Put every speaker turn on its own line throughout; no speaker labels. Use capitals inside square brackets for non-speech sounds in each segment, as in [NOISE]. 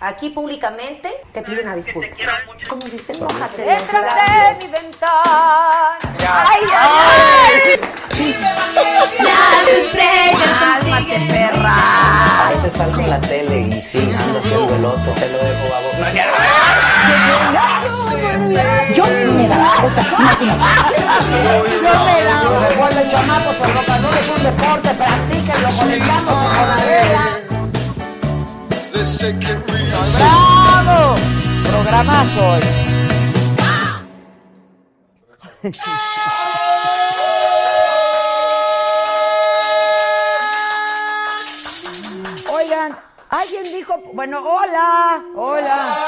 Aquí públicamente te pido una disculpa. Como dicen, mójate los
Detrás de mi ventana. ¡Ay, ay, ay! Las estrellas son
Cálmate, perra.
A veces salgo en la tele y sí, ando siendo veloso. Te lo dejo a vos.
Yo me daba cosa.
Yo me la recuerdo, chamacos, el rock and roll es un deporte, practíquenlo, conectamos con la vela. ¡Bravo! Programazo hoy.
Oigan, alguien dijo, bueno, hola, hola.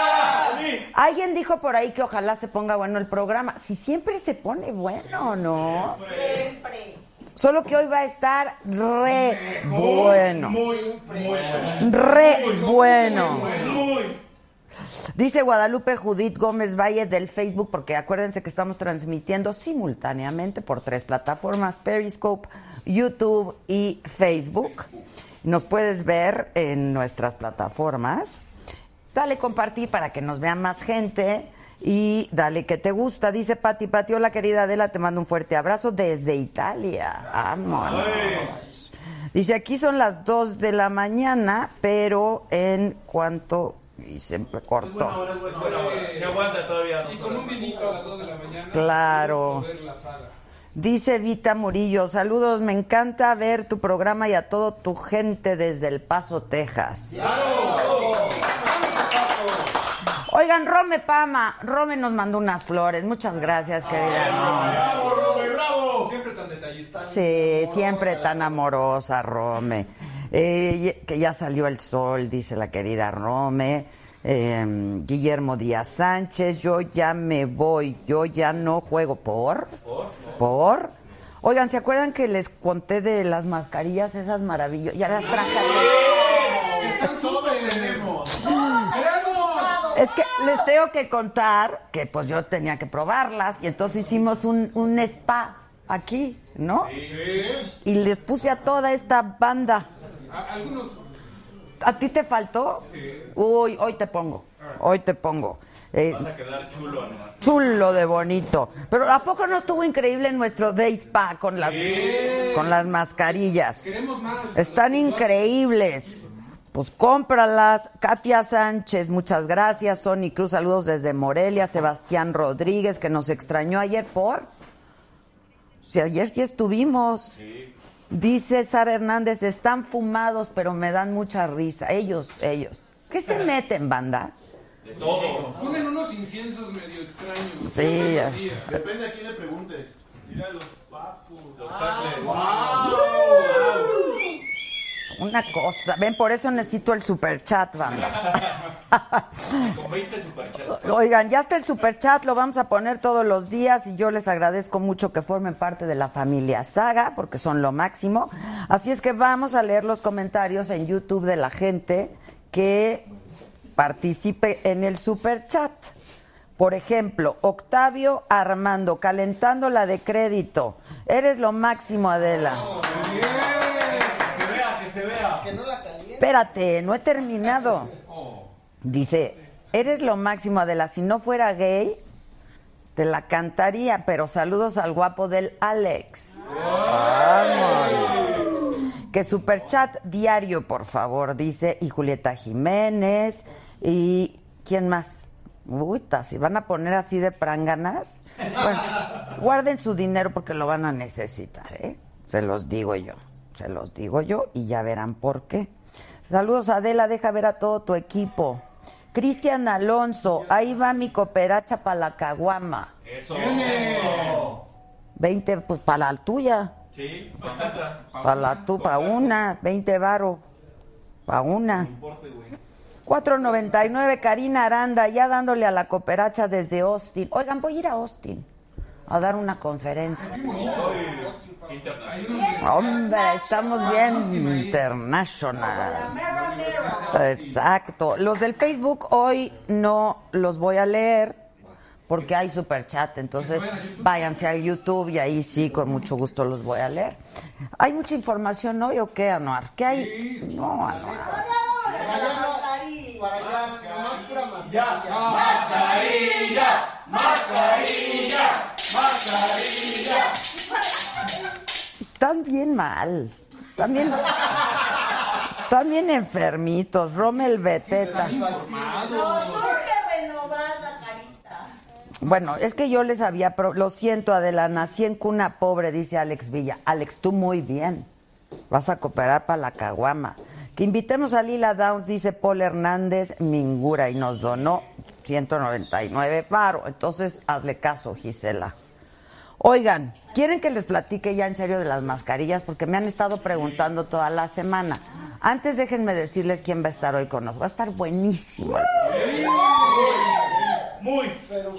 Alguien dijo por ahí que ojalá se ponga bueno el programa. Si siempre se pone bueno, ¿no? Siempre. Solo que hoy va a estar re bueno. Re bueno. Dice Guadalupe Judith Gómez Valle del Facebook, porque acuérdense que estamos transmitiendo simultáneamente por tres plataformas, Periscope, YouTube y Facebook. Nos puedes ver en nuestras plataformas. Dale compartir para que nos vea más gente y dale que te gusta. Dice Pati, Pati, hola querida Adela, te mando un fuerte abrazo desde Italia. Vámonos. Dice, aquí son las 2 de la mañana, pero en cuanto... Y se me cortó.
Se aguanta todavía. Y con un vinito a las 2 de la mañana.
Claro. Dice Vita Murillo, saludos, me encanta ver tu programa y a todo tu gente desde El Paso, Texas. Oigan, Rome Pama, Rome nos mandó unas flores, muchas gracias, querida.
Siempre tan detallista.
Sí, siempre tan amorosa, Rome. Eh, y- que ya salió el sol, dice la querida Rome. Eh, Guillermo Díaz Sánchez, yo ya me voy, yo ya no juego por... ¿Por? Oigan, ¿se acuerdan que les conté de las mascarillas esas maravillosas? Ya las traje. aquí.
Están sobres, tenemos. ¡Queremos!
Es que les tengo que contar que pues yo tenía que probarlas y entonces hicimos un, un spa aquí, ¿no? Y les puse a toda esta banda. ¿A ti te faltó? Uy, hoy te pongo. Hoy te pongo. Eh,
Ah. Vas a quedar chulo, ¿no?
chulo de bonito. Pero ¿a poco no estuvo increíble nuestro Day Spa con las, con las mascarillas? Están increíbles. Pues cómpralas. Katia Sánchez, muchas gracias. Sony Cruz, saludos desde Morelia. Sebastián Rodríguez, que nos extrañó ayer por... Si ayer sí estuvimos. Dice Sara Hernández, están fumados, pero me dan mucha risa. Ellos, ellos. ¿Qué se meten, banda?
Ponen unos inciensos medio extraños.
Sí.
Depende a quién le preguntes. Mira los papus. Los tacles.
Ah,
Una cosa, ven, por eso necesito el superchat, banda.
Con 20 superchats.
Oigan, ya está el superchat, lo vamos a poner todos los días y yo les agradezco mucho que formen parte de la familia Saga porque son lo máximo. Así es que vamos a leer los comentarios en YouTube de la gente que participe en el superchat. Por ejemplo, Octavio Armando, calentando la de crédito. Eres lo máximo, Adela.
Que se vea, que se vea.
Espérate, no he terminado. Dice, eres lo máximo, Adela. Si no fuera gay, te la cantaría, pero saludos al guapo del Alex. Vámonos. Que superchat diario, por favor, dice. Y Julieta Jiménez. ¿Y quién más? Uy, ta, si van a poner así de pranganas. Bueno, guarden su dinero porque lo van a necesitar, ¿eh? Se los digo yo. Se los digo yo y ya verán por qué. Saludos, Adela. Deja ver a todo tu equipo. Cristian Alonso, ahí va mi cooperacha para la caguama.
Eso.
20, pues para la tuya.
Sí, pa' casa.
Para la tu, para una, 20 varo. Para una. 4.99, Karina Aranda, ya dándole a la cooperacha desde Austin. Oigan, voy a ir a Austin a dar una conferencia.
Qué internacional.
Hombre, estamos bien international. Exacto. Los del Facebook hoy no los voy a leer porque hay superchat, entonces váyanse al YouTube y ahí sí, con mucho gusto los voy a leer. ¿Hay mucha información hoy o qué, Anuar? ¿Qué hay? No, Anuar. Están bien mal. Están bien, están bien enfermitos. Rommel Beteta. Bueno, es que yo les había... pro- Lo siento, Adela, nací en cuna pobre, dice Alex Villa. Alex, tú muy bien. Vas a cooperar para la caguama. Que invitemos a Lila Downs, dice Paul Hernández Mingura, y nos donó 199 paro. Entonces, hazle caso, Gisela. Oigan, ¿quieren que les platique ya en serio de las mascarillas? Porque me han estado preguntando toda la semana. Antes déjenme decirles quién va a estar hoy con nosotros. Va a estar buenísimo.
Muy,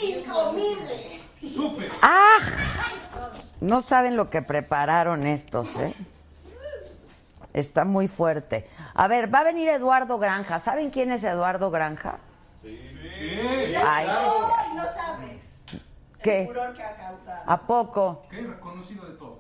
Incomible.
súper.
¡Ah! No saben lo que prepararon estos, ¿eh? Está muy fuerte. A ver, va a venir Eduardo Granja. ¿Saben quién es Eduardo Granja?
Sí.
Ay,
Ay, no sabes el
¿qué?
furor que ha causado.
¿A poco?
Qué reconocido de todos.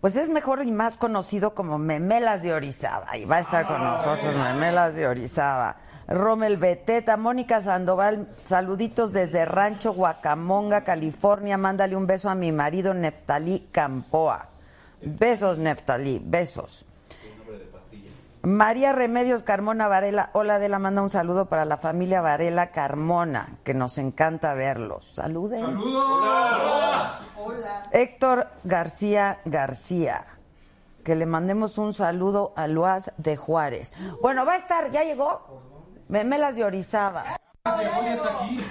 Pues es mejor y más conocido como Memelas de Orizaba. Y va a estar con nosotros Memelas de Orizaba. Rommel Beteta, Mónica Sandoval, saluditos desde Rancho Guacamonga, California. Mándale un beso a mi marido Neftalí Campoa. Besos, Neftalí, besos. María Remedios Carmona Varela, hola Adela, manda un saludo para la familia Varela Carmona, que nos encanta verlos. Saluden.
¡Saludos!
Héctor García García. Que le mandemos un saludo a Luaz de Juárez. Bueno, va a estar, ya llegó. Memelas de Orizaba.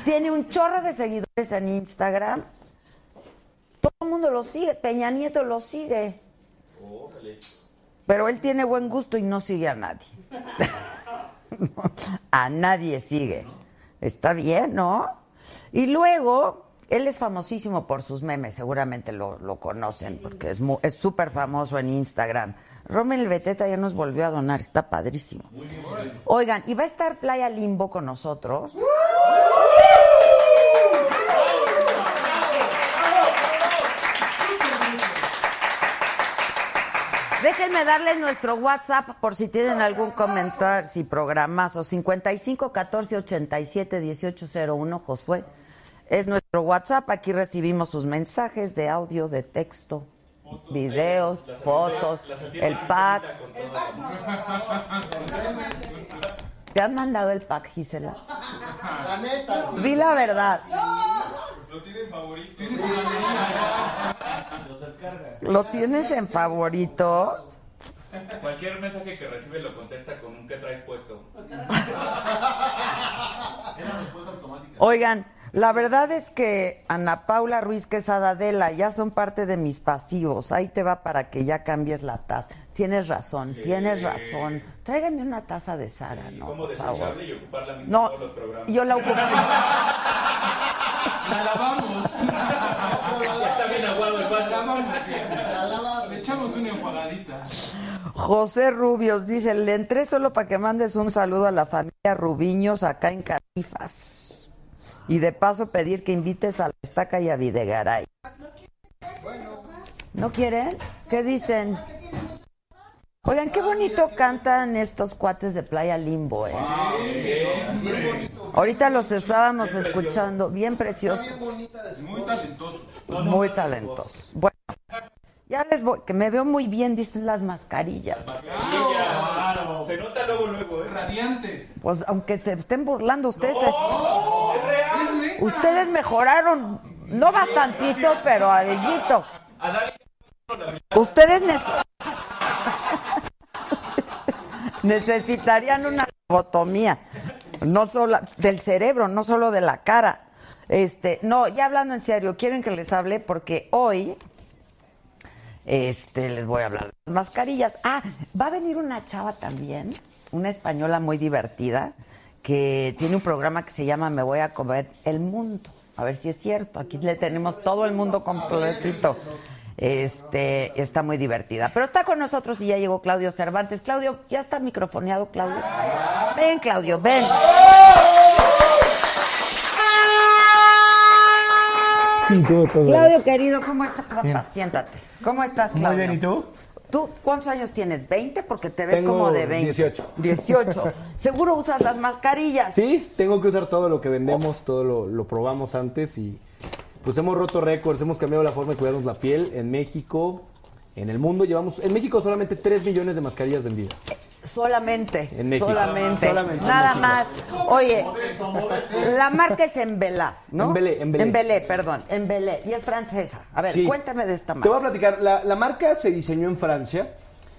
Tiene un chorro de seguidores en Instagram. Todo el mundo lo sigue, Peña Nieto lo sigue. Pero él tiene buen gusto y no sigue a nadie. [LAUGHS] a nadie sigue. Está bien, ¿no? Y luego, él es famosísimo por sus memes, seguramente lo, lo conocen, porque es mu- es súper famoso en Instagram. Rommel Beteta ya nos volvió a donar, está padrísimo. Oigan, y va a estar Playa Limbo con nosotros. Déjenme darles nuestro WhatsApp por si tienen algún comentario, si programazo. 55 14 87 1801, Josué. Es nuestro WhatsApp. Aquí recibimos sus mensajes de audio, de texto, videos, fotos, el pack. ¿Te han mandado el pack, Gisela? Di la verdad. ¿Lo tienes en favoritos?
Cualquier mensaje que recibe lo contesta con un que traes puesto.
[LAUGHS]
Oigan, la verdad es que Ana Paula Ruiz Quesada Adela ya son parte de mis pasivos. Ahí te va para que ya cambies la taza. Tienes razón, tienes razón. Tráigame una taza de Sara, ¿no?
¿Cómo
Por favor.
desecharle y ocuparla mismo en
No,
todos los programas?
yo la ocupo.
La lavamos.
Ya está bien aguado el
La
vaso.
lavamos bien. Le echamos una enjuagadita.
José Rubios dice, le entré solo para que mandes un saludo a la familia Rubiños acá en Califas. Y de paso pedir que invites a la estaca y a Videgaray. ¿No quieren? ¿Qué dicen? Oigan, qué bonito cantan estos cuates de Playa Limbo, ¿eh? Ahorita los estábamos escuchando, bien preciosos,
Muy talentosos.
muy talentosos. Bueno, ya les voy, que me veo muy bien, dicen las mascarillas.
Se nota luego, luego, ¿eh?
Radiante.
Pues aunque se estén burlando ustedes, se-
¡Es real!
Es neta.
ustedes mejoraron, no bastantito, pero algo.
A darle
Ustedes ne- [LAUGHS] necesitarían una lobotomía, no solo del cerebro, no solo de la cara. Este, no, ya hablando en serio, quieren que les hable porque hoy Este, les voy a hablar de las mascarillas. Ah, va a venir una chava también, una española muy divertida, que tiene un programa que se llama Me voy a comer el mundo. A ver si es cierto. Aquí le tenemos todo el mundo completito. Este, está muy divertida. Pero está con nosotros y ya llegó Claudio Cervantes. Claudio, ya está microfoneado, Claudio. Ven, Claudio, ven.
¿Cómo estás?
Claudio, querido, ¿cómo estás, papá?
Bien.
Siéntate. ¿Cómo estás, Claudio?
Muy bien, ¿y tú?
¿Tú cuántos años tienes? ¿20? Porque te ves
Tengo
como de 20.
18.
18. Seguro usas las mascarillas.
[LAUGHS] Sí, tengo que usar todo lo que vendemos, todo lo, lo probamos antes y pues hemos roto récords, hemos cambiado la forma de cuidarnos la piel en México, en el mundo. Llevamos en México solamente 3 millones de mascarillas vendidas.
Solamente.
En México.
Solamente.
Solamente en
Nada
México.
más. Oye, la marca es Embelé, ¿no?
Embelé, Embelé.
Embelé, perdón. Embelé. Y es francesa. A ver,
Sí.
cuéntame de esta
Te voy a
marca.
platicar. La, la marca se diseñó en Francia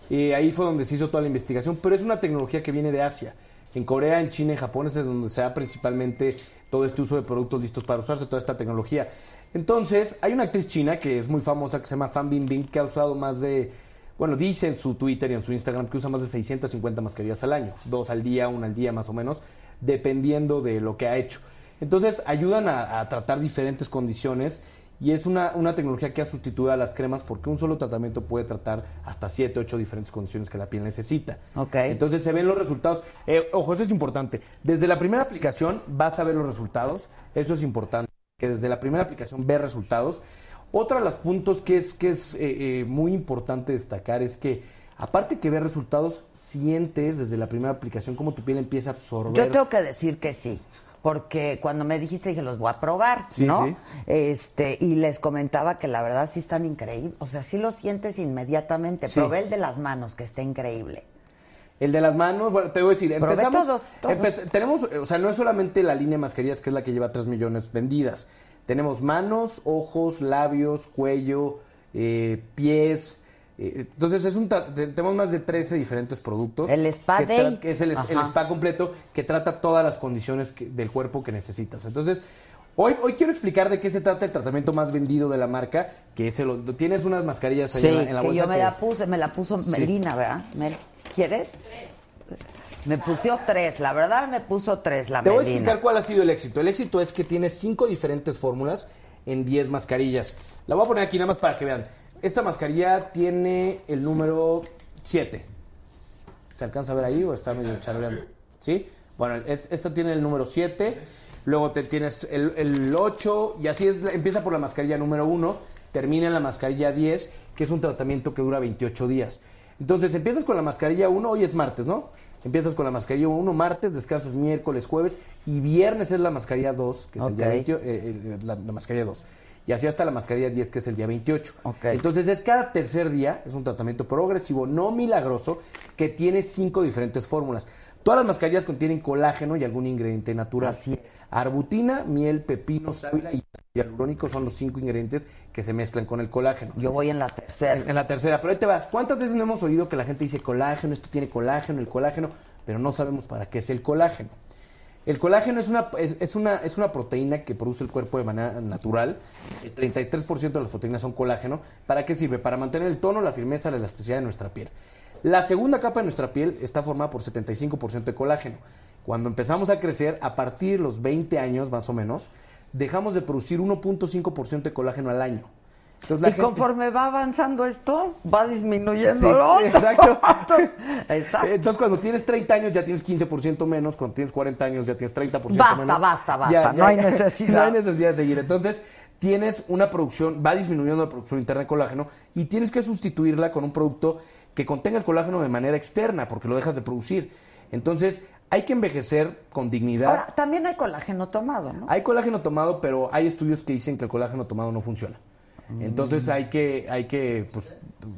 y ahí fue donde se hizo toda la investigación, pero es una tecnología que viene de Asia. En Corea, en China, en Japón es en donde se da principalmente todo este uso de productos listos para usarse, toda esta tecnología. Entonces, hay una actriz china que es muy famosa, que se llama Fan Bingbing, que ha usado más de, bueno, dice en su Twitter y en su Instagram que usa más de 650 mascarillas al año, dos al día, una al día más o menos, dependiendo de lo que ha hecho. Entonces, ayudan a, a tratar diferentes condiciones y es una, una tecnología que ha sustituido a las cremas porque un solo tratamiento puede tratar hasta 7, 8 diferentes condiciones que la piel necesita.
Ok.
Entonces se ven los resultados. Eh, ojo, eso es importante. Desde la primera aplicación vas a ver los resultados. Eso es importante. Que desde la primera aplicación ve resultados. Otra de los puntos que es, que es eh, eh, muy importante destacar es que aparte que ves resultados, sientes desde la primera aplicación cómo tu piel empieza a absorber.
Yo tengo que decir que sí. Porque cuando me dijiste, dije, los voy a probar,
Sí,
¿no?
sí.
Este, y les comentaba que la verdad sí están increíbles. O sea, sí lo sientes inmediatamente.
Sí.
Probé el de las manos, que está increíble.
El de las manos, bueno, te voy a decir,
Probé
empezamos.
todos, todos.
empe- tenemos, eh, o sea, no es solamente la línea de mascarillas que es la que lleva 3 millones vendidas. Tenemos manos, ojos, labios, cuello, eh, pies. eh, entonces, es un tra- te- tenemos más de 13 diferentes productos.
El spa
que
day.
tra- que es el, es- el
Ajá.
spa completo que trata todas las condiciones que- del cuerpo que necesitas. Entonces. Hoy, hoy quiero explicar de qué se trata el tratamiento más vendido de la marca, que es el, tienes unas mascarillas ahí en la, en la
que
bolsa
yo me
que-
la puse, me la puso
Sí.
Melina, ¿verdad? Mel, ¿Quieres? Tres. Me puso tres, la verdad me puso tres la
Te voy a
Melina.
explicar cuál ha sido el éxito. El éxito es que tiene cinco diferentes fórmulas en 10 mascarillas. La voy a poner aquí nada más para que vean. Esta mascarilla tiene el número 7. ¿Se alcanza a ver ahí o está medio charleando? ¿Sí? Bueno, es- esta tiene el número 7, luego te tienes el, 8 y así es, la- empieza por la mascarilla número 1, termina en la mascarilla 10, que es un tratamiento que dura 28 días. Entonces empiezas con la mascarilla 1, hoy es martes, ¿no? Empiezas con la mascarilla 1 martes, descansas miércoles, jueves y viernes es la mascarilla 2, que es el día
Ok.
28, eh, el- la, la mascarilla 2. Y así hasta la mascarilla 10, que es el día 28.
Ok.
Entonces, entonces es cada tercer día, es un tratamiento progresivo, no milagroso, que tiene cinco diferentes fórmulas. Todas las mascarillas contienen colágeno y algún ingrediente natural.
Así es.
Arbutina, miel, pepino, sábila y hialurónico son los cinco ingredientes que se mezclan con el colágeno.
Yo voy en la tercera.
En la tercera, pero ahí te va. ¿Cuántas veces no hemos oído que la gente dice colágeno, esto tiene colágeno, el colágeno, pero no sabemos para qué es el colágeno? El colágeno es una, es, es una, es una proteína que produce el cuerpo de manera natural. El 33% de las proteínas son colágeno. ¿Para qué sirve? Para mantener el tono, la firmeza, la elasticidad de nuestra piel. La segunda capa de nuestra piel está formada por 75% de colágeno. Cuando empezamos a crecer, a partir de los 20 años más o menos, dejamos de producir 1.5% de colágeno al año. Entonces, la
Y
gente-
conforme va avanzando esto, va disminuyendo
Sí,
lo otro.
[LAUGHS] exacto.
[LAUGHS]
Eh,
Exacto.
Entonces, cuando tienes 30 años ya tienes 15% menos, cuando tienes 40 años ya tienes 30%
Basta,
menos.
basta, basta, no
[LAUGHS]
hay necesidad.
No hay necesidad de seguir. Entonces, tienes una producción, va disminuyendo la producción interna de colágeno y tienes que sustituirla con un producto que contenga el colágeno de manera externa porque lo dejas de producir. Entonces, hay que envejecer con dignidad.
Ahora, también hay colágeno tomado, ¿no?
Hay colágeno tomado, pero hay estudios que dicen que el colágeno tomado no funciona. Entonces hay que, hay que pues,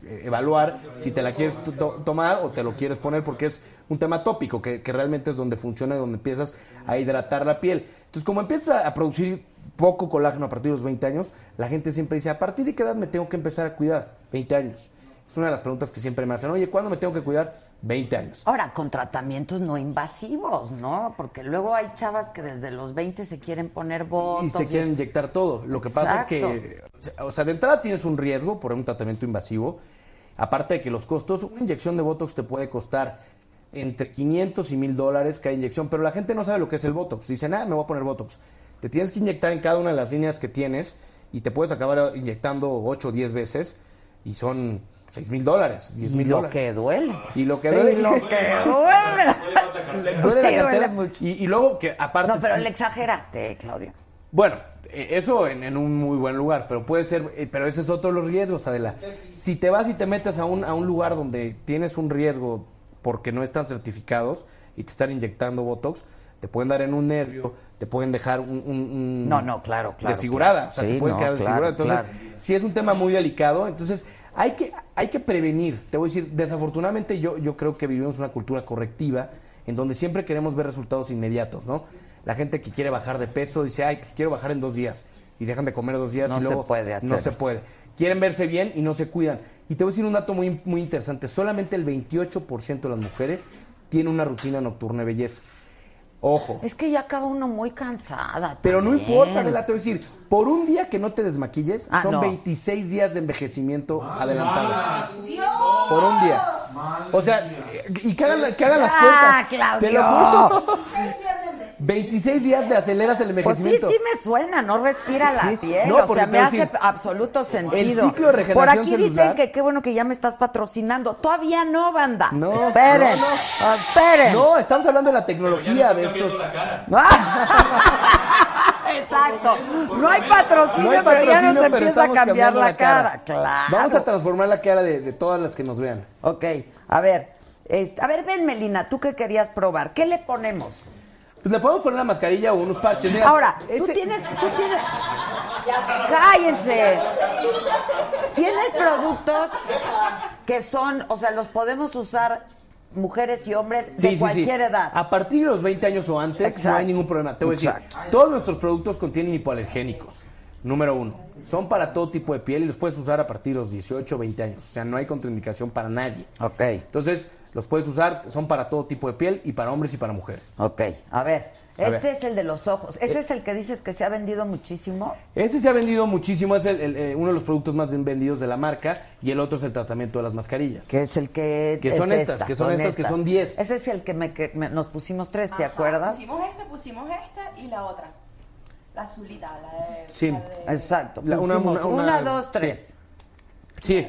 eh, evaluar si te la quieres to- to- tomar o te lo quieres poner porque es un tema tópico que, que realmente es donde funciona y donde empiezas a hidratar la piel. Entonces como empiezas a- a producir poco colágeno a partir de los 20 años, la gente siempre dice, ¿a partir de qué edad me tengo que empezar a cuidar? 20 años. Es una de las preguntas que siempre me hacen. Oye, ¿cuándo me tengo que cuidar? 20 años.
Ahora, con tratamientos no invasivos, ¿no? Porque luego hay chavas que desde los 20 se quieren poner botox.
Y se quieren
es-
inyectar todo. Lo que pasa es que,
Exacto.
o sea, de entrada tienes un riesgo por un tratamiento invasivo. Aparte de que los costos, una inyección de Botox te puede costar entre 500 y 1000 dólares cada inyección, pero la gente no sabe lo que es el Botox. Dicen, ah, me voy a poner Botox. Te tienes que inyectar en cada una de las líneas que tienes y te puedes acabar inyectando 8 o 10 veces y son 6 mil dólares, 10
Y
mil
lo
dólares.
que duele.
Y lo que
Y lo que duele.
[LAUGHS] Duele
Sí,
la cartera
duele.
mucho. Y, y luego que aparte...
No, pero
sí-
le exageraste, este, Claudio.
bueno, eh, eso en, en un muy buen lugar, pero puede ser, eh, pero ese es otro de los riesgos, Adela. Si te vas y te metes a un, a un lugar donde tienes un riesgo porque no están certificados y te están inyectando Botox, te pueden dar en un nervio, te pueden dejar un... un- un-
No, no, claro, claro, claro.
Desfigurada, o sea,
Sí,
te pueden
no,
quedar desfigurada.
claro,
Entonces, sí es un tema muy delicado, entonces hay que, hay que prevenir. Te voy a decir, desafortunadamente yo, yo creo que vivimos una cultura correctiva en donde siempre queremos ver resultados inmediatos, ¿no? La gente que quiere bajar de peso dice, ay, quiero bajar en dos días y dejan de comer dos días
No
y
se
luego
puede hacer
no se
eso.
puede. Quieren verse bien y no se cuidan. Y te voy a decir un dato muy, muy interesante, solamente el 28% de las mujeres tiene una rutina nocturna de belleza. Ojo.
Es que ya acaba uno muy cansada.
Pero no
también.
importa, Adela, te voy a decir, por un día que no te desmaquilles,
Ah,
son
no.
26 días de envejecimiento
Ah,
adelantado. Por un día. O sea, y que hagan, la- que hagan las
Ah,
cuentas.
Claudio.
Te lo juro.
Seis días de hambre.
26 días de aceleras el
Pues sí,
envejecimiento.
sí me suena, no respira la
Sí.
piel,
No,
o sea,
porque
me
te
hace
decir,
absoluto sentido.
ciclo de regeneración
Por aquí dicen
celular-
que qué bueno que ya me estás patrocinando. Todavía no, banda.
No,
esperen,
no,
esperen.
No, estamos hablando de la tecnología de
Cambiando
estos.
la cara.
Ah, [LAUGHS] Exacto. No hay patrocinio,
No hay
pero ya
patrocinio,
nos
pero
empieza a
estamos
cambiar
cambiando
la cara. Claro.
Vamos a transformar la cara de, de todas las que nos vean.
Ok, a ver. este, a ver, ven, Melina, tú qué querías probar. ¿Qué le ponemos?
Pues le podemos poner una mascarilla o unos parches. Mira,
Ahora, tú
ese-
tienes, tú tienes. ¡Cállense! Tienes productos que son, o sea, los podemos usar mujeres y hombres
Sí,
de
sí,
cualquier
sí.
edad.
A partir de los 20 años o antes no
Exacto.
hay ningún problema. Te voy a decir,
Exacto.
todos nuestros productos contienen hipoalergénicos. Número uno, son para todo tipo de piel y los puedes usar a partir de los 18 o 20 años. O sea, no hay contraindicación para nadie.
Ok,
Entonces, los puedes usar, son para todo tipo de piel y para hombres y para mujeres.
ok. A ver,
A
este
ver. Eh.
es el de los ojos. Ese es el que dices que se ha vendido muchísimo.
Ese se ha vendido muchísimo, es el- el, eh, uno de los productos más vendidos de la marca y el otro es el tratamiento de las mascarillas.
Que es el que.
Que
es
son estas,
esta,
que son estas, que son 10.
Ese es el que, me, que me- nos pusimos tres, ¿te
Ajá,
acuerdas?
Pusimos esta, pusimos esta y la otra. La azulita, la de.
Sí.
la de-
Exacto.
La- una-
pusimos
una-
una,
una-
dos, tres.
Sí,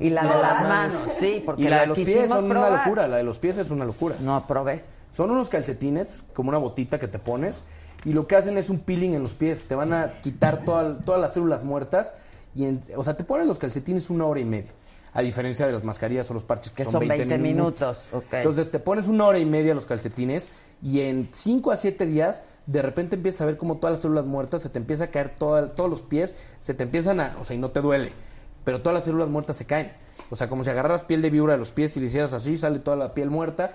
Y la de las manos, sí, porque
y la de los
quisimos
pies son
probar.
una locura, la de los pies es una locura.
No, probé.
Son unos calcetines, como una botita que te pones, y lo que hacen es un peeling en los pies. Te van a quitar toda- todas las células muertas. Y en- o sea, te pones los calcetines una hora y media. A diferencia de las mascarillas o los parches que,
Que son 20 minutos, ok.
Entonces te pones una hora y media los calcetines y en 5 a 7 días de repente empiezas a ver como todas las células muertas, se te empieza a caer toda- todos los pies, se te empiezan a, o sea, y no te duele, pero todas las células muertas se caen. O sea, como si agarraras piel de víbora de los pies y le hicieras así, sale toda la piel muerta.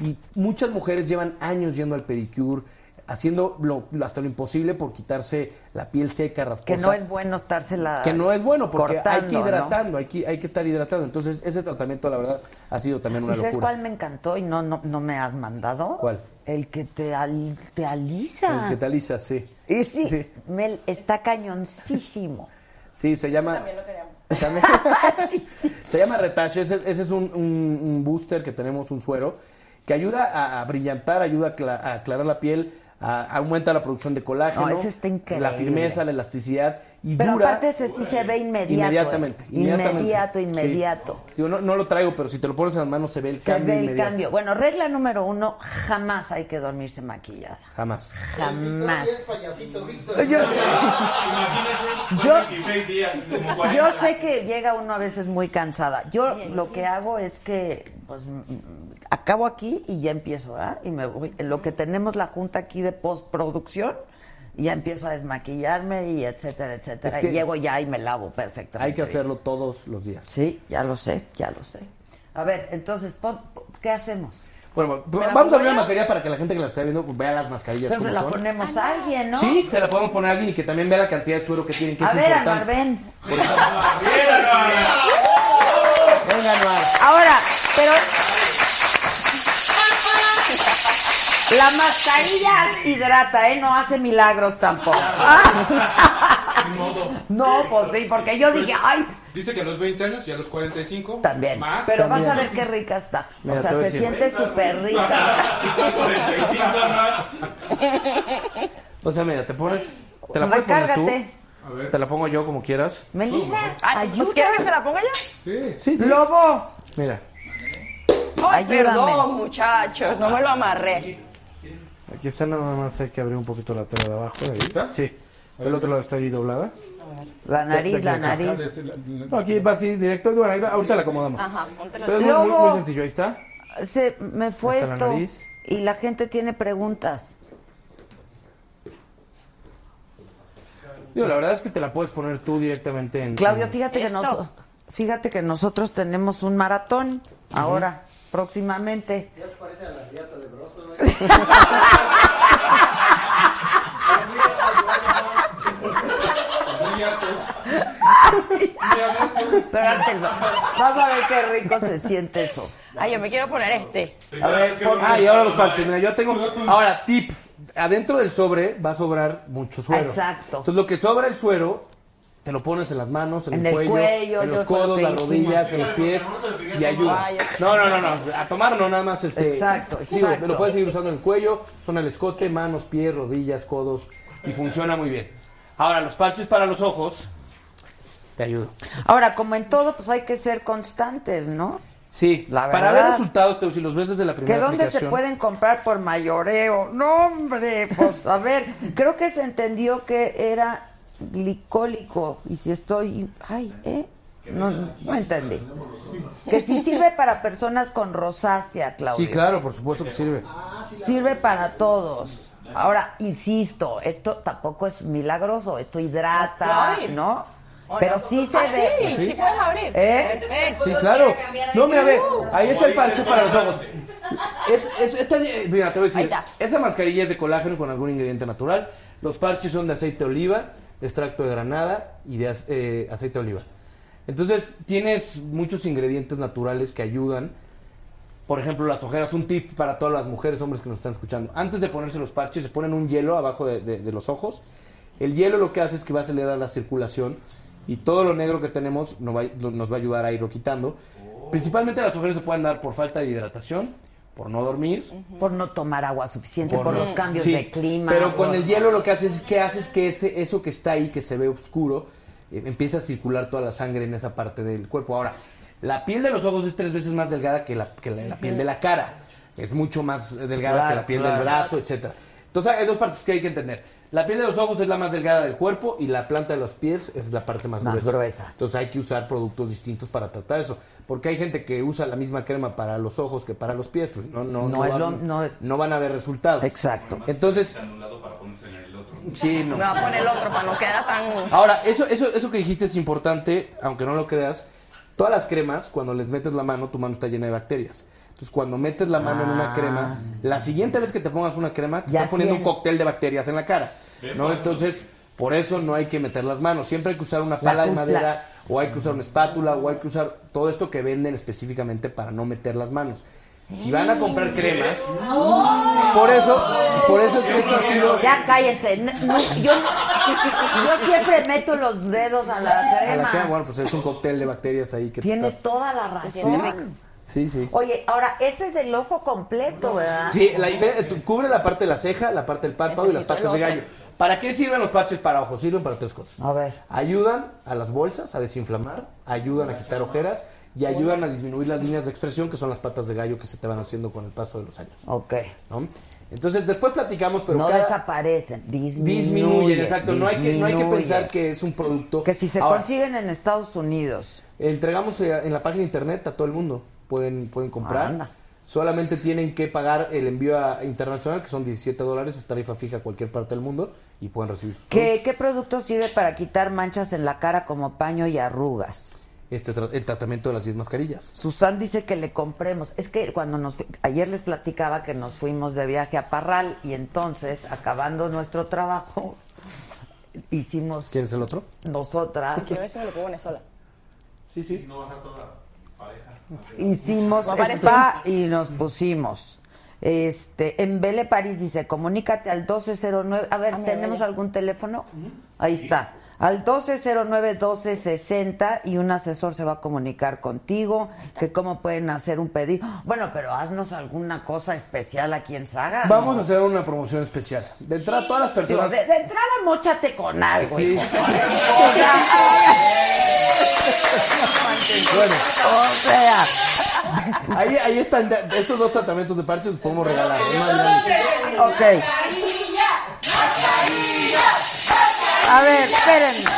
Y muchas mujeres llevan años yendo al pedicure, haciendo lo- lo- hasta lo imposible por quitarse la piel seca, rasposa.
Que no es bueno estársela.
Que no es bueno porque hay que
cortando, ¿no?
hidratando, hay, que, hay que estar hidratando. Entonces, ese tratamiento, la verdad, ha sido también una
¿Y sabes
locura.
cuál me encantó y no, no, no me has mandado?
¿Cuál?
El que te, al- te alisa.
El que te alisa, sí.
Y sí,
Sí,
Mel, está cañoncísimo.
sí, se llama.
También lo queríamos.
[LAUGHS] también- se llama Retache. Ese, ese es un, un- un booster que tenemos, un suero, que ayuda a, a brillantar, ayuda a, cla- a aclarar la piel, a- aumenta la producción de colágeno.
No, ese está increíble.
La firmeza, la elasticidad. Y
Pero
dura.
aparte ese sí se ve inmediato.
Inmediatamente,
¿eh?
inmediatamente.
Inmediato,
Sí.
inmediato.
Digo, no, no lo traigo, pero si te lo pones en las manos se ve el
Se
cambio.
ve el
inmediato.
cambio. Bueno, regla número uno, jamás hay que dormirse maquillada.
Jamás.
Jamás.
Es payasito, Víctor.
Yo,
Imagínese,
Yo-
yo, 26 días, como 40.
Yo sé que llega uno a veces muy cansada. Yo lo que hago es que pues m- m- acabo aquí y ya empiezo, ¿verdad? Y me voy. En lo que tenemos la junta aquí de postproducción, ya empiezo a desmaquillarme y etcétera, etcétera.
Es que-
y llego ya y me lavo perfectamente.
Hay que hacerlo todos los días.
Sí, ya lo sé, ya lo sé. A ver, entonces, pon- pon- ¿qué hacemos?
Bueno,
¿Me la
vamos a
pongo
abrir
yo?
una mascarilla para que la gente que la está viendo pues, vea las mascarillas
Entonces
como
la
son.
ponemos a alguien, ¿no?
Sí, se la podemos poner a alguien y que también vea la cantidad de suero que tienen, que
[LAUGHS] A
es
ver, Alvar,
importante.
ven.
Mira, no, no.
Pero. La mascarilla hidrata, ¿eh? No hace milagros tampoco.
Ni modo.
No, pues sí, porque yo dije, ay,
Dice que a los 20 años y a los 45.
también.
Más.
Pero
también.
vas a ver qué rica está.
Mira,
o sea,
te voy a
se
decir.
siente súper rica.
Está 45, ¿verdad?
O sea, mira, te pones. Te la puedes poner tú.
Recárgate.
A ver.
Te la pongo yo como quieras.
Melina,
Ay, pues, ¿Quieres que se
ayúdame.
la ponga ya?
Sí.
Sí, sí.
Lobo,
Mira.
Ay,
Ayúdame.
perdón, muchachos, no me lo amarré.
Aquí está nada más, hay que abrir un poquito la tela de abajo. ahí. Sí. El otro lado está ahí doblada.
la nariz, la
Acá,
nariz.
desde la- la-
No, aquí va así directo. Bueno, ahí va- ahorita la acomodamos.
Ajá, póntelo.
Pero es muy, muy-
Lobo.
muy sencillo, ahí está.
Se me fue
Hasta la
esto.
nariz.
Y la gente tiene preguntas.
Digo, la verdad es que te la puedes poner tú directamente en.
Claudio,
en-
fíjate que,
Eso.
noso- fíjate que nosotros tenemos un maratón ahora, próximamente.
Muy alto. Muy alto.
Espérate, vas a ver qué rico se siente eso.
Ay, yo me quiero poner este.
A ver, pon-
Ah, y ahora los parches. Mira, yo tengo. Ahora, tip. Adentro del sobre va a sobrar mucho suero.
Exacto.
Entonces, lo que sobra el suero, te lo pones en las manos, en,
En
el,
el
cuello,
cuello,
en
yo
los
fue lo
codos,
que
las
dijimos.
rodillas, en los pies. Y ayuda.
Ay,
No, no, no, no. A tomar no, nada más este.
Exacto,
Digo,
exacto.
lo puedes seguir usando en el cuello, son el escote, manos, pies, rodillas, codos. Y funciona muy bien. Ahora, los parches para los ojos. Te ayudo.
Ahora, como en todo, pues hay que ser constantes, ¿no?
Sí,
La
para
verdad.
ver resultados, pero si los ves desde la
Que
primera
dónde se
aplicación.
pueden comprar por mayoreo. No, hombre, pues a ver, creo que se entendió que era glicólico. Y si estoy. Ay, ¿eh? No, no entendí. Que sí sirve para personas con rosácea, Claudia.
Sí, claro, por supuesto que sirve.
Sirve para todos. Ahora, insisto, esto tampoco es milagroso, esto hidrata,
Ay.
¿no? Pero sí se
Ah,
ve.
sí, sí puedes abrir.
¿Eh?
Perfecto.
Sí, claro. No, mira, a ver, ahí está el Este parche para
[LAUGHS]
los ojos. Es, es- esta- eh, mira, te voy a
Ahí
decir,
está.
esa mascarilla es de colágeno con algún ingrediente natural. Los parches son de aceite de oliva, de extracto de granada y de ac- eh, aceite de oliva. Entonces, tienes muchos ingredientes naturales que ayudan. Por ejemplo, las ojeras, un tip para todas las mujeres, hombres que nos están escuchando. Antes de ponerse los parches, se ponen un hielo abajo de, de- de los ojos. El hielo lo que hace es que va a acelerar la circulación y todo lo negro que tenemos nos va, nos va a ayudar a irlo quitando. Principalmente las ojeras se pueden dar por falta de hidratación, por no dormir,
Por no tomar agua suficiente, por,
por
los cambios
sí,
de clima.
Pero con
por-
el hielo lo que haces es que haces que ese, eso que está ahí, que se ve oscuro, eh, empieza a circular toda la sangre en esa parte del cuerpo. Ahora, la piel de los ojos es tres veces más delgada que la, que la, la piel de la cara. Es mucho más eh, delgada
Claro,
que la piel
claro.
del brazo, etcétera. Entonces hay dos partes que hay que entender. La piel de los ojos es la más delgada del cuerpo y la planta de los pies es la parte más,
Más
gruesa.
gruesa.
Entonces hay que usar productos distintos para tratar eso. Porque hay gente que usa la misma crema para los ojos que para los pies. pues, no,
No
no, no
es
van-
lo- no-
no van a ver resultados.
Exacto.
Entonces,
En un lado para ponerse en el otro.
sí, no.
Me voy a poner el otro para no quedar tan.
Ahora, eso, eso, eso que dijiste es importante, aunque no lo creas. Todas las cremas, cuando les metes la mano, tu mano está llena de bacterias. Entonces, cuando metes la mano en una crema, la siguiente vez que te pongas una crema, te
Ah. Ya
está poniendo
tiene.
un cóctel de bacterias en la cara. ¿No? Entonces, por eso no hay que meter las manos. Siempre hay que usar una pala de
cucla.
madera, o hay que usar una espátula, o hay que usar todo esto que venden específicamente para no meter las manos. Si van a comprar cremas,
¡Oh!
por eso, por eso es que esto ha sido.
Ya cállense. No, no, yo, yo siempre meto los dedos a la
A
crema.
la crema, bueno, pues es un cóctel de bacterias ahí que te
Tienes
estás-
toda la razón.
Sí, sí.
Oye, ahora, ese es el ojo completo, ¿verdad?
Sí, la diferencia, tú cubre la parte de la ceja, la parte del párpado y las
Necesito el
patas de
otro.
gallo. ¿Para qué sirven los parches para ojos? Sirven para tres cosas.
A ver.
Ayudan a las bolsas a desinflamar, ayudan a quitar ojeras y ayudan a disminuir las líneas de expresión que son las patas de gallo que se te van haciendo con el paso de los años.
Ok.
¿no? Entonces, después platicamos, pero
no
cada-
desaparecen, disminuyen.
disminuyen, exacto. No hay, que, no hay que
disminuyen.
pensar que es un producto.
Que si se
Ahora,
consiguen en Estados Unidos.
Entregamos eh, en la página de internet a todo el mundo. Pueden, pueden comprar.
Anda.
Solamente tienen que pagar el envío a- internacional, que son 17 dólares, es tarifa fija a cualquier parte del mundo, y pueden recibir sus
¿Qué, ¿Qué producto sirve para quitar manchas en la cara como paño y arrugas?
productos. este tra- el tratamiento de las 10 mascarillas.
Susan dice que le compremos. Es que cuando nos fu- ayer les platicaba que nos fuimos de viaje a Parral y entonces acabando nuestro trabajo [LAUGHS] hicimos
¿Quieres el otro?
nosotras
Quiero ver si me lo pongo en sola.
Sí, sí.
Hicimos spa y nos pusimos. Este, en Vele París dice, comunícate al 1209. A ver, ¿tenemos algún teléfono? Ahí está. Al 1209-1260 y un asesor se va a comunicar contigo, que cómo pueden hacer un pedido. Bueno, pero haznos alguna cosa especial aquí en Saga. Ah, ¿no?
Vamos a hacer una promoción especial. De entrada, todas las
Digo,
personas.
de, de entrada, mochate con algo.
Sí.
hijo. O sea,
Bueno,
o sea,
ahí, ahí están da- estos dos tratamientos de parches los podemos regalar. Una dinámica.
ok. A ver, espérenme.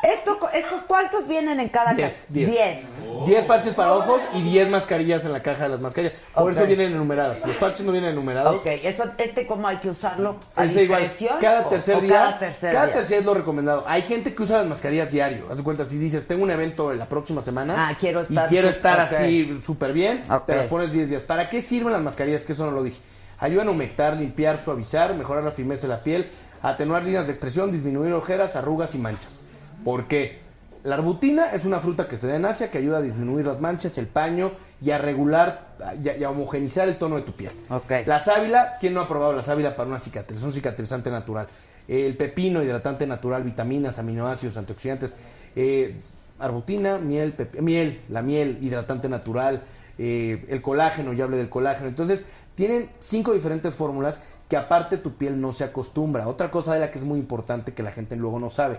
Esto, cu- ¿Estos cuántos vienen en cada
Diez,
casa?
diez. 10 parches para ojos y 10 mascarillas en la caja de las mascarillas. Por
Ok.
eso vienen enumeradas. Los parches no vienen enumerados.
Ok, eso, este cómo hay que usarlo a
Ese igual,
discreción.
cada
o-
tercer
o
día.
Cada tercer
cada
día.
tercer es lo recomendado. Hay gente que usa las mascarillas diario. Haz de cuenta, si dices, tengo un evento la próxima semana.
Ah, quiero estar
Y quiero
sup-
estar
ok.
así súper bien.
Ok.
Te las pones 10 días. ¿Para qué sirven las mascarillas? Que eso no lo dije. Ayudan a humectar, limpiar, suavizar, mejorar la firmeza de la piel, atenuar líneas de expresión, disminuir ojeras, arrugas y manchas. ¿Por qué? La arbutina es una fruta que se da en Asia que ayuda a disminuir las manchas, el paño y a regular y a- y a homogenizar el tono de tu piel.
Ok.
La sábila, ¿quién no ha probado la sábila para una cicatriz? Es un cicatrizante natural. El pepino, hidratante natural, vitaminas, aminoácidos, antioxidantes. Eh, arbutina, miel, pep- miel, la miel, hidratante natural. eh, el colágeno, ya hablé del colágeno. Entonces, tienen cinco diferentes fórmulas que aparte tu piel no se acostumbra. Otra cosa de la que es muy importante que la gente luego no sabe.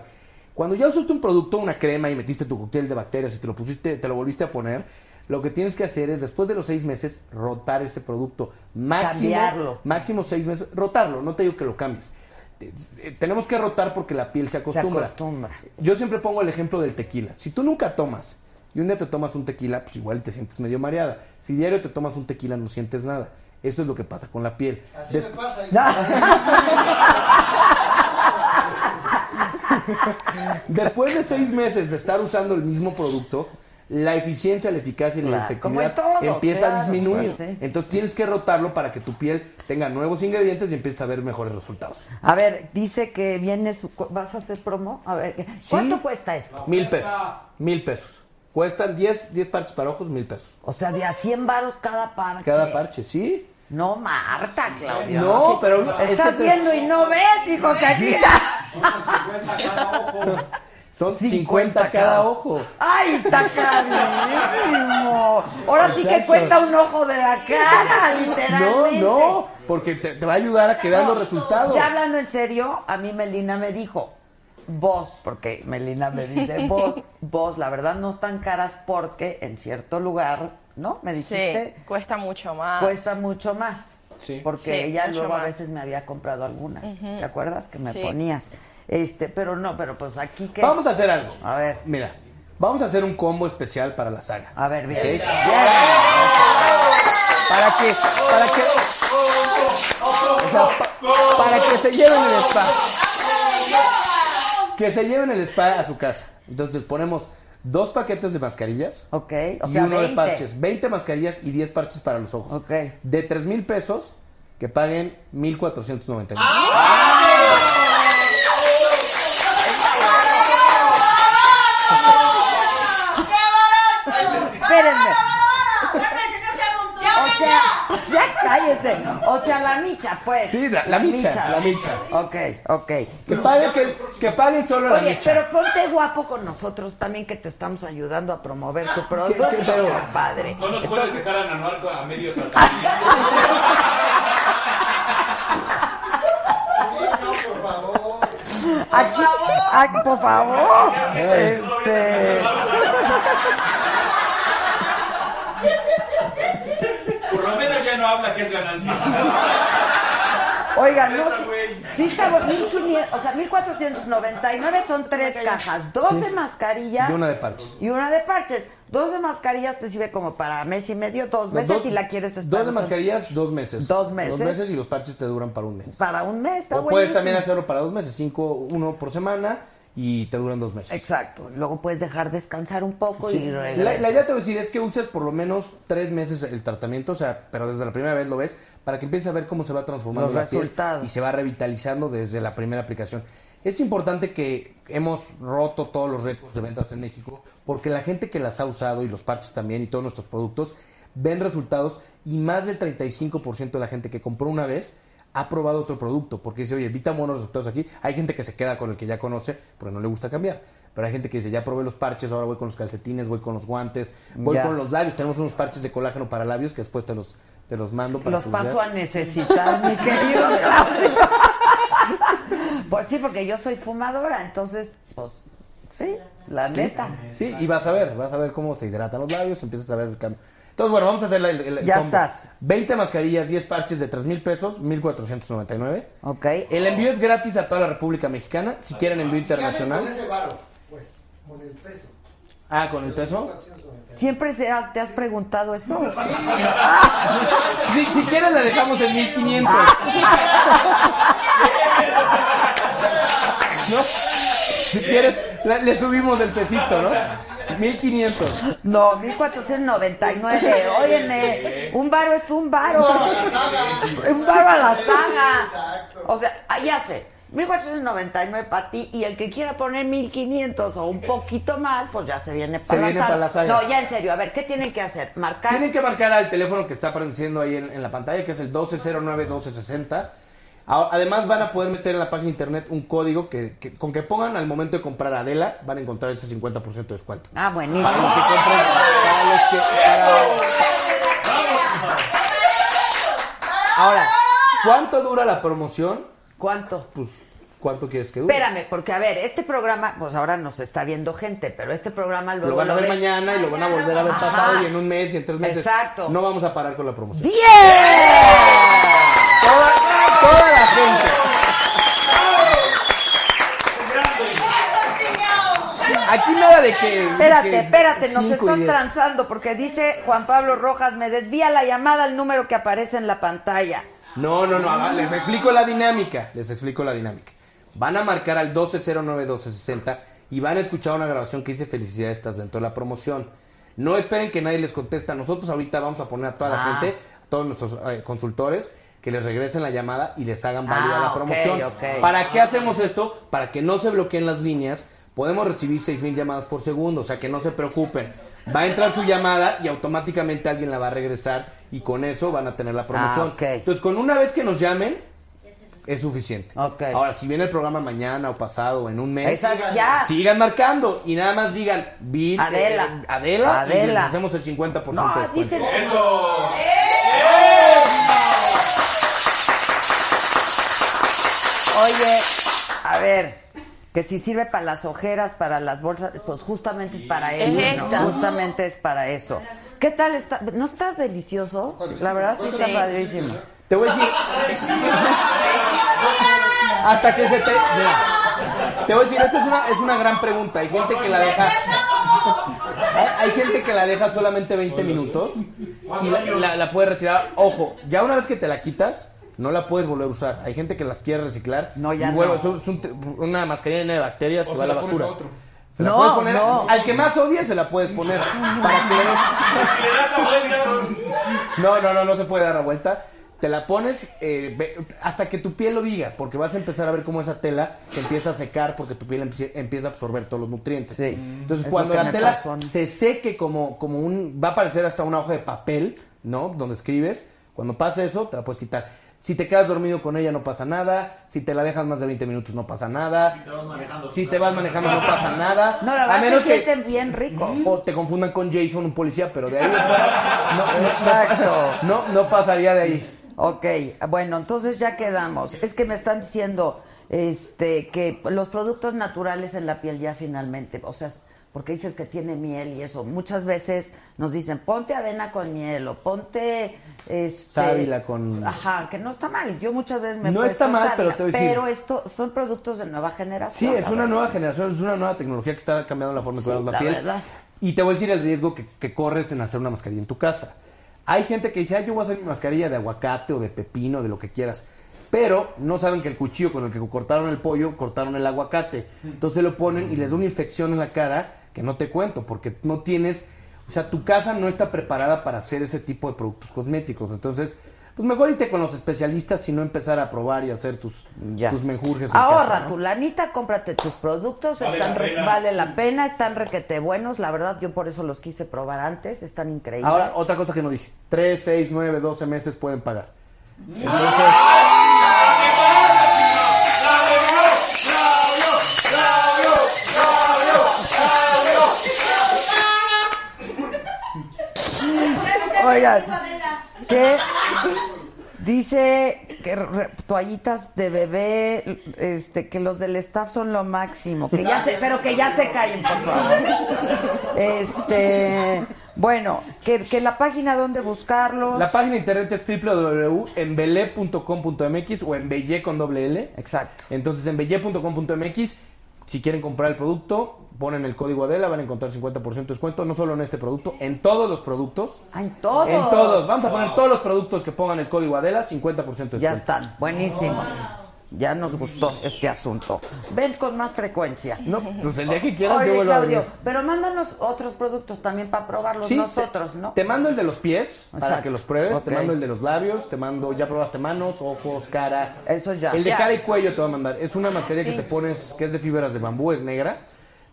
Cuando ya usaste un producto, una crema y metiste tu cóctel de bacterias y te lo pusiste, te lo volviste a poner, lo que tienes que hacer es después de los seis meses rotar ese producto. Máximo,
Cambiarlo.
máximo seis meses, rotarlo, no te digo que lo cambies. Te- eh, Tenemos que rotar porque la piel se acostumbra.
acostumbra.
Yo siempre pongo el ejemplo del tequila. Si tú nunca tomas y un día te tomas un tequila, pues igual te sientes medio mareada. Si diario te tomas un tequila no sientes nada. Eso es lo que pasa con la piel.
Así
De-
me
[LAUGHS]
pasa. hijo.
Después de seis meses de estar usando el mismo producto, la eficiencia, la eficacia y la
Claro, como en
efectividad
todo,
empieza
claro,
a disminuir.
pues, sí.
Entonces tienes que rotarlo para que tu piel tenga nuevos ingredientes y empiece a ver mejores resultados.
A ver, dice que viene su. co- ¿Vas a hacer promo? A ver, ¿cuánto cuesta esto?
Mil pesos. Mil pesos. Cuestan 10 10 parches para ojos, mil pesos.
O sea, de a 100 varos cada parche.
Cada parche, ¿sí?
No, Marta, Claudia.
No, pero no, es
Estás
que te-
viendo y no ves, hijo cajita. [LAUGHS]
Son
50
50,
cada
cada ojo.
¡Ay, está carísimo! Ahora sí que
Exacto.
cuesta un ojo de la cara,
No,
literalmente.
no, porque te, te va a ayudar a que veas los resultados.
Ya hablando en serio, a mí Melina me dijo, vos, porque Melina me
[LAUGHS]
dice, vos, vos, la verdad no están caras porque en cierto lugar, ¿no? Me dijiste, Pues,
Sí, cuesta mucho más.
cuesta mucho más.
Sí.
Porque
Sí,
ella
mucho
luego a
más.
veces me había comprado algunas, ¿te acuerdas? Que me
Sí.
ponías. Este, pero no, pero pues aquí que...
Vamos a hacer algo.
A ver.
Mira, vamos a hacer un combo especial para la saga.
A ver, bien.
¿Ok?
Bien.
Para que, para que, o sea, pa- para que se lleven el spa. Que se lleven el spa a su casa. Entonces ponemos dos paquetes de mascarillas.
Ok, o
y
sea,
uno
20.
de parches. 20 mascarillas y 10 parches para los ojos.
Ok.
De 3 mil pesos, que paguen 1,499.
[LAUGHS] Ah. Espérenme. O
O
sea, ya cállense. O sea, la micha, pues.
Sí, la- la micha, la micha.
Ok, ok.
Que paguen, que, que paguen solo la
Oye,
micha.
pero ponte guapo con nosotros también que te estamos ayudando a promover tu producto,
[LAUGHS] ¿Qué- este qué- pero-
compadre.
No nos puedes dejar a Nanuarco a
[LAUGHS]
medio tratamiento.
Sí, no, por favor.
Aquí, aquí, por favor. Este,
Por lo menos ya no habla que es ganancia.
oigan, no,
Neta, güey.
sí estamos 1500, o sea, 1499 son tres cajas, dos de mascarillas
Y una de parches.
y una de parches. Dos de mascarillas te sirve como para mes y medio, dos meses
Dos-
si la quieres estar
Dos de
usando.
mascarillas, dos meses.
Dos meses.
Dos meses y los parches te duran para un mes.
para un mes, está
O puedes
buenísimo.
también hacerlo para dos meses, cinco, uno por semana y te duran dos meses.
Exacto. Luego puedes dejar descansar un poco
Sí.
y
La,
regresar.
la idea te voy a decir es que uses por lo menos tres meses el tratamiento, o sea, pero desde la primera vez lo ves, para que empieces a ver cómo se va transformando
Los
la piel
resultados.
y se va revitalizando desde la primera aplicación. Es importante que hemos roto todos los récords de ventas en México porque la gente que las ha usado y los parches también y todos nuestros productos ven resultados y más del 35% de la gente que compró una vez ha probado otro producto porque dice, oye, vi tan buenos resultados aquí. Hay gente que se queda con el que ya conoce porque no le gusta cambiar. Pero hay gente que dice, ya probé los parches, ahora voy con los calcetines, voy con los guantes, voy
Ya.
con los labios. Tenemos unos parches de colágeno para labios que después te los, te los mando para
Los
que
paso
veas.
a necesitar,
[LAUGHS]
mi querido Claudio. Pues sí, porque yo soy fumadora, entonces, pues, sí, la neta.
Sí, y vas a ver, vas a ver cómo se hidratan los labios, empiezas a ver el cambio. Entonces, bueno, vamos a hacer la- el, el
Ya
combo.
estás.
20 mascarillas, 10 parches de 3 mil pesos, 1,499.
Ok.
El envío es gratis a toda la República Mexicana. Si quieren envío
¿Qué hacen
internacional.
Ah, con ese varo? Pues, con el peso.
Ah, con el peso.
[LAUGHS]
[LAUGHS]
¿Siempre se ha- te has preguntado eso?
Si, si quieren, la dejamos en 1500.
Ah.
¿No? Si quieres, la- le subimos el pesito, ¿no? 1500.
No, 1499. Óyeme, un varo es un varo. Un varo a la saga. O sea, ah, ya sé. 1499 para ti y el que quiera poner 1500 o un poquito más, pues ya se viene para la
viene
saga.
para la saga.
No, ya en serio, a ver, ¿qué tienen que hacer? Marcar.
Tienen que marcar al teléfono que está apareciendo ahí en, en la pantalla, que es el 1209-1260. A- Además, van a poder meter en la página de internet un código que, que- con que pongan al momento de comprar Adela, van a encontrar ese 50% de descuento.
Ah,
Para los
buenísimo.
que compren, para los que- para- Ahora, ¿cuánto dura la promoción?
¿Cuánto?
Pues, ¿cuánto quieres que dure?
Espérame, porque a ver, este programa, pues ahora nos está viendo gente, pero este programa luego
Lo van a ver
ve-
mañana y lo van a volver a ver
Ajá.
pasado y en un mes y en tres meses.
Exacto.
No vamos a parar con la promoción.
¡Bien!
Toda, toda la gente. Aquí nada de que.
Espérate,
que
espérate, nos
cinco y
estás
diez.
transando porque dice Juan Pablo Rojas, me desvía la llamada al número que aparece en la pantalla.
No, no, no, ah, les explico la dinámica. Les explico la dinámica. Van a marcar al 1209-1260 y van a escuchar una grabación que dice Felicidades, estás dentro de la promoción. No esperen que nadie les contesta. Nosotros ahorita vamos a poner a toda la
Ah.
gente, a todos nuestros eh, consultores, que les regresen la llamada y les hagan válida
Ah,
la
ok,
promoción.
ok.
Para ¿Para qué hacemos esto? Para que no se bloqueen las líneas. Podemos recibir 6.000 llamadas por segundo, o sea que no se preocupen. Va a entrar su llamada y automáticamente alguien la va a regresar y con eso van a tener la promoción.
Ah, ok.
Entonces, con una vez que nos llamen, es suficiente.
Ok.
Ahora, si viene el programa mañana o pasado o en un mes,
Esa- ya.
sigan marcando y nada más digan, Bill,
Adela.
eh, Adela, y
Adela.
les hacemos el 50%
No,
de descuento.
dicen. Oye, a ver, que si sirve para las ojeras, para las bolsas, pues justamente es para eso.
Es
¿no?
esta.
Justamente es para eso. ¿Qué tal está? ¿No está delicioso? La verdad sí está
Sí.
padrísimo.
Te voy a decir. Hasta que se te. mira, te voy a decir, esa es una, es una gran pregunta. Hay gente que la deja. Hay, hay gente que la deja solamente 20 minutos y la, la- la puede retirar. Ojo, ya una vez que te la quitas, no la puedes volver a usar. Hay gente que las quiere reciclar.
No, ya
y
no.
vuelve- eso Es un- una mascarilla llena de bacterias
O
que
se
va a la
la pones
basura.
a otro.
Se la
No,
puedes poner
no.
al que más odia se la puedes poner
[LAUGHS]
para que le des- no, no, no, no se puede dar la vuelta. Te la pones eh, ve- hasta que tu piel lo diga, porque vas a empezar a ver cómo esa tela se empieza a secar porque tu piel empie- empieza a absorber todos los nutrientes.
Sí.
Entonces,
Es
cuando
lo que
la
me
tela
pasó a mí.
se seque como, como un... Va a parecer hasta una hoja de papel, ¿no? Donde escribes. Cuando pasa eso, te la puedes quitar. Si te quedas dormido con ella, no pasa nada. Si te la dejas más de 20 minutos, no pasa nada. Si te vas manejando. no pasa nada.
No, la
a
verdad
menos
se
que...
sienten bien rico.
O te confundan con Jason, un policía, pero de ahí en fuera, no, no-
Exacto.
no, no pasaría de ahí.
Ok, bueno, entonces ya quedamos. Es que me están diciendo este, que los productos naturales en la piel ya finalmente, o sea, es- porque dices que tiene miel y eso. Muchas veces nos dicen, ponte avena con miel o ponte... Este,
Sábila con-
Ajá, que no está mal. Yo muchas veces me he
No
puesto
está mal,
sábila,
pero te voy a decir-
Pero esto son productos de nueva
Sí,
generación.
es
la
una
verdad.
nueva generación, es una nueva tecnología que está cambiando la forma de
Sí,
cuidar la,
la
piel.
verdad.
Y te voy a decir el riesgo que, que corres en hacer una mascarilla en tu casa. Hay gente que dice, ah, yo voy a hacer mi mascarilla de aguacate o de pepino, de lo que quieras. Pero no saben que el cuchillo con el que cortaron el pollo, cortaron el aguacate. Entonces lo ponen y les da una infección en la cara que no te cuento, porque no tienes, o sea, tu casa no está preparada para hacer ese tipo de productos cosméticos. Entonces, pues mejor irte con los especialistas y no empezar a probar y hacer tus,
Ya.
tus menjurjes. en
Ahorra
casa, ¿no?
tu lanita, cómprate tus productos,
Vale
están
la
re-
pena.
vale la pena, están requete buenos, la verdad yo por eso los quise probar antes, están increíbles.
Ahora, otra cosa que no dije. 3, 6, 9, 12 meses pueden pagar.
[GASPS] Oigan, ¿qué? Dice que re- toallitas de bebé, este, que los del staff son lo máximo, que ya se, pero que ya se callen, por favor. Este, bueno, que, que la página donde buscarlos.
La página de internet es www.embele.com.mx o embelle con doble L.
Exacto.
Entonces, embelle.com.mx, si quieren comprar el producto, ponen el código Adela, van a encontrar 50% de descuento, no solo en este producto, en todos los productos.
Ah, en todos.
En todos. Vamos a poner todos los productos que pongan el código Adela, 50% de descuento.
Ya están, buenísimo. Ya nos gustó este asunto. Ven con más frecuencia.
No, pues el día que quieras
Oye,
yo vuelvo a
Claudio,
venir.
pero mándanos otros productos también para probarlos
Sí,
nosotros,
te-
¿no?
Te mando el de los pies para
Exacto.
que los pruebes,
Ok.
te mando el de los labios, te mando, ya probaste manos, ojos, cara.
Eso ya.
El de
Ya.
cara y cuello te va a mandar. Es una mascarilla
sí.
que te pones, que es de fibras de bambú, es negra.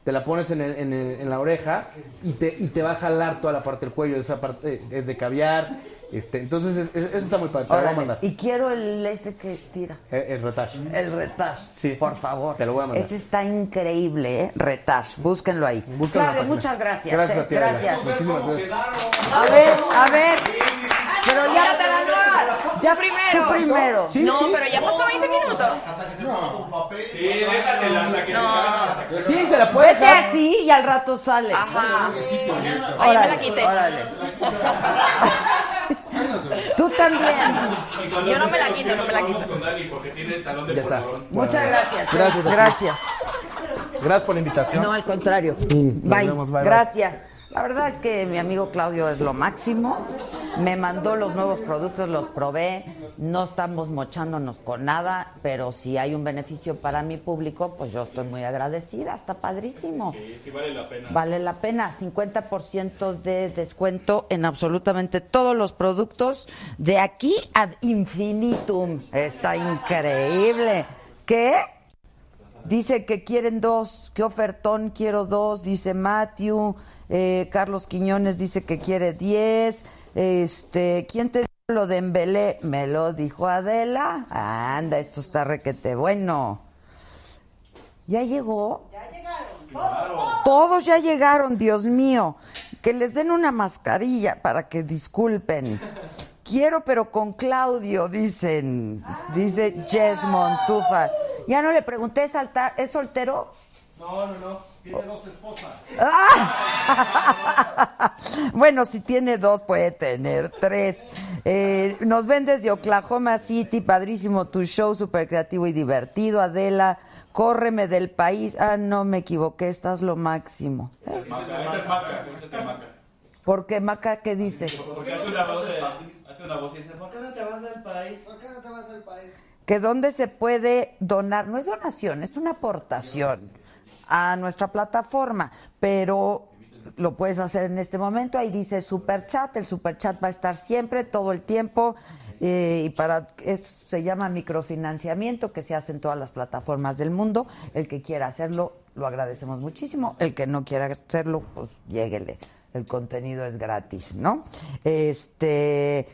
Te la pones en, el- en el- en la oreja y te, y te va a jalar toda la parte del cuello. Esa parte eh, es de caviar. Este, entonces, es- es- eso está muy padre. Te la voy a
Órale,
mandar.
Y quiero el ese que estira.
Eh, El, retache.
El retar.
Sí.
Por favor.
Te lo voy a mandar.
Ese está increíble, ¿eh? Retar. Búsquenlo ahí.
Búscalo en la
Claudio,
página.
muchas gracias.
Gracias
¿eh?
a ti, Adela.
Gracias.
Muchísimas gracias.
A ver, a ver. Pero ya te la Ya primero. Tú primero.
Sí,
no,
sí.
pero ya pasó 20 minutos.
Sí, déjatela hasta que se
Sí, se la puedes
Vete
dejar.
así y al rato sales.
Ajá. Ahí me la
Órale,
quité.
órale. Tú también.
acabe.
Yo no me la quito, no me la quito.
Con Dani porque tiene el talón de
Ya está.
polvorón.
Muchas gracias. ¿eh?
Gracias a ti.
Gracias.
Gracias por la invitación.
No, al contrario.
Mm, nos
Bye.
vemos, bye, bye.
Gracias. La verdad es que mi amigo Claudio es lo máximo. Me mandó los nuevos productos, los probé. No estamos mochándonos con nada, pero si hay un beneficio para mi público, pues yo estoy muy agradecida. Está padrísimo.
Sí, sí vale la pena.
Vale la pena, 50% de descuento en absolutamente todos los productos de aquí ad infinitum. Está increíble. ¿Qué? Dice que quieren dos. ¿Qué ofertón? Quiero dos. Dice Matthew. Eh, Carlos Quiñones dice que quiere 10. Este, ¿Quién te dijo lo de Embelé? Me lo dijo Adela. Anda, esto está requete bueno. ¿Ya llegó? Todos ya llegaron, Dios mío. Que les den una mascarilla para que disculpen. Quiero, pero con Claudio, dicen. Dice Jess Montufa. Ya no le pregunté, ¿es, alta- ¿es soltero? [LAUGHS]
No, no, no. Tiene dos esposas.
Ah.
Bueno, si tiene dos, puede tener tres. Eh, nos ven desde Oklahoma City, padrísimo tu show, súper creativo y divertido. Adela, córreme del país. Ah, no me equivoqué, estás lo máximo.
Maca, esa es maca, esa es de maca.
¿Por qué, Maca? ¿Qué dice?
Porque hace una voz de, hace una voz y dice, ¿por qué no te vas al país?
¿Por qué no te vas al país?
que dónde se puede donar, no es donación, es una aportación a nuestra plataforma, pero lo puedes hacer en este momento, ahí dice super chat, el super chat va a estar siempre, todo el tiempo, eh, y para es- se llama microfinanciamiento que se hace en todas las plataformas del mundo, el que quiera hacerlo lo agradecemos muchísimo, el que no quiera hacerlo, pues lléguele, el contenido es gratis, ¿no? Este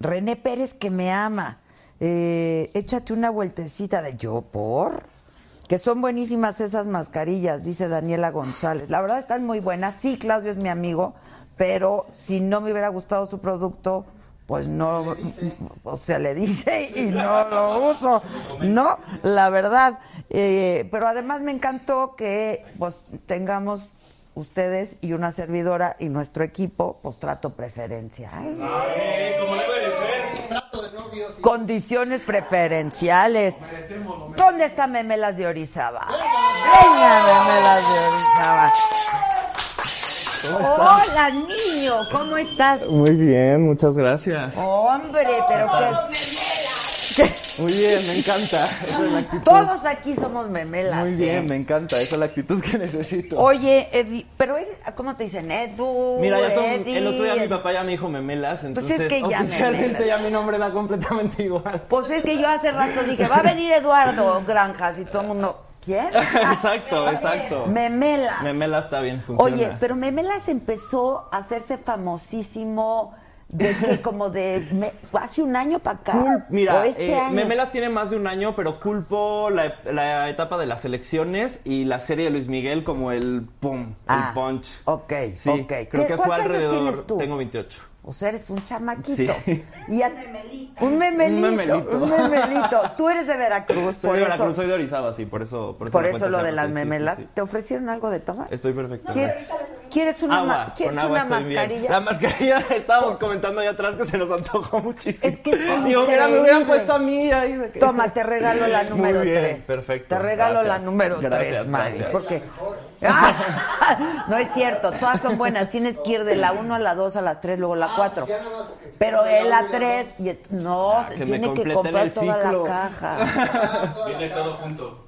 René Pérez que me ama. Eh, échate una vueltecita de yo por. Que son buenísimas esas mascarillas, dice Daniela González. La verdad están muy buenas. Sí, Claudio es mi amigo, pero si no me hubiera gustado su producto, pues no, o sea, le dice y no lo uso, ¿no? La verdad. Eh, pero además me encantó que pues, tengamos ustedes y una servidora y nuestro equipo, pues trato preferencia. Ay,
Eh, como debe de ser.
condiciones preferenciales. ¿Dónde está Memelas de Orizaba?
¡Eh!
Venga, Memelas de Orizaba. Hola, niño, ¿cómo estás?
Muy bien, muchas gracias.
Hombre, pero qué...
Muy bien, me encanta. Esa es la actitud.
Todos aquí somos memelas.
Muy
¿eh?
bien, me encanta. Esa es la actitud que necesito.
Oye, Eddie, pero él- ¿cómo te dicen? Edu,
Mira, ya todo-
Eddie.
el otro día mi papá ya me dijo memelas,
Pues
entonces
es que ya
oficialmente
memelas.
ya mi nombre era completamente igual.
Pues es que yo hace rato dije, va a venir Eduardo Granjas y todo el mundo, ¿quién?
[LAUGHS] exacto, exacto.
Memelas.
Memelas está bien, funciona.
Oye, pero Memelas empezó a hacerse famosísimo de
[LAUGHS]
que como de me- hace un año para acá.
Mira,
o este
eh,
año.
Memelas tiene más de un año, pero culpo la, ep- la etapa de las elecciones y la serie de Luis Miguel como el pum,
Ah,
el punch.
Ok,
sí,
ok.
Creo
¿Qué-
que fue
cuántos años
alrededor.
tienes tú?
Tengo 28.
O sea, eres un chamaquito.
[LAUGHS] Sí.
Y a- un memelito. Un
Un
memelito.
memelito.
Tú eres de Veracruz,
Soy
por
de Veracruz,
eso.
soy de Orizaba, sí, por eso. Por eso,
Por
me
eso
cuentas
lo de
Veracruz,
las
sí, sí,
memelas.
sí, sí.
¿Te ofrecieron algo de tomar?
Estoy perfecto.
¿Quieres, quieres una, ma-
Agua,
¿quieres
con agua
una
estoy bien.
mascarilla?
La mascarilla [LAUGHS] estábamos comentando allá atrás que se nos antojó muchísimo.
Es que es
Digo, mira, me hubieran puesto a mí ahí. de que-
Toma, te regalo la
[LAUGHS] Muy
número
bien,
3.
perfecto,
Te regalo
gracias.
la número
Gracias,
3, Maris.
gracias.
Porque. Ah, [LAUGHS] no es cierto, todas son buenas. Tienes que ir de la 1 a la 2, a las 3, luego a la 4. Pero en la 3, no, se
Ah, que me
tiene que
completen
comprar
el
toda la
ciclo.
caja.
Viene todo junto.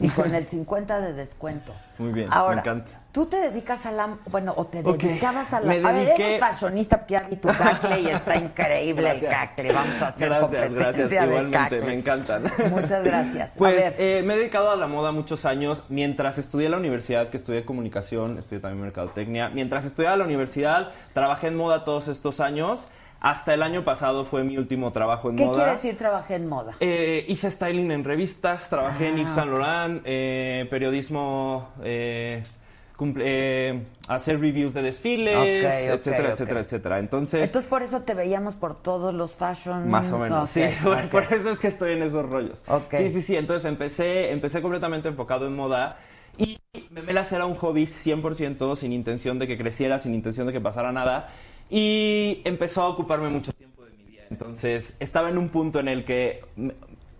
Y con el 50 de descuento.
Muy bien,
Ahora,
me encanta.
Tú te dedicas a la. Bueno, o te
Ok,
dedicabas a la.
me
A ver,
dediqué-
eres fashionista porque ya vi tu cacle y está increíble el
Gracias.
cacle. Vamos a hacer
Gracias,
competencia
gracias,
de
igualmente,
cacle.
me encantan.
Muchas
[LAUGHS]
gracias. A ver.
Pues eh, me he dedicado a la moda muchos años. Mientras estudié en la universidad, que estudié comunicación, estudié también mercadotecnia. Mientras estudiaba en la universidad, trabajé en moda todos estos años. Hasta el año pasado fue mi último trabajo en
¿Qué
moda.
quiere decir trabajé en moda?
Eh, hice styling en revistas, trabajé
Ah,
en Yves Saint Laurent, eh, periodismo, eh, cumple- eh, hacer reviews de desfiles,
Ok, ok,
etcétera,
ok.
etcétera, etcétera. Entonces,
Entonces por eso te veíamos por todos los fashion.
más o menos,
Ok,
[LAUGHS] sí. Por,
ok.
por eso es que estoy en esos rollos.
Ok.
Sí, sí, sí. Entonces empecé, empecé completamente enfocado en moda. Y Memelas era un hobby 100% sin intención de que creciera, sin intención de que pasara nada. Y empezó a ocuparme mucho tiempo de mi vida. Entonces estaba en un punto en el que mm,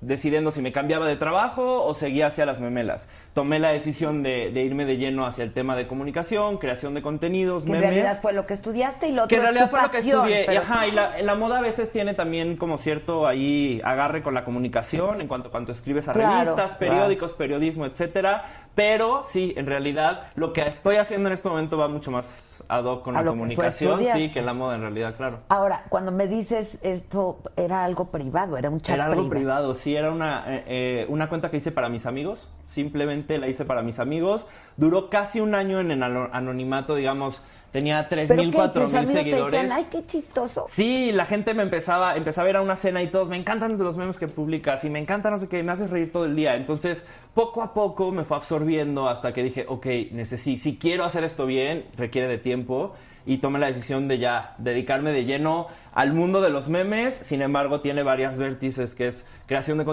decidiendo si me cambiaba de trabajo o seguía hacia las memelas. Tomé la decisión de, de irme de lleno hacia el tema de comunicación, creación de contenidos,
Que en
memes
realidad fue lo que estudiaste y lo otro
que en
es
realidad
tu
fue lo que
pasión,
estudié. Y,
pero-
ajá, y la, la moda a veces tiene también como cierto ahí agarre con la comunicación en cuanto, cuanto escribes a
Claro,
revistas,
claro.
periódicos, periodismo, etcétera. Pero sí, en realidad lo que estoy haciendo en este momento va mucho más ad hoc con
A
la
lo que tú
comunicación, sí,
estudiaste.
que la moda en realidad, claro.
Ahora, cuando me dices esto, era algo privado, era un chat
Era algo
privado.
privado, sí, era una, eh, eh, una cuenta que hice para mis amigos, simplemente la hice para mis amigos, duró casi un año en el ano- anonimato, digamos, tenía
Pero
3.000,
que tus
4.000
amigos te
seguidores.
decían, ay, qué chistoso.
Sí, la gente me empezaba, empezaba a ir a una cena y todos, me encantan los memes que publicas y me encanta no sé qué, me haces reír todo el día. Entonces, poco a poco me fue absorbiendo hasta que dije, ok, necesito, si quiero hacer esto bien, requiere de tiempo y tomé la decisión de ya dedicarme de lleno al mundo de los memes. Sin embargo, tiene varias vértices que es creación de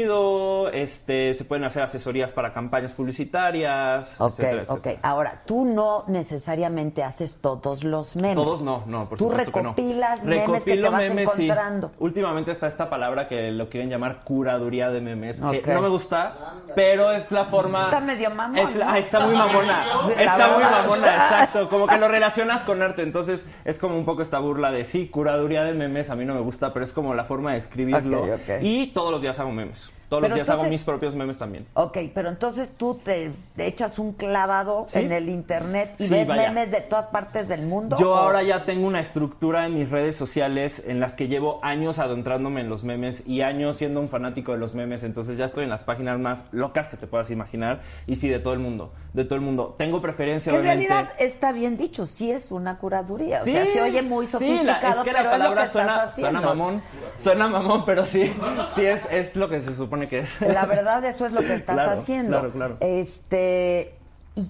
contenido, este, se pueden hacer asesorías para campañas publicitarias,
Ok,
etcétera,
ok.
etcétera.
Ahora, tú no necesariamente haces todos los memes.
Todos no, no, por
Tú
supuesto que no.
recopilas memes que te
Recopilo
vas
memes, sí.
encontrando.
Últimamente está esta palabra que lo quieren llamar curaduría de memes,
Ok.
que no me gusta, pero es la forma...
Está medio mamón,
Es la- ah,
¿no?
Está muy mamona,
Sí, la
está muy
verdad.
mamona, exacto, como que lo relacionas con arte, entonces es como un poco esta burla de, sí, curaduría de memes, a mí no me gusta, pero es como la forma de escribirlo.
Ok, ok.
Y todos los días hago memes, todos
Pero
los días hago
entonces-
mis propios memes también.
Ok, pero entonces tú te echas un clavado
Sí.
en el internet y
Sí,
ves
vaya.
memes de todas partes del mundo.
Yo
¿o?
ahora ya tengo una estructura en mis redes sociales en las que llevo años adentrándome en los memes y años siendo un fanático de los memes, entonces ya estoy en las páginas más locas que te puedas imaginar y sí de todo el mundo, de todo el mundo. Tengo
Que
preferencia
en
obviamente.
realidad está bien dicho, sí es una curaduría.
Sí,
o sea, se oye muy
sí, la-
sofisticado,
es que
pero
la
es lo
palabra
que
suena,
estás haciendo.
suena mamón, suena mamón, pero sí, sí es, es lo que se supone que es.
La verdad, eso es lo
[LAUGHS]
que estás
Claro,
haciendo.
claro, claro.
Este, y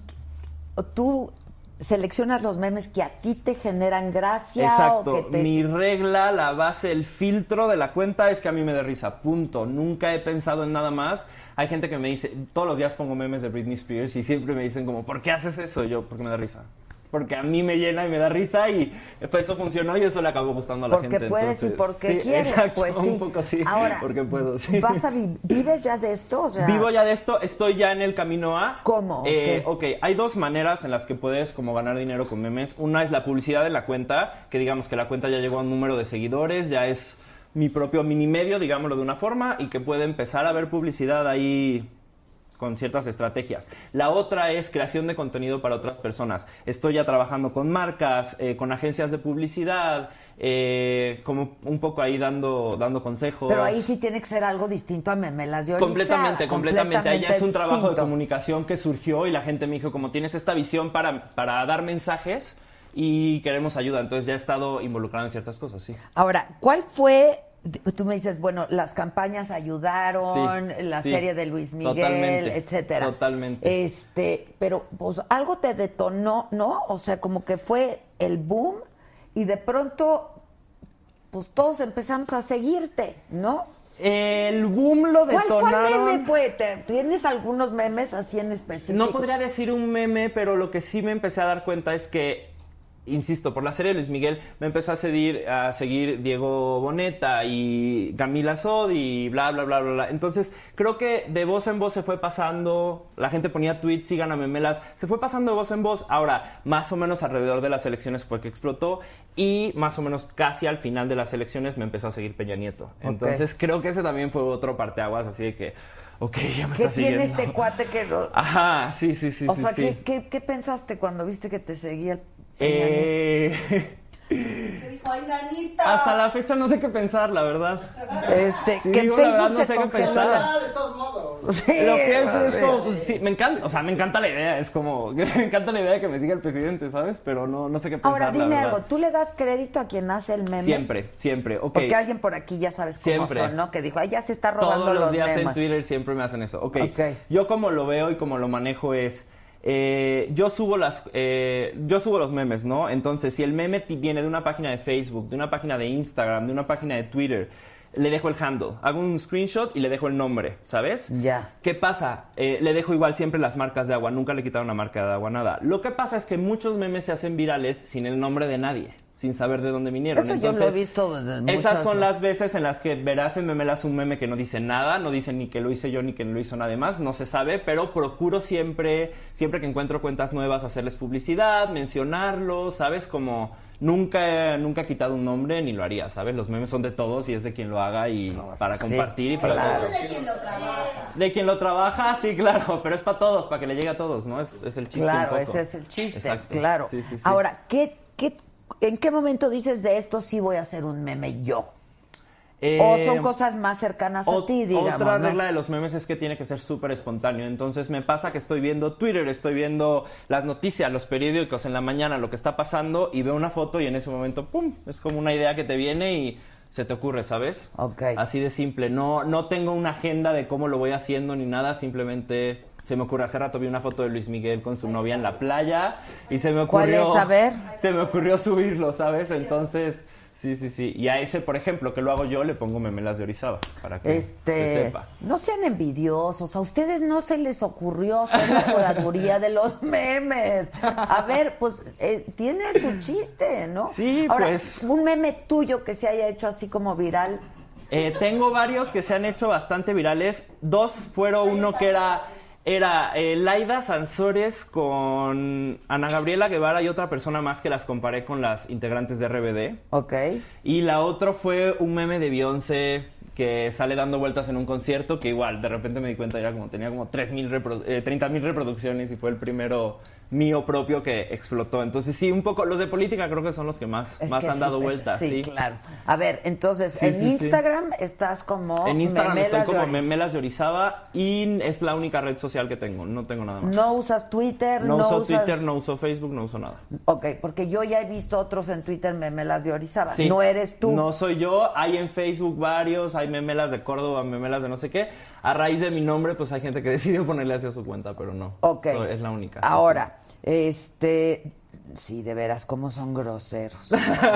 tú seleccionas los memes que a ti te generan gracia o
Exacto.
que te...
Mi regla, la base, el filtro de la cuenta es que a mí me dé risa. Punto. Nunca he pensado en nada más. Hay gente que me dice, todos los días pongo memes de Britney Spears y siempre me dicen como, ¿por qué haces eso? Y yo, porque me da risa. Porque a mí me llena y me da risa y pues, eso funcionó y eso le acabó gustando a la
Porque
gente.
puedes y
Entonces,
porque
sí,
quieres,
exacto,
pues sí.
un poco sí.
Ahora,
porque puedo,
[LAUGHS]
sí.
vas a vi- ¿Vives ya de esto? O sea,
Vivo ya de esto, estoy ya en el camino a.
¿Cómo?
Eh,
¿Qué?
ok, hay dos maneras en las que puedes como ganar dinero con memes. Una es la publicidad de la cuenta, que digamos que la cuenta ya llegó a un número de seguidores, ya es mi propio mini medio, digámoslo de una forma, y que puede empezar a ver publicidad ahí con ciertas estrategias. La otra es creación de contenido para otras personas. Estoy ya trabajando con marcas, eh, con agencias de publicidad, eh, como un poco ahí dando, dando consejos.
Pero ahí sí tiene que ser algo distinto a Memelas de Orizaba.
Completamente, completamente. Ahí ya es un trabajo de
distinto.
comunicación que surgió y la gente me dijo, como tienes esta visión para, para dar mensajes y queremos ayuda. Entonces ya he estado involucrado en ciertas cosas, sí.
Ahora, ¿cuál fue? Tú me dices, bueno, las campañas ayudaron,
Sí,
la
sí.
serie de Luis Miguel,
Totalmente,
etcétera.
totalmente.
Este, pero pues algo te detonó, ¿no? O sea, como que fue el boom y de pronto pues todos empezamos a seguirte, ¿no?
El boom lo
¿Cuál, ¿Cuál
detonaron-
meme fue? ¿Te- ¿Tienes algunos memes así en específico?
No podría decir un meme, pero lo que sí me empecé a dar cuenta es que, insisto, por la serie de Luis Miguel me empezó a seguir, a seguir Diego Boneta y Camila Sod y bla, bla, bla, bla, bla. Entonces, creo que de voz en voz se fue pasando, la gente ponía tweets, sigan a memelas, se fue pasando de voz en voz. Ahora, más o menos alrededor de las elecciones fue que explotó y más o menos casi al final de las elecciones me empezó a seguir Peña Nieto. Entonces, creo que ese también fue otro parteaguas, así de que, ok, ya me
¿Qué
está siguiendo.
tiene este cuate que lo-
Ajá, sí, sí, sí,
o
sí.
sea,
sí.
¿qué, qué, qué pensaste cuando viste que te seguía el Peña Nieto?
[LAUGHS] Eh,
Dijo, ay, nanita.
hasta la fecha no sé qué pensar, la verdad.
Este,
Sí,
que en
digo, la verdad,
Facebook
no
se
sé qué
congeló la-
pensar.
de todos modos.
Lo que es, es como, pues, sí, me encanta, o sea, me encanta la idea, es como, [LAUGHS] me encanta la idea de que me siga el presidente, ¿sabes? Pero no, no sé qué pensar,
Ahora
la
dime
verdad.
algo, ¿tú le das crédito a quien hace el meme?
Siempre, siempre, ok.
Porque alguien por aquí ya sabes cómo
Siempre.
son, ¿no? Que dijo, ay, ya se está robando
Todos los días
memes.
en Twitter siempre me hacen eso. Ok.
Ok.
Yo como lo veo y como lo manejo es. eh, yo subo las eh, yo subo los memes no entonces si el meme ti- viene de una página de Facebook de una página de Instagram de una página de Twitter le dejo el handle hago un screenshot y le dejo el nombre sabes
Ya.
¿Qué pasa? Eh, le dejo igual siempre las marcas de agua, nunca le quitaron una marca de agua, nada. Lo que pasa es que muchos memes se hacen virales sin el nombre de nadie, sin saber de dónde vinieron.
Eso yo lo he
Entonces,
visto de muchas-
Esas son las veces en las que verás en memelas un meme que no dice nada, no dice ni que lo hice yo ni que lo hizo nadie más, no se sabe, pero procuro siempre, siempre que encuentro cuentas nuevas, hacerles publicidad, mencionarlo, ¿sabes? Como... Nunca, nunca he quitado un nombre ni lo haría, ¿sabes? Los memes son de todos y es de quien lo haga y para
Sí,
compartir y para
claro.
todos.
De quien lo trabaja.
De quien lo trabaja, sí, claro, pero es para todos, para que le llegue a todos, ¿no? Es, es el chiste. un
Claro,
poco.
ese es el chiste,
Exacto.
claro.
Sí, sí, sí.
Ahora, ¿qué, qué, ¿en qué momento dices de esto sí voy a hacer un meme yo?
Eh,
o son cosas más cercanas a
ot-
ti, digamos.
Otra
¿no?
regla de los memes es que tiene que ser súper espontáneo. Entonces me pasa que estoy viendo Twitter, estoy viendo las noticias, los periódicos en la mañana, lo que está pasando, y veo una foto y en ese momento, ¡pum! Es como una idea que te viene y se te ocurre, ¿sabes?
Ok.
Así de simple. No, no tengo una agenda de cómo lo voy haciendo ni nada, simplemente... Se me ocurre, hace rato vi una foto de Luis Miguel con su novia en la playa y se me
¿Cuál
ocurrió...
es? A ver.
Se me ocurrió subirlo, ¿sabes? Entonces, sí, sí, sí. Y a ese, por ejemplo, que lo hago yo, le pongo memelas de Orizaba para que se
Este,
sepa.
no sean envidiosos, a ustedes no se les ocurrió ser la curaduría de
[LAUGHS]
los memes. A ver, pues eh, tiene su chiste, ¿no?
Sí,
Ahora,
pues.
Un meme tuyo que se haya hecho así como viral.
Eh, tengo varios que se han hecho bastante virales. Dos fueron uno que era, era eh, Laida Sansores con Ana Gabriela Guevara y otra persona más que las comparé con las integrantes de RBD.
Ok.
Y la otra fue un meme de Beyoncé que sale dando vueltas en un concierto que igual de repente me di cuenta ya como tenía como 3.000 reprodu- eh, 30.000 reproducciones y fue el primero mío propio que explotó. Entonces sí, un poco los de política creo que son los que más,
Es
más
que
han
sí,
dado
pero-
vueltas,
Sí,
sí.
claro. A ver, entonces,
Sí,
en
sí, sí.
Instagram estás como.
En Instagram
Memelas
estoy como
Lloris.
Memelas de Orizaba y es la única red social que tengo, no tengo nada más.
No usas Twitter, no,
No, uso
usas-
Twitter, no uso Facebook, no uso nada.
Ok, porque yo ya he visto otros en Twitter memelas de Orizaba.
Sí.
No eres tú.
No soy yo. Hay en Facebook varios, hay memelas de Córdoba, memelas de no sé qué. A raíz de mi nombre, pues hay gente que [LAUGHS] decidió ponerle hacia su cuenta, pero no.
Ok.
So- es la única.
Ahora, este. Sí, de veras, cómo son groseros.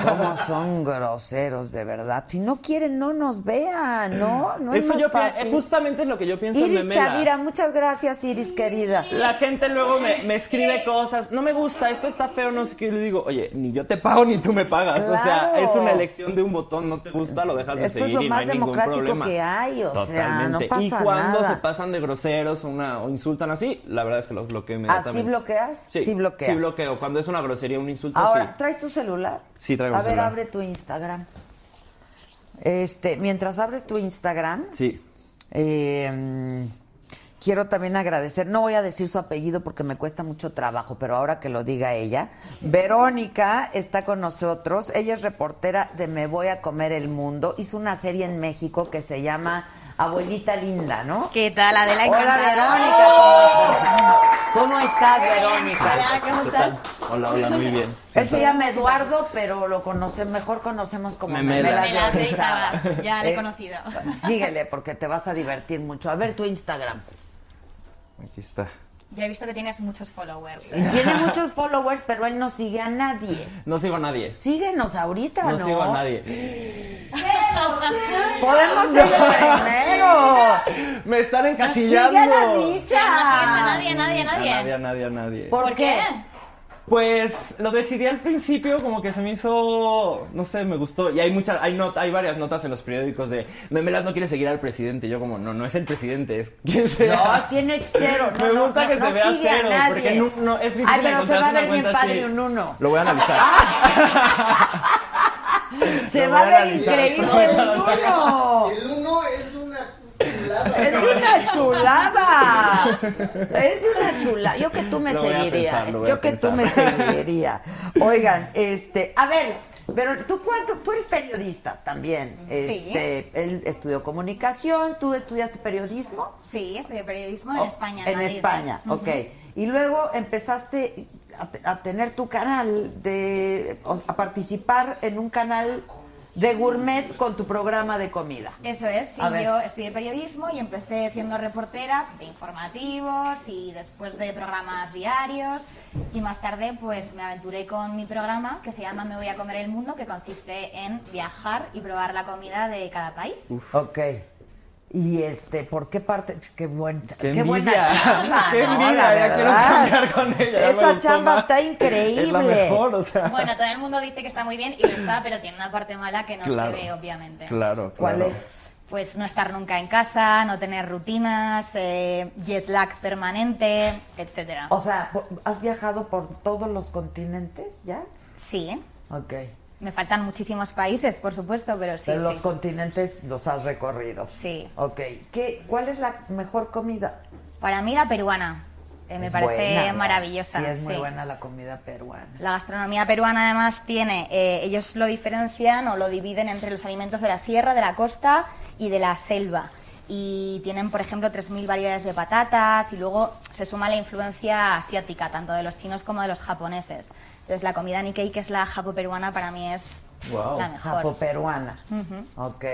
Cómo
[LAUGHS]
son groseros, de verdad. Si no quieren, no nos vean, Ah, ¿no? No
Eso
es
yo
más
pi- eh,
fácil.
justamente es lo que yo pienso en
Iris
memelas.
Chavira, muchas gracias, Iris querida.
La gente luego me, me escribe cosas, no me gusta, esto está feo, no sé qué. Y le digo, oye, ni yo te pago ni tú me pagas. O sea,
Claro.
es una elección de un botón, no te gusta, lo dejas de
Esto es
seguir
lo
y no
más
hay ningún
democrático
problema.
que hay, o sea,
Totalmente.
no pasa
y cuando
nada.
se pasan de groseros una, o insultan así, la verdad es que los bloqueo inmediatamente.
¿Así ¿Ah, bloqueas?
Sí,
Sí bloqueas.
Sí bloqueo. Cuando es una grosería, un insulto,
Ahora,
sí.
¿traes tu celular?
Sí, traigo
A
mi
ver,
celular.
abre tu Instagram. Este, mientras abres tu Instagram,
Sí.
eh, quiero también agradecer, no voy a decir su apellido porque me cuesta mucho trabajo, pero ahora que lo diga ella, Verónica está con nosotros, ella es reportera de Me Voy a Comer el Mundo, hizo una serie en México que se llama Abuelita Linda, ¿no?
¿Qué tal, Adela?
Hola
Encantada.
Verónica, ¿cómo estás Verónica?
Hola, ¿cómo estás?
Hola, hola, muy bien.
Él se llama Eduardo, pero lo conoce, mejor conocemos como
Memela.
Memela de
Memela de
Orizaba.
Izaba. Ya le he
Eh,
conocido.
Síguele porque te vas a divertir mucho. A ver tu Instagram.
Aquí está.
Ya he visto que tienes muchos
Y
followers.
[LAUGHS]
Tiene muchos followers, pero él no sigue a nadie.
No sigo a nadie.
Síguenos ahorita, ¿no?
No sigo a nadie. [LAUGHS]
Podemos ir primero.
Me están
Sigue a la
encasillando.
micha.
Pero no sigues a nadie, a nadie, a nadie.
A nadie, a nadie, a nadie.
¿Por, qué?
Pues lo decidí al principio, como que se me hizo, no sé, me gustó. Y hay muchas, hay not- hay varias notas en los periódicos de Memelas no quiere seguir al presidente. Yo como, no, no es el presidente, es quien sea.
No, tiene cero. No,
me
no,
gusta
no,
que
no
se vea
sigue
cero,
a nadie.
porque no, no, es difícil
Ay, pero se
encontrarse
va a
una
ver bien
cuenta
padre
así.
un uno.
Lo voy a
Ah.
analizar.
Se
Lo
va a
voy
ver
a analizar.
increíble
[LAUGHS]
el uno.
El uno es una chulada.
Es una chulada. Es una chulada. Yo que tú me
Lo voy a
seguiría. eh.
pensar, lo voy
Yo
a
que tú me
pensar. [LAUGHS]
seguiría. Oigan, este, a ver, pero tú cuánto, tú eres periodista también.
Sí.
Este, él estudió comunicación, tú estudiaste periodismo
Sí, estudié periodismo en
Oh,
España.
En
Madrid. ¿eh?
España,
Ujú.
ok. Y luego empezaste a, te- a tener tu canal de o- a participar en un canal de gourmet con tu programa de comida.
Eso es, sí,
A ver.
yo estudié periodismo y empecé siendo reportera de informativos y después de programas diarios y más tarde pues me aventuré con mi programa que se llama Me voy a comer el mundo que consiste en viajar y probar la comida de cada país.
Ok. Y este, ¿por qué parte? Qué, buen, qué,
Qué
buena
[LAUGHS] envidia.
chamba.
Qué
¿no?
envidia,
La
ya quiero
verdad.
cambiar con
[LAUGHS]
ella, ya me
Esa
gustó
chamba
más.
está
Es
increíble.
la mejor, o sea.
Bueno, todo el mundo dice que está muy bien y lo está, pero tiene una parte mala que no
Claro.
se ve obviamente.
Claro,
¿Cuál
claro.
es?
Pues no estar nunca en casa, no tener rutinas, eh, jet lag permanente, etcétera.
O sea, po- ¿has viajado por todos los continentes ya?
Sí,
Ok.
me faltan muchísimos países, por supuesto, pero sí.
Pero los
sí.
continentes los has recorrido.
Sí. Eh,
Ok. ¿Qué, ¿Cuál es la mejor comida?
Para mí la peruana eh, me
Es
parece
buena, ¿no?
maravillosa.
Sí, es muy
sí.
buena la comida peruana.
La gastronomía peruana además tiene, eh, ellos lo diferencian o lo dividen entre los alimentos de la sierra, de la costa y de la selva. Y tienen, por ejemplo, 3.000 variedades de patatas y luego se suma la influencia asiática, tanto de los chinos como de los japoneses. Entonces la comida Nikkei, que es la japo-peruana, para mí es la mejor.
Japo peruana.
Ujú.
Ok.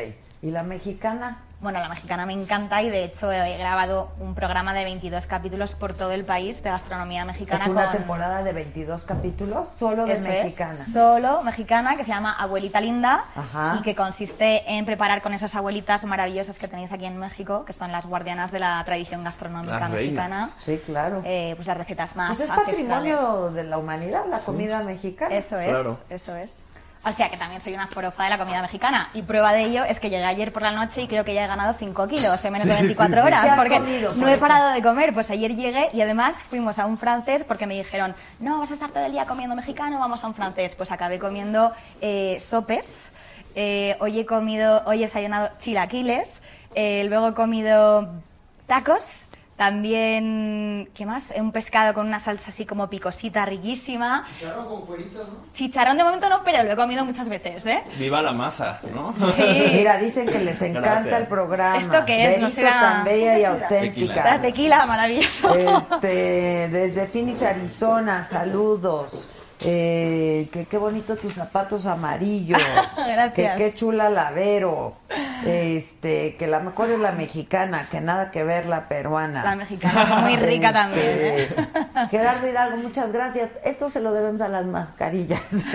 ¿Y la mexicana?
Bueno, la mexicana me encanta y de hecho he grabado un programa de 22 capítulos por todo el país de gastronomía mexicana
es una
con
temporada de 22 capítulos solo de
Eso es,
mexicana.
solo mexicana, que se llama Abuelita Linda
Ajá.
y que consiste en preparar con esas abuelitas maravillosas que tenéis aquí en México, que son las guardianas de la tradición gastronómica
Las reinas.
mexicana,
Sí, claro.
eh, pues las recetas más
pues es
ancestrales.
patrimonio de la humanidad, la comida mexicana.
Eso es,
Claro.
eso es. O sea que también soy una forofa de la comida mexicana. Y prueba de ello es que llegué ayer por la noche y creo que ya he ganado 5 kilos en menos de 24
¿Qué
horas.
has
Porque
comido,
no he
Juanita?
parado de comer. Pues ayer llegué y además fuimos a un francés porque me dijeron, no, vas a estar todo el día comiendo mexicano, vamos a un francés. Pues acabé comiendo eh, sopes. eh, hoy he comido, hoy he desayunado chilaquiles. eh, luego he comido tacos. También, ¿qué más? Un pescado con una salsa así como picosita, riquísima.
Echaron con cueritas, ¿no?
Chicharrón de momento no, pero lo he comido muchas veces, ¿eh?
Viva la masa, ¿no?
Sí. Mira, dicen que les encanta
Gracias.
el programa.
¿Esto qué es? No
Verito
será-
tan bella y auténtica.
Tequila.
La tequila, maravilloso.
Este, desde Phoenix, Arizona, saludos. Eh, que qué bonito tus zapatos amarillos.
[LAUGHS] Gracias.
Que qué chula la Vero. Este, que la mejor es la mexicana, que nada que ver la peruana.
La mexicana es muy
[LAUGHS]
rica también, ¿eh?
Este, Gerardo Hidalgo, muchas gracias. Esto se lo debemos a las mascarillas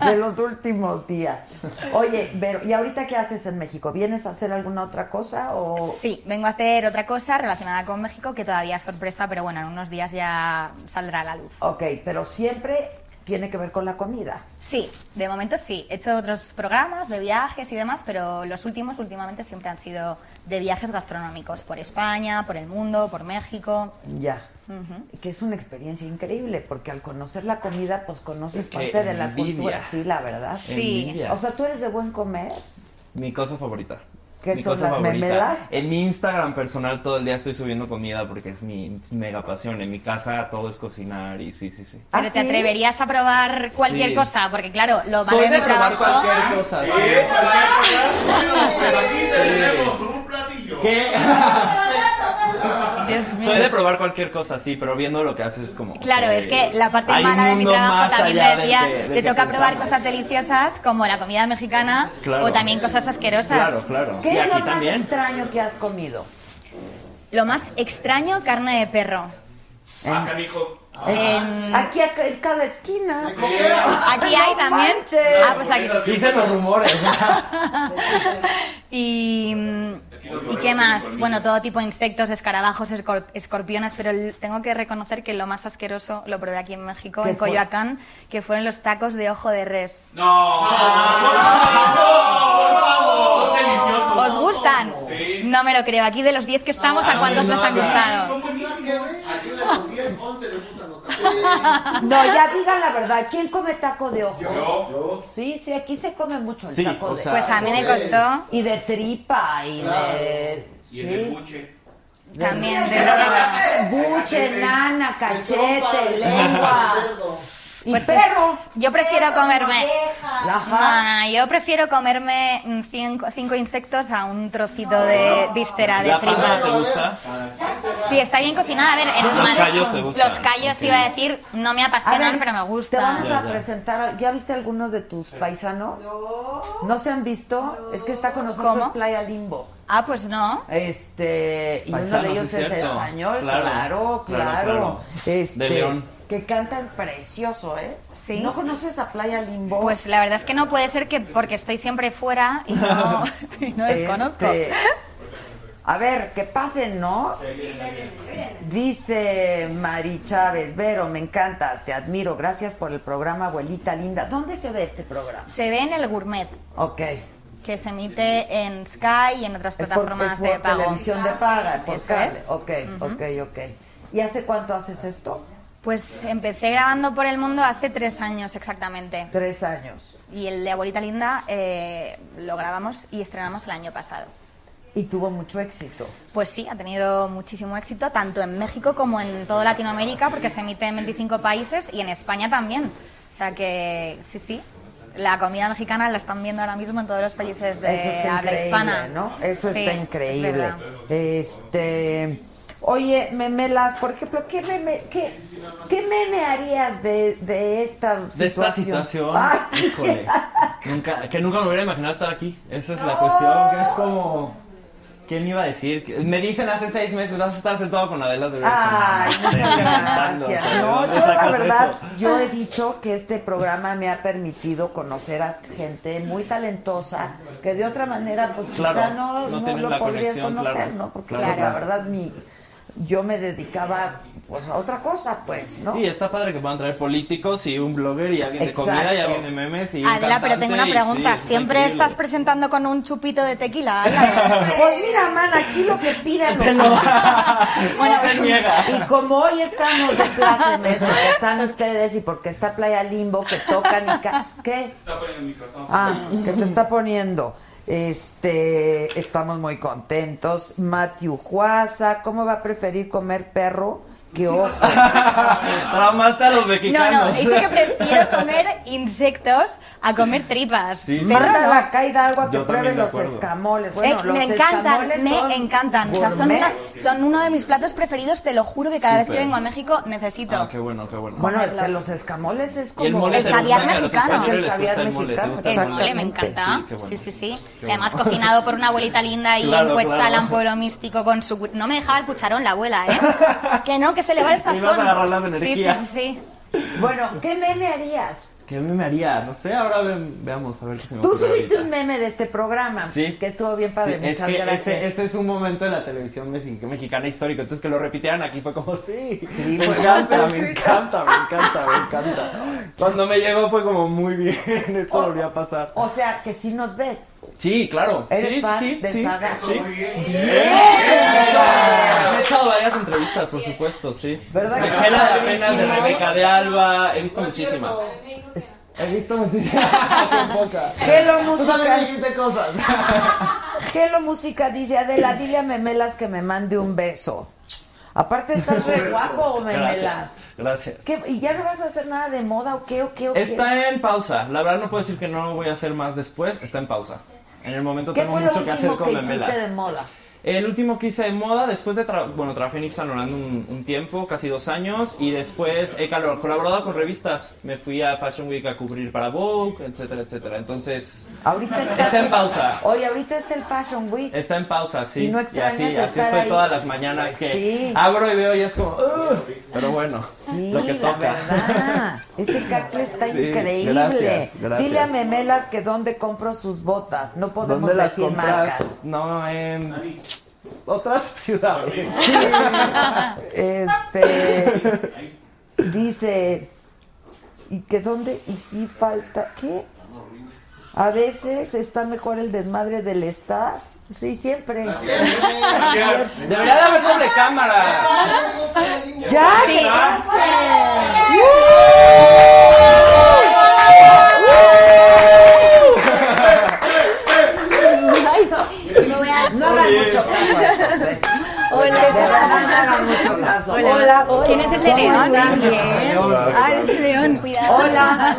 [LAUGHS] de los últimos días. Oye, Vero, ¿y ahorita qué haces en México? ¿Vienes a hacer alguna otra cosa o
Sí, vengo a hacer otra cosa relacionada con México que todavía es sorpresa, pero bueno, en unos días ya saldrá a la luz.
Ok, pero siempre tiene que ver con la comida.
Sí, de momento sí. He hecho otros programas de viajes y demás, pero los últimos últimamente siempre han sido de viajes gastronómicos por España, por el mundo, por México.
Ya. Que es una experiencia increíble, porque al conocer la comida, pues conoces
Qué
parte de la
envidia.
cultura. Sí, la verdad.
Sí.
Envidia.
O sea, tú eres de buen comer.
Mi cosa favorita.
¿Qué
mi
son las memelas?
En mi Instagram personal todo el día estoy subiendo comida porque es mi mega pasión. En mi casa todo es cocinar y sí, sí, sí.
¿Ah,
Pero te atreverías a probar cualquier
Sí.
cosa, porque claro, lo malo
Soy
de mi
de probar
trabajo.
cualquier cosa. sí. ¿Qué?
[LAUGHS] Dios mío.
Soy de probar cualquier cosa, sí, pero viendo lo que haces es como.
Claro,
ok,
es que la parte
hay un
mala de mi
mundo
trabajo
más
también
allá
me
del
decía,
que- del
te
que
toca probar
pensamos.
cosas deliciosas como la comida mexicana
Claro.
o también cosas asquerosas.
Claro, claro.
¿Qué
Y
es
aquí
lo más
también.
extraño que has comido?
Lo más extraño, carne de perro.
Ah, canijo. Ah.
En-
Aquí a ca- en cada esquina.
Aquí
[LAUGHS]
hay
No
también.
manches.
Ah, pues aquí.
Dicen los rumores.
Y, mm, ¿y qué más? Bueno, todo tipo de insectos, escarabajos, escor- escorpiones, pero l- tengo que reconocer que lo más asqueroso lo probé aquí en México,
¿Qué
en
fue?
Coyoacán, que fueron los tacos de ojo de res.
No. Son deliciosos.
¿Os gustan?
Sí.
No me lo creo. Aquí de los 10 que estamos, ¿a cuántos les han gustado?
[LAUGHS] No, ya digan la verdad. ¿Quién come taco de ojo?
Yo.
Sí, sí, aquí se come mucho el
Sí,
taco
o
de
sea-
Pues a mí me costó
Y de tripa y de.
Y en el
sí.
buche.
también de todo.
Buche, nana, cachete,
[LAUGHS]
lengua. Y
Pues
perro.
es- yo prefiero comerme.
Ajá.
No, no, no, yo prefiero comerme mm, cinco, cinco insectos a un trocito de víscera de
¿La pata te
tripa.
gusta?
Si está bien cocinada, a ver, eh, en
Los
mar-
callos te gustan.
Los callos te
Ok.
iba a decir, no me
A
apasionan,
ver,
pero me
Te
gustan.
vamos
Ya,
a
ya.
presentar. a- ¿Ya viste algunos de tus paisanos? No. ¿No se han visto? Es que está con nosotros
¿Cómo?
Playa Limbo.
Ah, pues no.
Este, y
Paisanos,
uno de ellos
sí,
es
cierto.
español, claro,
Claro,
claro.
claro, claro.
Este,
De León.
Que cantan precioso, ¿eh?
Sí.
¿No conoces a Playa Limbo?
Pues la verdad es que no puede ser que porque estoy siempre fuera y no, [LAUGHS] y no les conozco.
Este, A ver, que pasen, ¿no? Dice Mari Chávez, Vero, me encantas, te admiro, gracias por el programa, abuelita linda. ¿Dónde se ve este programa?
Se ve en el gourmet,
Ok.
que se emite en Sky y en otras
Es por,
plataformas
es por
de pago.
televisión de paga, por
Eso
cable.
es.
Ok, ok, ok. ¿Y hace cuánto haces esto?
Pues empecé grabando por el mundo hace tres años exactamente.
Tres años.
Y el de Abuelita Linda eh, lo grabamos y estrenamos el año pasado.
Y tuvo mucho éxito.
Pues sí, ha tenido muchísimo éxito tanto en México como en toda Latinoamérica porque se emite en 25 países y en España también. O sea que sí, sí, la comida mexicana la están viendo ahora mismo en todos los países de
Eso está
Eh, habla
increíble,
hispana.
¿no? Eso
Sí,
está
es
increíble.
verdad.
este, oye, memelas, por ejemplo, ¿qué meme, qué, qué meme harías de, de esta situación? Ah,
De esta situación,
Ay, [LAUGHS]
híjole, nunca, que nunca me hubiera imaginado estar aquí. Esa es la cuestión, que es como, ¿quién me iba a decir? Que- Me dicen hace seis meses, vas a estar sentado con Adela de
Ay, muchas gracias. No, yo la verdad, yo he dicho que este programa me ha permitido conocer a gente muy talentosa que de otra manera pues
Claro,
quizá no,
no
no
tienes
lo
la
podrías
conexión,
conocer,
claro.
¿no? Porque
Claro.
pues, la verdad mi yo me dedicaba pues a otra cosa, pues, ¿no?
Sí, está padre que puedan traer políticos y un blogger y alguien de comida y
Exacto.
alguien de memes y un
Adela, pero tengo una
cantante y sí,
pregunta.
es
¿Siempre
increíble.
estás presentando con un chupito de tequila? Adela?
[LAUGHS] Pues mira, man, aquí lo que pidan los
Bueno,
Se
pues-
niega.
Y como hoy estamos de plácemes, porque están ustedes y porque está Playa Limbo, que tocan y... ca- ¿Qué?
Está poniendo el micrófono.
Ah, que se está poniendo. Este, estamos muy contentos. Matthew Juaza, ¿cómo va a preferir comer perro que
[LAUGHS]
ojo?
Traumaste a los
No,
mexicanos.
no, dice que prefiero comer insectos a comer tripas.
Sí, sí.
Perro no.
Manda la caída algo que
Yo también
pruebe
de
los
acuerdo.
escamoles. Bueno,
Eh,
los
me encantan,
escamoles son
me encantan. O sea, son,
gourmet.
una- son uno de mis platos preferidos, te lo juro que cada vez que
Súper.
vengo a México necesito.
Ah, qué bueno, qué bueno.
Bueno, es
comerlos.
que los escamoles es
y el
como...
mole
el
te
caviar
gusta, a los
mexicano.
españoles les
El caviar
gusta el mole,
mexicano,
te gusta
El
el
mole
mole.
me encanta.
Sí, qué bueno.
Sí, sí, sí.
Qué
Y además
bueno.
cocinado por una abuelita linda y
Claro,
en Cuetzalan,
claro.
pueblo místico, con su... cu- No me dejaba el cucharón la abuela,
[LAUGHS]
¿eh? que no, que se le va el
Y vas a
sazón.
agarrar las
Sí, sí,
energías.
sí, sí.
Bueno, ¿qué meme harías?
¿Qué me haría? No sé, ahora ve- veamos a ver qué se me
Tú
ocurre
subiste
pues ahorita.
un meme de este programa,
Sí.
que estuvo bien padre.
Sí, es
muchas
que
gracias.
ese, ese es un momento de la televisión mexi- mexicana histórico, entonces que lo repitieran aquí fue como, sí, me
fue
encanta,
muy
me
bonito.
encanta, me encanta, me encanta. Cuando me llegó fue como, muy bien, esto
O-
volvió a pasar.
O sea, que si nos ves.
Sí, claro.
¿Eres
sí,
fan
sí,
de
sí,
Saga?
sí.
Muy
Ah, He hecho varias entrevistas, por supuesto, sí.
¿Verdad que
Me sé la de
está
apenas de
padrísimo?
Rebeca de Alba, he visto muchísimas.
He visto muchísimas. Qué
[LAUGHS]
poca.
Hello,
Tú sabes
música.
que dijiste cosas.
[LAUGHS] Hello Música dice, Adela, dile a Memelas que me mande un beso. Aparte estás re guapo, Memelas.
Gracias. Gracias.
¿Qué? ¿Y ya no vas a hacer nada de moda o qué o qué o qué?
Está en pausa. La verdad no puedo decir que no lo voy a hacer más después. Está en pausa. En el momento
¿Qué
tengo
fue lo
mucho que hacer
último
con
que
memelas.
hiciste de moda?
El último que hice de moda, después de tra- bueno, trabajé en Yves Saint Laurent un, un tiempo, casi dos años, y después he calo- colaborado con revistas. Me fui a Fashion Week a cubrir para Vogue, etcétera, etcétera. Entonces,
ahorita
está en pausa.
Oye, ahorita está el Fashion Week.
Está en pausa, sí.
¿Y no
y
extrañas
así, así
estar
estoy
ahí? Pues
todas las mañanas que
Sí.
abro y veo y es como, "Ugh", pero bueno,
Sí,
lo que
la
toca.
verdad. Ese cacle está
Sí,
increíble.
gracias, gracias.
Dile a Memelas que dónde compro sus botas. No podemos
¿Dónde las
decir
compras?
marcas.
No, en otras ciudades. [LAUGHS]
Este dice y que dónde y si falta qué. A veces está mejor el desmadre del staff. Sí, siempre. [LAUGHS]
Debería de haber doble cámara.
Ya,
Sí.
que pase.
No hagan mucho caso a estos, eh. De verdad, no hagan mucho caso. Hola.
¿Quién es el de
¿Cómo
León?
están?
Bien. Ah, es León. Cuidado.
Hola.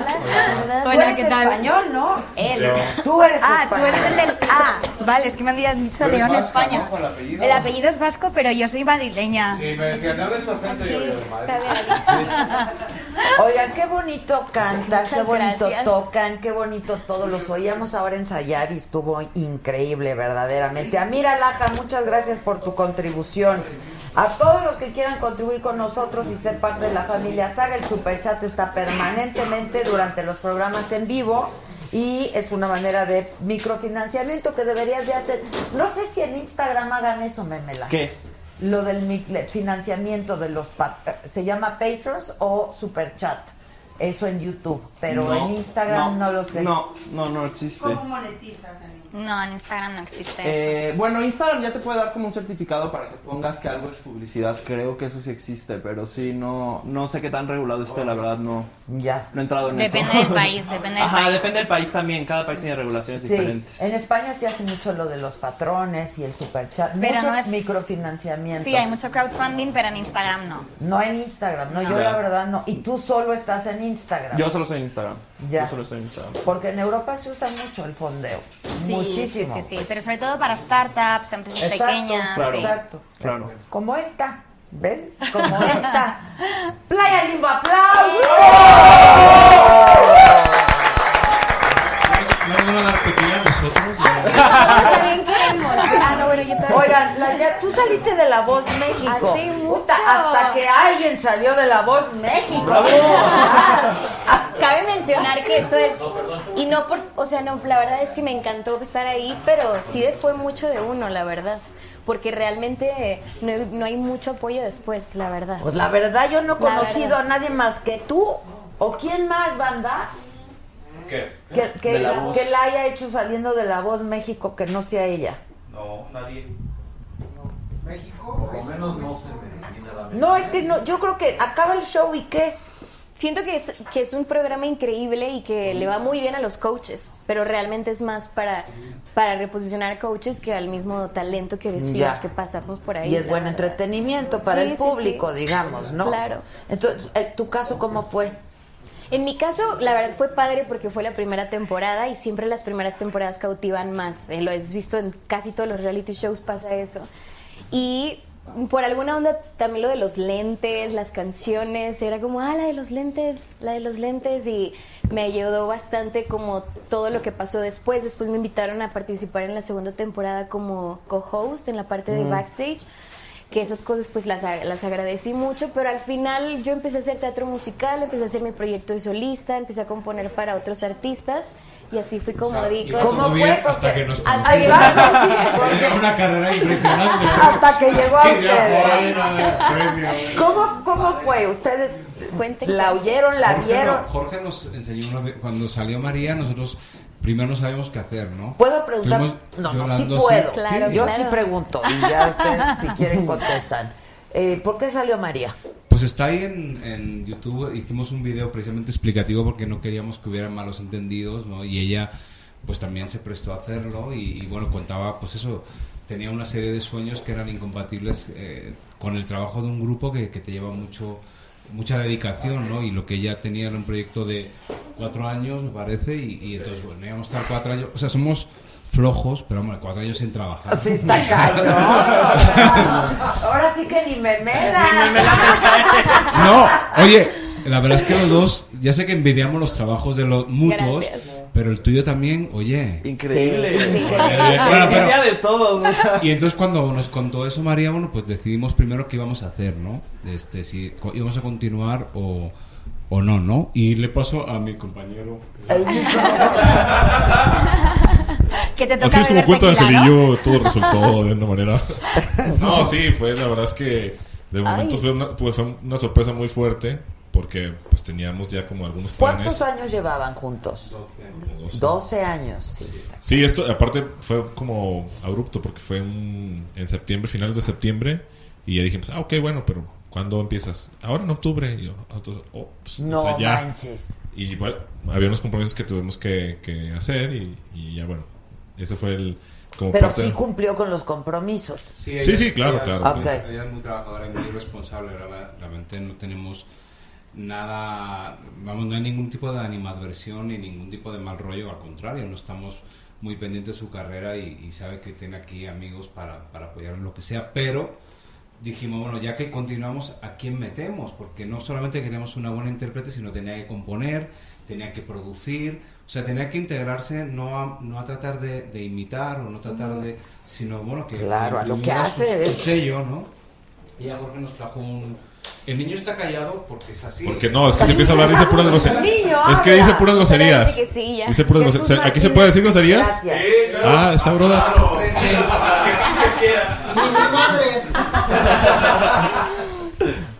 Hola,
Tú eres
¿qué tal?
español, ¿no?
Él.
Tú eres
ah,
español.
tú eres el del... Ah, vale, es que me han dicho
Pero es
León,
vasca,
España.
¿no? Con el apellido.
El apellido es vasco, pero yo soy madrileña.
Sí, me decían, no hables tu acento y yo, yo, madre.
Oigan, qué bonito cantan,
Muchas
qué bonito
gracias.
tocan, qué bonito todo. Los oíamos ahora ensayar y estuvo increíble, verdaderamente. Amira Laja, muchas gracias por tu contribución. A todos los que quieran contribuir con nosotros y ser parte de la familia Saga, el superchat está permanentemente durante los programas en vivo y es una manera de microfinanciamiento que deberías de hacer. No sé si en Instagram hagan eso, Memela.
¿Qué?
Lo del mi- le- financiamiento de los pa- eh, se llama Patrons o Superchat. Eso en YouTube, pero
No,
en Instagram no, lo sé.
No, no, no existe.
monetizas No, en Instagram no existe eso.
Eh, bueno, Instagram ya te puede dar como un certificado para que pongas que algo es publicidad. Creo que eso sí existe, pero sí, no, no sé qué tan regulado esté, la verdad, no.
Ya.
No he entrado en
Depende
eso.
del
[LAUGHS]
país, depende del
Ajá,
país.
depende del país también. Cada país tiene regulaciones
Sí,
diferentes.
en España se hace mucho lo de los patrones y el superchat,
Pero
mucho
no es-
microfinanciamiento.
Sí, hay mucho crowdfunding, pero en Instagram no.
No en Instagram, no, yo
Ya.
la verdad no. Y tú solo estás en Instagram.
Yo solo estoy en Instagram.
Ya.
Yo solo estoy en Instagram.
Porque en Europa se usa mucho el fondeo.
Sí,
Muchísimo.
sí, sí, sí. Pero sobre todo para startups, empresas
Exacto,
pequeñas.
Claro.
sí.
Exacto.
Claro.
Como esta, ¿ven? Como esta. Playa Limbo, aplausos.
¿No nos van a dar tequila a nosotros?
También queremos. Ah, no, bueno, yo también.
Oigan, la- ya- tú saliste de La Voz México.
Hace mucho.
Puta, hasta que alguien salió de La Voz México.
Cabe mencionar que eso es y no por, o sea, no, la verdad es que me encantó estar ahí, pero sí fue mucho de uno, la verdad, porque realmente no, no hay mucho apoyo después, la verdad.
Pues la verdad yo no he
La
conocido
verdad.
a nadie más que tú o quién más banda
¿Qué?
que, que
De
la,
La Voz.
que la haya hecho saliendo de La Voz México que no sea ella.
No, nadie.
México, por lo menos no se me imagina la
No, es que no, yo creo que acaba el show y qué.
Siento que es, que es un programa increíble y que le va muy bien a los coaches, pero realmente es más para, para reposicionar coaches que al mismo talento que desfila
Ya.
que pasamos por ahí.
Y es
la
buen
verdad.
entretenimiento para
Sí,
el
sí, sí.
público, digamos, ¿no?
Claro.
Entonces, eh, ¿tu caso cómo fue?
En mi caso, la verdad fue padre porque fue la primera temporada y siempre las primeras temporadas cautivan más. Eh, lo has visto en casi todos los reality shows pasa eso. Y por alguna onda también lo de los lentes, las canciones, era como, ah, la de los lentes, la de los lentes y me ayudó bastante como todo lo que pasó después. Después me invitaron a participar en la segunda temporada como co-host en la parte de
Mm.
backstage que esas cosas pues las, a- las agradecí mucho, pero al final yo empecé a hacer teatro musical, empecé a hacer mi proyecto de solista, empecé a componer para otros artistas y así fui como di con-
¿Cómo fue?
hasta que nos
Hasta que-
Era una carrera impresionante.
Hasta que llegó
[LAUGHS]
a
Y ya,
usted.
bueno, premio.
¿Cómo, cómo fue? ¿Ustedes la oyeron, la
Jorge,
vieron?
no- Jorge nos enseñó una vez, cuando salió María, nosotros primero no sabíamos qué hacer, ¿no?
¿Puedo preguntar?
Estuvimos
No, no, sí
llorando así.
puedo.
Sí.
[LAUGHS]
Yo sí pregunto y ya ustedes si quieren contestan. Eh, ¿Por qué salió María?
Pues está ahí en, en YouTube, hicimos un video precisamente explicativo porque no queríamos que hubiera malos entendidos, ¿no? Y ella pues también se prestó a hacerlo y, y, bueno, contaba pues eso, tenía una serie de sueños que eran incompatibles eh, con el trabajo de un grupo que, que te lleva mucho mucha dedicación, ¿no? Y lo que ella tenía era un proyecto de cuatro años, me parece, y, y entonces, bueno, íbamos a estar cuatro años, o sea, somos flojos, pero bueno, cuatro años sin trabajar.
Sí,
[LAUGHS]
está [LAUGHS] cabrón. Ahora sí que ni me [LAUGHS] metas.
No, oye, la verdad es que los dos, ya sé que envidiamos los trabajos de los mutuos,
Gracias.
pero el tuyo también, oye.
Increíble. Sí, sí.
Joder, bueno, pero-
Envidia de todos, o sea.
Y entonces cuando nos contó eso María, bueno, pues decidimos primero qué íbamos a hacer, ¿no? Este, si co- íbamos a continuar o, o no, ¿no? Y le paso a mi compañero.
Que te toca
Así es como
beber
cuento de
tequila, ¿no?
Angelillo, todo resultó de una manera. No, sí, fue la verdad es que de momento
Ay.
fue una, pues, fue una sorpresa muy fuerte porque pues teníamos ya como algunos planes.
¿Cuántos años llevaban juntos? 12 años, sí.
Sí, esto aparte fue como abrupto porque fue un- en septiembre, finales de septiembre y ya dijimos, ah, ok, bueno, pero ¿cuándo empiezas? Ahora en octubre. Y yo, ah, entonces, oh, pues,
No
o sea, ya.
manches.
Y bueno, había unos compromisos que tuvimos que, que hacer y, y ya bueno, eso fue el... Como
Pero
parte
sí
de-
cumplió con los compromisos.
ella-
Sí, sí, claro,
ella es-
claro.
Ella,
Ah, Ok.
es muy trabajadora y muy responsable. ¿verdad? Realmente no tenemos nada, vamos, no hay ningún tipo de animadversión ni ningún tipo de mal rollo. Al contrario, no estamos muy pendientes de su carrera y, y sabe que tiene aquí amigos para, para apoyar en lo que sea. Pero dijimos, bueno, ya que continuamos, ¿a quién metemos? Porque no solamente queríamos una buena intérprete, sino tenía que componer, tenía que producir, o sea, tenía que integrarse, no a, no a tratar de, de imitar o no tratar de, sino, bueno, que...
Claro, a lo que
tuviera su-
hace.
su sello, ¿no? Y a Jorge nos trajo un... El niño está callado porque es así.
Porque no, es que se empieza a hablar, dice puras groserías.
Niño,
Es que
habla.
dice puras groserías.
Pero dice que sí, ya.
Dice puras
Jesús
groserías. ¿Aquí se
Martínez.
puede decir groserías?
Gracias. Sí, claro.
Ah, está brodas.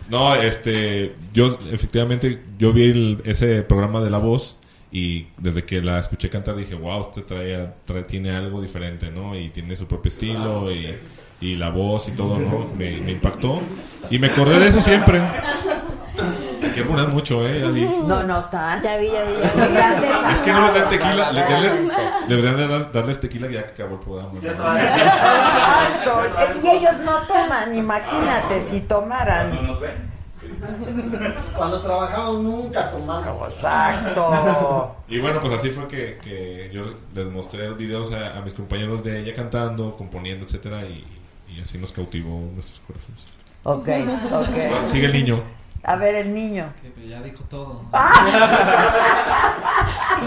No, este, yo efectivamente, yo vi el- ese programa de La Voz y desde que la escuché cantar dije, wow, usted trae, trae- tiene algo diferente, ¿no? Y tiene su propio estilo y, y la voz y todo, ¿no? Me, me impactó y me acordé de eso siempre. Hay que poner mucho, ¿eh? Ya vi.
No, no, está.
Ya vi, ya vi.
Es que no les dan tequila, le- denle- deberían de dar- darles tequila ya que acabó el programa.
Exacto. Y ellos no toman, imagínate si tomaran.
Cuando nos ven.
Cuando trabajamos nunca tomamos.
Exacto.
Y bueno, pues así fue que, que yo les mostré los videos a, a mis compañeros de ella cantando, componiendo, etcétera, y, y así nos cautivó nuestros corazones.
Ok, ok.
Sigue el niño.
A ver, el niño. Ah.
Ya dijo todo.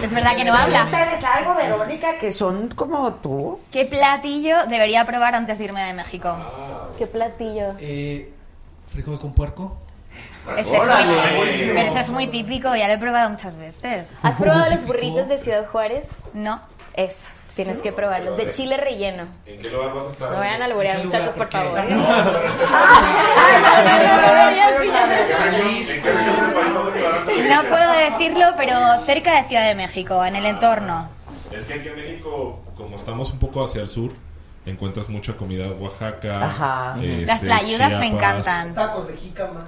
Es verdad que no habla.
¿Sabes algo, Verónica, que son como tú?
¿Qué platillo debería probar antes de irme de México?
¿Qué platillo?
Eh, frijol con puerco.
Ese es muy, pero ese es muy típico, ya lo he probado muchas veces.
¿Has probado los burritos de Ciudad Juárez?
No.
Esos, tienes que probarlos. De chile relleno.
¿En qué lugar vas a estar?
No vayan a alborear, muchachos, por favor.
No puedo decirlo, pero cerca de Ciudad de México, en el entorno.
Es que aquí en México, como estamos un poco hacia el sur, encuentras mucha comida Oaxaca.
Ajá.
este,
Las tlayudas me
Chiapas.
encantan.
Tacos de jícama.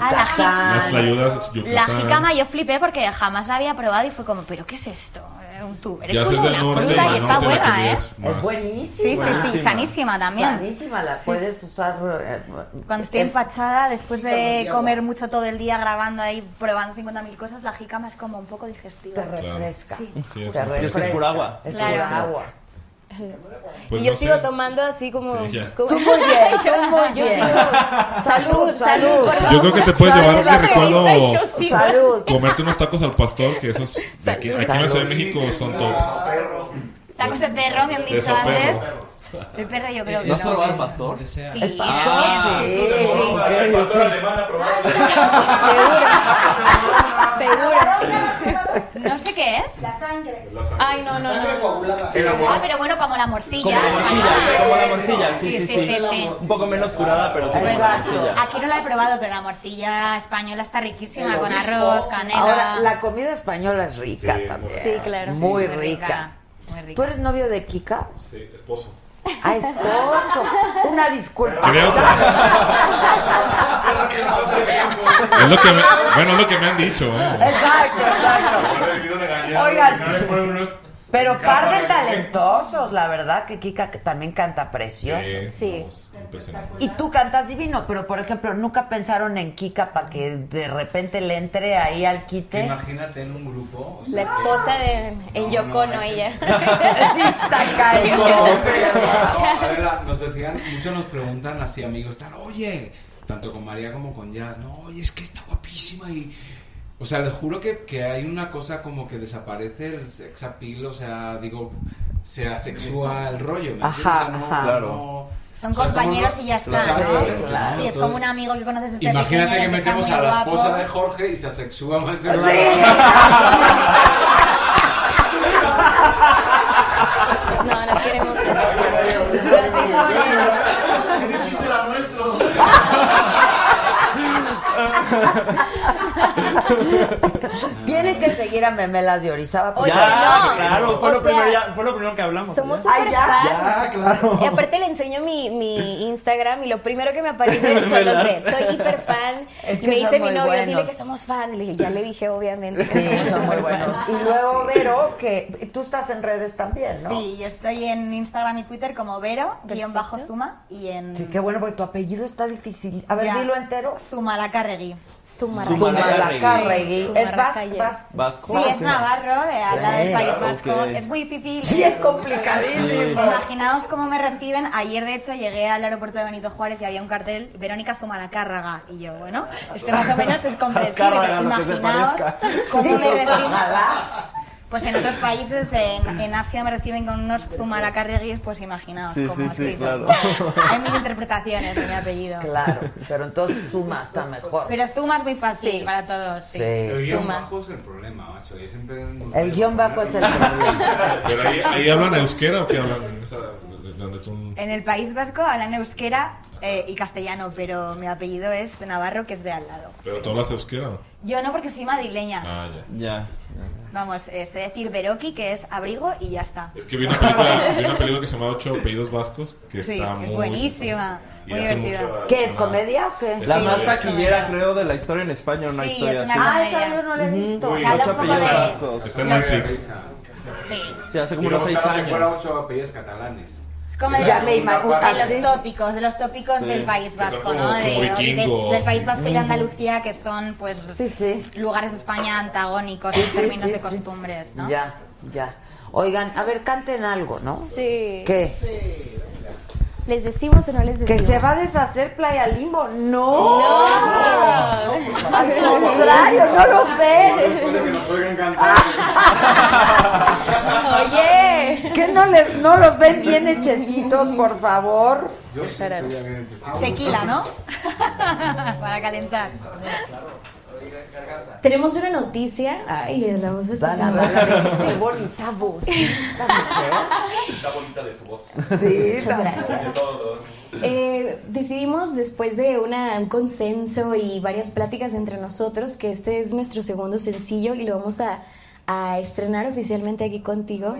Ah, la jícama.
Las tlayudas,
La
Yucatán.
jícama yo flipé porque jamás la había probado y fue como, ¿pero qué es esto? Eh, Un tubérculo,
Ya se es del
una
norte
fruta
y del
está
norte la
buena,
comida
¿eh?
es más- Es
Sí,
buenísima.
sí, sí, sanísima también.
Sanísima, la
Sí,
puedes
sí.
usar. eh,
Cuando estoy
eh,
empachada, después de
jícama.
comer mucho todo el día grabando ahí, probando 50.000 cosas, la jícama es como un poco digestiva.
Te refresca.
Sí.
Sí, es-
Te refresca.
es por agua.
Es
Claro.
por agua.
Eh,
Pues
y yo
no
sigo
sé.
tomando así como...
Sí, ya.
como-
Tú muy
[LAUGHS]
bien, tú muy
Yo
bien.
sigo- Salud, salud. por
Yo creo que te puedes llevar de
Salud.
recuerdo
Yo sigo-
Salud.
comerte unos tacos al pastor, que esos de aquí, aquí en la Ciudad de México son top.
Tacos de perro, me han
De
dicho antes.
soperro.
El perro yo creo que
¿No has probado el
no.
pastor?
Sí.
El
pastor, Ah,
sí,
sí,
sí, sí.
El pastor alemán ha probado.
[LAUGHS] No sé qué es. La sangre. Ay,
no, no, no, no.
Ah, pero bueno, como la morcilla.
Como la morcilla, como la morcilla, sí,
Sí,
sí, sí.
sí, sí. Pues,
Un poco menos curada, pero sí como la
Exacto.
morcilla.
Aquí no la he probado, pero la morcilla española está riquísima con
obispo.
arroz, canela.
Ahora, la comida española es rica también.
Sí, claro.
Muy
Muy
rica.
rica, muy rica.
¿Tú eres novio de Kika?
Sí, esposo.
A esposo. Una disculpa.
Quería Es lo que me- bueno, es lo que me han dicho.
[LAUGHS]
¿eh?
Exacto, exacto. Oigan, pero par de talentosos, la verdad, que Kika que también canta precioso.
Sí.
Y tú cantas divino, pero por ejemplo, nunca pensaron en Kika para que de repente le entre ahí al quite.
Imagínate en un grupo. o sea,
La esposa de en Yocono, ella.
Sí,
[LAUGHS]
está
[LAUGHS]
cañón.
[LAUGHS]
A ver, la- nos decían, muchos nos preguntan así, amigos, tal, oye, tanto con María como con Jazz, no, oye, es que está guapísima y... O sea, les juro que, que hay una cosa como que desaparece el sex appeal, o sea, digo, se asexúa el rollo, ¿me
Ajá,
entiendes? O sea, no,
ajá.
no-
Son
o sea,
compañeros
estamos-
y ya está.
Exacto,
¿no?
claro,
Sí, es
entonces,
como un amigo que conoces desde pequeño
Imagínate que
y está
metemos
muy
a la
guapo.
esposa de Jorge y se asexúa más.
No, no queremos.
Ese chiste era nuestro.
[LAUGHS] Tienen que seguir a Memelas de Orizaba. pues, porque-
Oye, no.
claro, fue
O
lo,
sea,
primero, ya- fue lo primero que hablamos.
Somos
ya.
súper fans.
Ya, claro.
Y aparte le enseño mi, mi Instagram y lo primero que me aparece son los de. Soy hiper fan.
Es que
y me dice
son
mi
muy
novio, dile
buenos.
que somos fan. Le dije, ya le dije, obviamente.
Sí, son muy buenos. Y luego Vero, que tú estás en redes también, ¿no?
Sí, yo estoy en Instagram y Twitter como Vero, guión bajo Zuma, y en...
Sí, qué bueno, porque tu apellido está difícil. A ver,
Ya.
dilo entero.
Zumalacárregui.
Zumalacárregui. Zumalacárregui. Es
Zumalacárregui.
vas-
Sí, es Navarro, de al lado del País Vasco. Es muy difícil.
Sí, es complicadísimo.
Imaginaos cómo me reciben. Ayer, de hecho, llegué al aeropuerto de Benito Juárez y había un cartel Verónica Zumalacárraga. Y yo, bueno, este más o menos es comprensible.
Azcárraga, lo
pero
que se
Imaginaos
parezca.
cómo me
Sí,
reciben.
ojalá.
Pues en otros países, en, en Asia, me reciben con unos Zumalacárreguis, pues imaginaos
Sí,
cómo
sí, sí, claro.
escrito. Hay mil interpretaciones de mi apellido.
Claro, pero entonces Zuma está mejor.
Pero Zuma es muy fácil para todos. Sí.
Sí,
El guión
Zuma.
bajo es el problema, macho. Yo siempre...
El guión bajo es el problema.
Pero ahí, ahí hablan euskera o qué hablan en esa, donde tú-
En el País Vasco hablan euskera eh, y castellano, pero mi apellido es de Navarro, que es de al lado.
Pero tú hablas euskera.
Yo no, porque soy madrileña.
Ah, ya.
Ya.
Vamos, eh, sé decir beroki, que es abrigo, y ya está.
Es que vi una película, vi una película que se llama Ocho apellidos vascos que
Sí,
está
es
muy
buenísima.
y
Muy
hace
divertida.
mucho a-
¿Qué es
a-
comedia o qué?
La
Sí,
más
es
taquillera, creo, de la historia en España. Una
Sí,
historia
es
así.
una Ah, esa yo no la he visto.
Uy,
Se habla
ocho
un poco
apellidos
de-
vascos.
Está en Netflix.
Sí, hace como
Y
unos
luego
seis
estaba
años.
secuela ocho apellidos catalanes.
[LAUGHS] Es como de,
Ya
los-
me imagino,
de los
sí.
tópicos, de los tópicos
Sí,
del País
que son
Vasco,
como-
¿no? De-
como
de-
vikingos.
del País Vasco y
Ujú.
Andalucía, que son pues lugares de España antagónicos en
sí,
términos
sí,
de
sí.
costumbres, ¿no?
Ya, ya. Oigan, a ver, canten algo, ¿no?
Sí.
¿Qué?
¿Les decimos o no les
Que
decimos?
se va a deshacer Playa Limbo. No.
No.
Al contrario, no los ven.
Después de que nos oigan cantar.
Oye.
Que no les no los ven bien hechecitos, por favor.
Yo sí estoy bien
Tequila, ¿no? [LAUGHS] Para calentar.
Tenemos una noticia. Ay, la voz está
Dala, dala. Qué bonita voz.
Está bonita de su voz. [LAUGHS]
Sí,
Muchas gracias.
De todo.
[LAUGHS] Eh, decidimos después de una- un consenso y varias pláticas entre nosotros que este es nuestro segundo sencillo y lo vamos a, a estrenar oficialmente aquí contigo.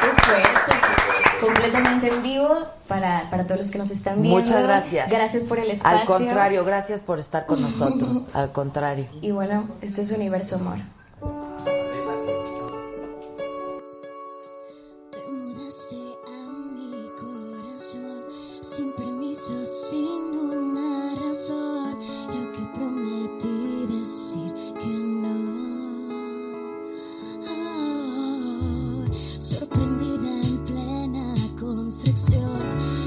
Qué fuerte. Completamente en vivo para, para todos los que nos están viendo.
Muchas gracias.
Gracias por el espacio.
Al contrario, gracias por estar con
[LAUGHS]
nosotros. Al contrario.
Y bueno, esto es Universo Amor.
Te mudaste a mi corazón sin permiso, sin una razón. Yo que prometí decir que no. Ah, sorprendida en plena construcción,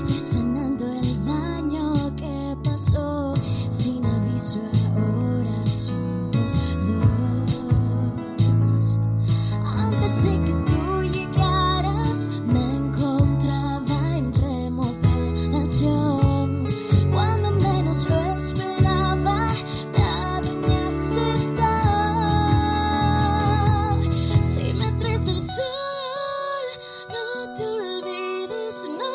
resanando el daño que pasó. Sin aviso, ahora somos dos. Antes de que tú llegaras, me encontraba en remodelación. Cuando menos lo esperaba, te adueñaste tal. Si me traes el sol, no te olvides, no.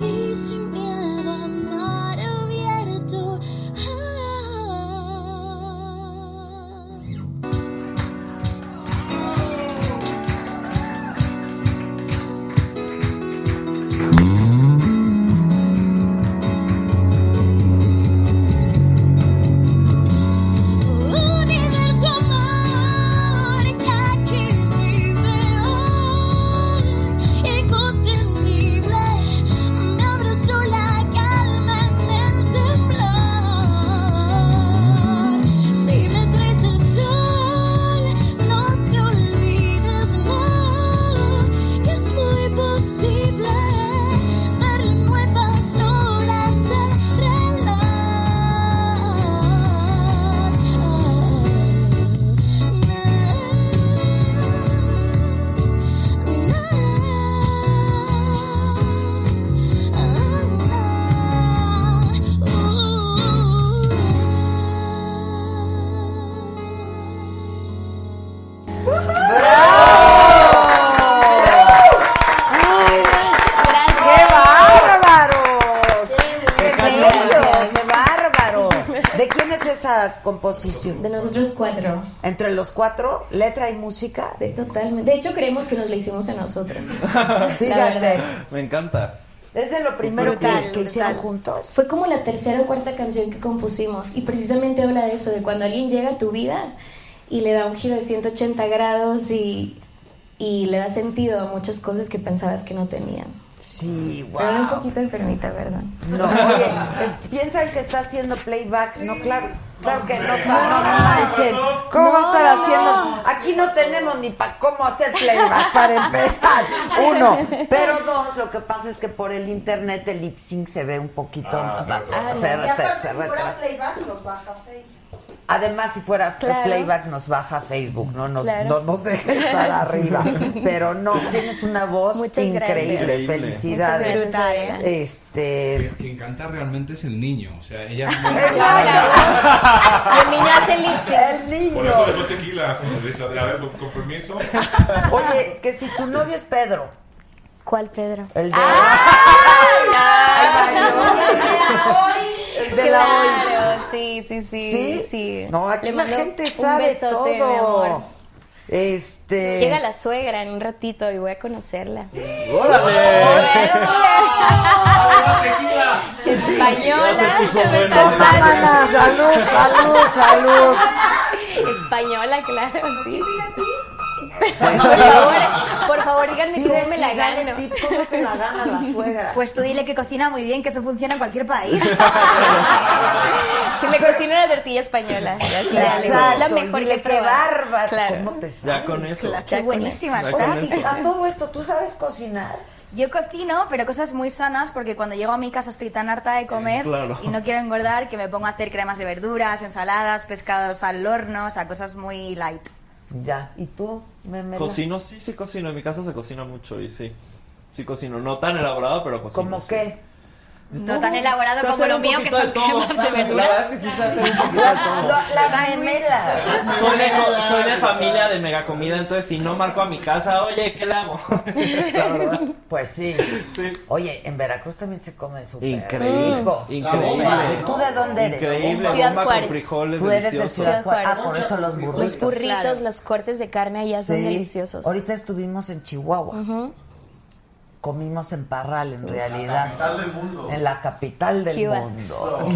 y sin miedo a mar abierto. Ah. Universo amor que aquí vive hoy, incontenible, me abrazó la calma en el temblor. Si me traes el sol, no te olvides no, que es muy posible ver nuevas horas al reloj.
¡Qué bárbaros! ¡Qué bello! ¡Qué bárbaro! ¿De quién es esa composición?
De nosotros cuatro.
¿Entre los cuatro? ¿Letra y música?
Totalmente. De hecho, creemos que nos la hicimos a nosotros.
Fíjate.
[LAUGHS] Me encanta.
Es de lo primero que,
Brutal,
que hicieron juntos.
Fue como la tercera o cuarta canción que compusimos y precisamente habla de eso, de cuando alguien llega a tu vida y le da un giro de 180 grados y, y le da sentido a muchas cosas que pensabas que no tenían.
Sí, wow.
Pero un poquito enfermita, ¿verdad?
No, oye, es- piensa el que está haciendo playback. No, claro, claro que no está. No, no manchen. ¿Cómo va a estar haciendo? Aquí no tenemos ni para cómo hacer playback para empezar. Uno. Pero dos, lo que pasa es que por el internet el lip sync se ve un poquito.
Ah,
va-
se retrasa. Ah,
se
Y
no.
retrasa,
aparte,
se
si fuera
retrasa.
playback, nos baja Facebook.
Además, si fuera
Claro.
playback, nos baja Facebook, no nos,
Claro.
no nos deja estar
[LAUGHS]
arriba. Pero no, tienes una voz
Muchas
increíble.
gracias.
Felicidades.
Muchas gracias.
Este.
Quien canta realmente es el niño. O sea,
[LAUGHS]
ella.
El niño hace lip sync.
El niño.
Por eso dejó tequila. Deja de haber con permiso.
Oye, que si tu novio es Pedro.
¿Cuál Pedro?
El de. Ah. El de la hoy.
Claro, sí, sí, sí.
¿Sí?
sí.
No, aquí
Le
la
mando
gente
un
sabe
besote, mi
todo.
amor.
Este.
Llega la suegra en un ratito y voy a conocerla. Española.
Toma, mana, salud, salud, salud.
Española, claro, sí.
Pues
por
sí.
favor, por favor, díganme
Dile,
cómo me la
dale
gano.
tip, ¿cómo se la
[LAUGHS]
gana la
suegra?
Pues tú dile que cocina muy bien, que eso funciona en cualquier país.
Que me cocino una tortilla española. y así ya le digo,
Exacto,
la
y
mejor
dile,
que
qué
bárbaro.
¿Cómo te
Ya con eso.
Qué buenísima
Ya
está.
con eso.
A todo esto, ¿tú sabes cocinar?
Yo cocino, pero cosas muy sanas, porque cuando llego a mi casa estoy tan harta de comer
claro.
y no quiero engordar que me pongo a hacer cremas de verduras, ensaladas, pescados al horno, o sea, cosas muy light.
Ya, ¿y tú? Me, me-
Cocino, sí, sí cocino. En mi casa se cocina mucho y sí. Sí cocino. No tan elaborado, pero cocino.
¿Cómo
sí.
qué?
No tan elaborado
Se
como
hace
lo
un
mío, que
poquito
son
de todo,
cremas de
¿sabes? La
verduras.
verdad es que sí se hace un poquito de todo.
Lo- Las memelas.
Soy de, co- soy de familia de mega comida, entonces si no marco a mi casa, oye, ¿qué le hago? La verdad.
Pues sí. Oye, en Veracruz también se come súper
Increíble,
rico.
increíble.
¿Tú de dónde eres?
Increíble, Ciudad bomba con Juárez. frijoles
Tú eres de
deliciosos.
Ciudad
Ciudad
Juárez. Ah,
Juárez.
por eso los burritos.
Los burritos, los cortes de carne allá son
Sí.
deliciosos.
Ahorita estuvimos en Chihuahua. Comimos en Parral, en realidad.
capital del mundo.
En la capital del
Chivas.
mundo.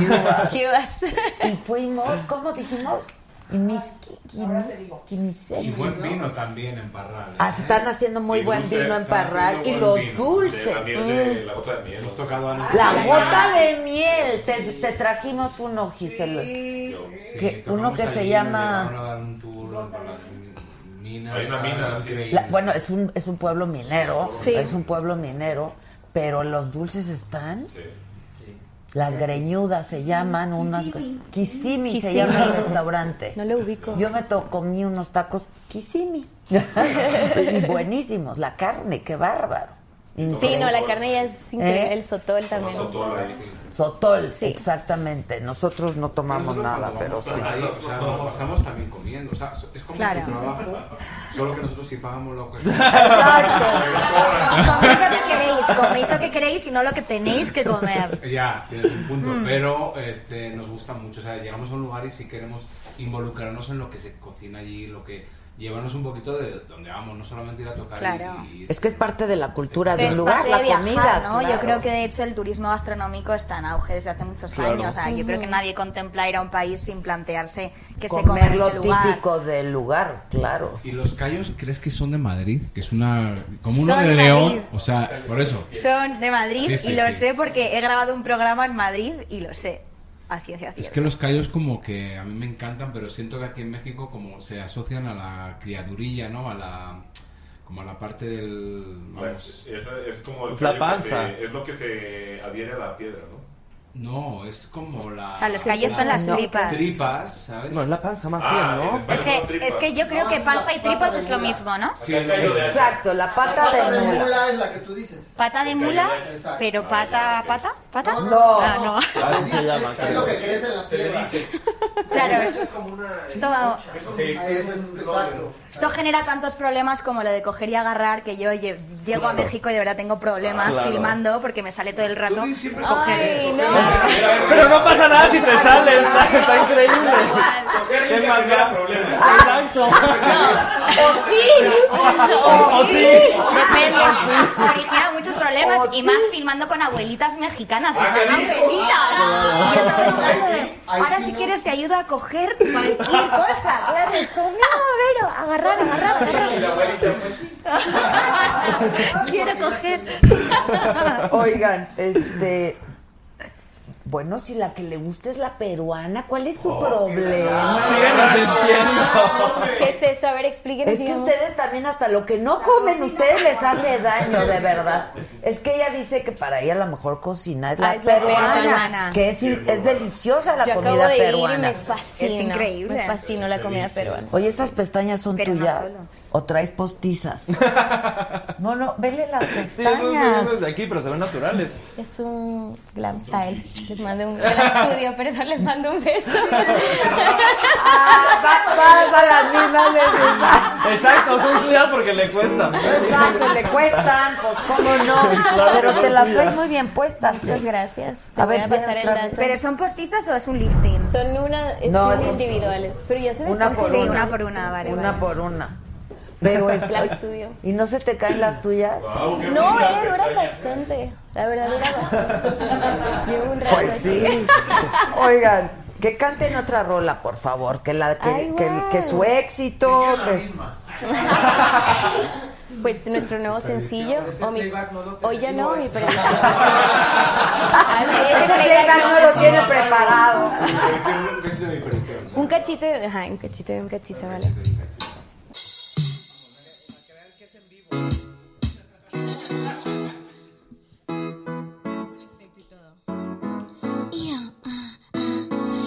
Chivas.
Y fuimos, ¿cómo dijimos? Y mis, y mis, y mis-
Y buen vino también en Parral. ¿eh?
Ah, se están haciendo muy
Y
buen
dulces,
vino en
están
Parral. Y
haciendo
los
buen vino.
dulces. Mm.
la gota de miel. Hemos
tocado antes.
La gota de miel, te, te trajimos uno, Gisela. Que- uno que se llama...
Hay una mina, sí.
la- bueno, es un, es un pueblo minero,
Sí.
es un pueblo minero, pero los dulces están... Las greñudas se llaman unas...
Kisimi.
Kisimi, se
Kisimi.
llama el restaurante.
No lo ubico.
Yo me to
[LAUGHS]
comí unos tacos Kisimi. y buenísimos, la carne, qué bárbaro.
Sí, no, la carne ya es increíble.
¿Eh?
El sotol también.
Sotol, exactamente. Nosotros no tomamos nada, pero sí.
Ahí, o sea, nos lo pasamos también comiendo. O sea, es como
Claro.
tu trabajo. Solo que nosotros sí pagamos lo que. [LAUGHS]
Coméis lo que queréis, coméis lo que queréis y no lo que tenéis que comer.
Ya, tienes un punto,
Mm.
pero este, nos gusta mucho. O sea, llegamos a un lugar y si queremos involucrarnos en lo que se cocina allí, lo que llevarnos un poquito de donde vamos, no solamente ir a tocar. y-
Claro.
y-
Es que es parte de la cultura de
Pero
un
es
lugar,
parte
la
de viajar,
comida.
¿no? Yo
claro.
creo que de hecho el turismo gastronómico está en auge desde hace muchos
Claro.
años. O sea, yo creo que nadie contempla ir a un país sin plantearse que se come en
comer lo
ese lugar.
típico del lugar, claro.
¿Y los callos crees que son de Madrid? Que es una. como uno
Son
de
de
León.
Madrid.
O sea, por eso.
Son de Madrid
Sí, sí,
y lo
sí.
sé porque he grabado un programa en Madrid y lo sé. A ciencia
Es
cierta.
que los callos como que a mí me encantan, pero siento que aquí en México como se asocian a la criadurilla, ¿no? A la como a la parte del vamos.
Esa es como el
Es la
callo que
panza.
se- es lo que se adhiere a la piedra, ¿no?
No, es como la
O sea, los callos son las
No.
tripas.
Tripas, ¿sabes?
No, es la panza más
Ah,
bien, ¿no?
en España
Es que, es que yo creo que panza y tripas es lo mismo, ¿no?
Sí, exacto.
Exacto, la
La
pata de mula.
es la que tú dices.
Pata de mula,
Exacto.
pero pata, pata, pata.
Ah, No.
Ah,
[LAUGHS]
no.
Así se llama, Es lo que crece en la piedra.
Claro,
Eso
esto,
es como una.
esto va-
Ah, ese es exacto.
esto genera tantos problemas como lo de coger y agarrar que yo lle- llego a México y de verdad tengo problemas
Claro.
filmando porque me sale todo el rato.
Ay, no.
Pero no pasa nada si te sale, está, está increíble. Qué mal Exacto.
¡O sí!
O- o sí.
Depende.
O sí.
Origina muchos problemas y más filmando con abuelitas mexicanas.
Ah,
que son ¡Abuelitas! Y entonces, claro, de, Ahora si quieres te ayudo a coger cualquier cosa. Claro, es como, no, pero agarrar, agarrar,
pues.
agarrar. Quiero coger.
Oigan, este. Bueno, si la que le gusta es la peruana, ¿cuál es su problema?
¿Qué es eso? A ver, explíquenos.
Es que
digamos.
ustedes también hasta lo que no comen, ustedes les hace daño, de verdad. Es que ella dice que para ella la mejor cocina es la,
Ah, es la
peruana,
peruana.
que es, es deliciosa la
Yo acabo
comida
de ir y
peruana.
me fascina.
Es increíble.
Me fascina la comida peruana.
Oye, esas pestañas son
Pero no
tuyas.
solo.
o traes
[LAUGHS]
postizas. no, no, vele las
Sí, eso es-
pestañas.
eso es de aquí, pero se ven naturales.
Es un glam style. Les mando un glam studio, perdón, les mando un beso.
Vas a las mismas de Susana.
Exacto, son suyas porque le cuesta.
Exacto, le cuestan, pues cómo no.
Claro que
Pero te
son
las
suyas.
traes muy bien puestas.
Muchas gracias.
A ver,
voy a pasar
ve
el
otra
dato.
vez.
¿Pero son postizas o es un lifting?
Son una,
No,
son
es-
individuales, pero ya se me
Una
están
por
Sí,
una.
una por una, vale.
Una
vale.
por una. Pero es.
Glam studio.
¿Y no se te caen las tuyas?
No, eh, duran bastante. La verdad, duran bastante. Llevo un rato
Pues sí.
aquí.
Oigan, que canten otra rola, por favor. Que, la, que,
Ay,
que-
wow.
que su éxito. que-
Pues nuestro nuevo sencillo, o mi- hoy ya no, mi pero
Ese playback no lo tiene
[LAUGHS]
preparado.
Un cachito, de- ajá, un cachito, de un cachito, vale.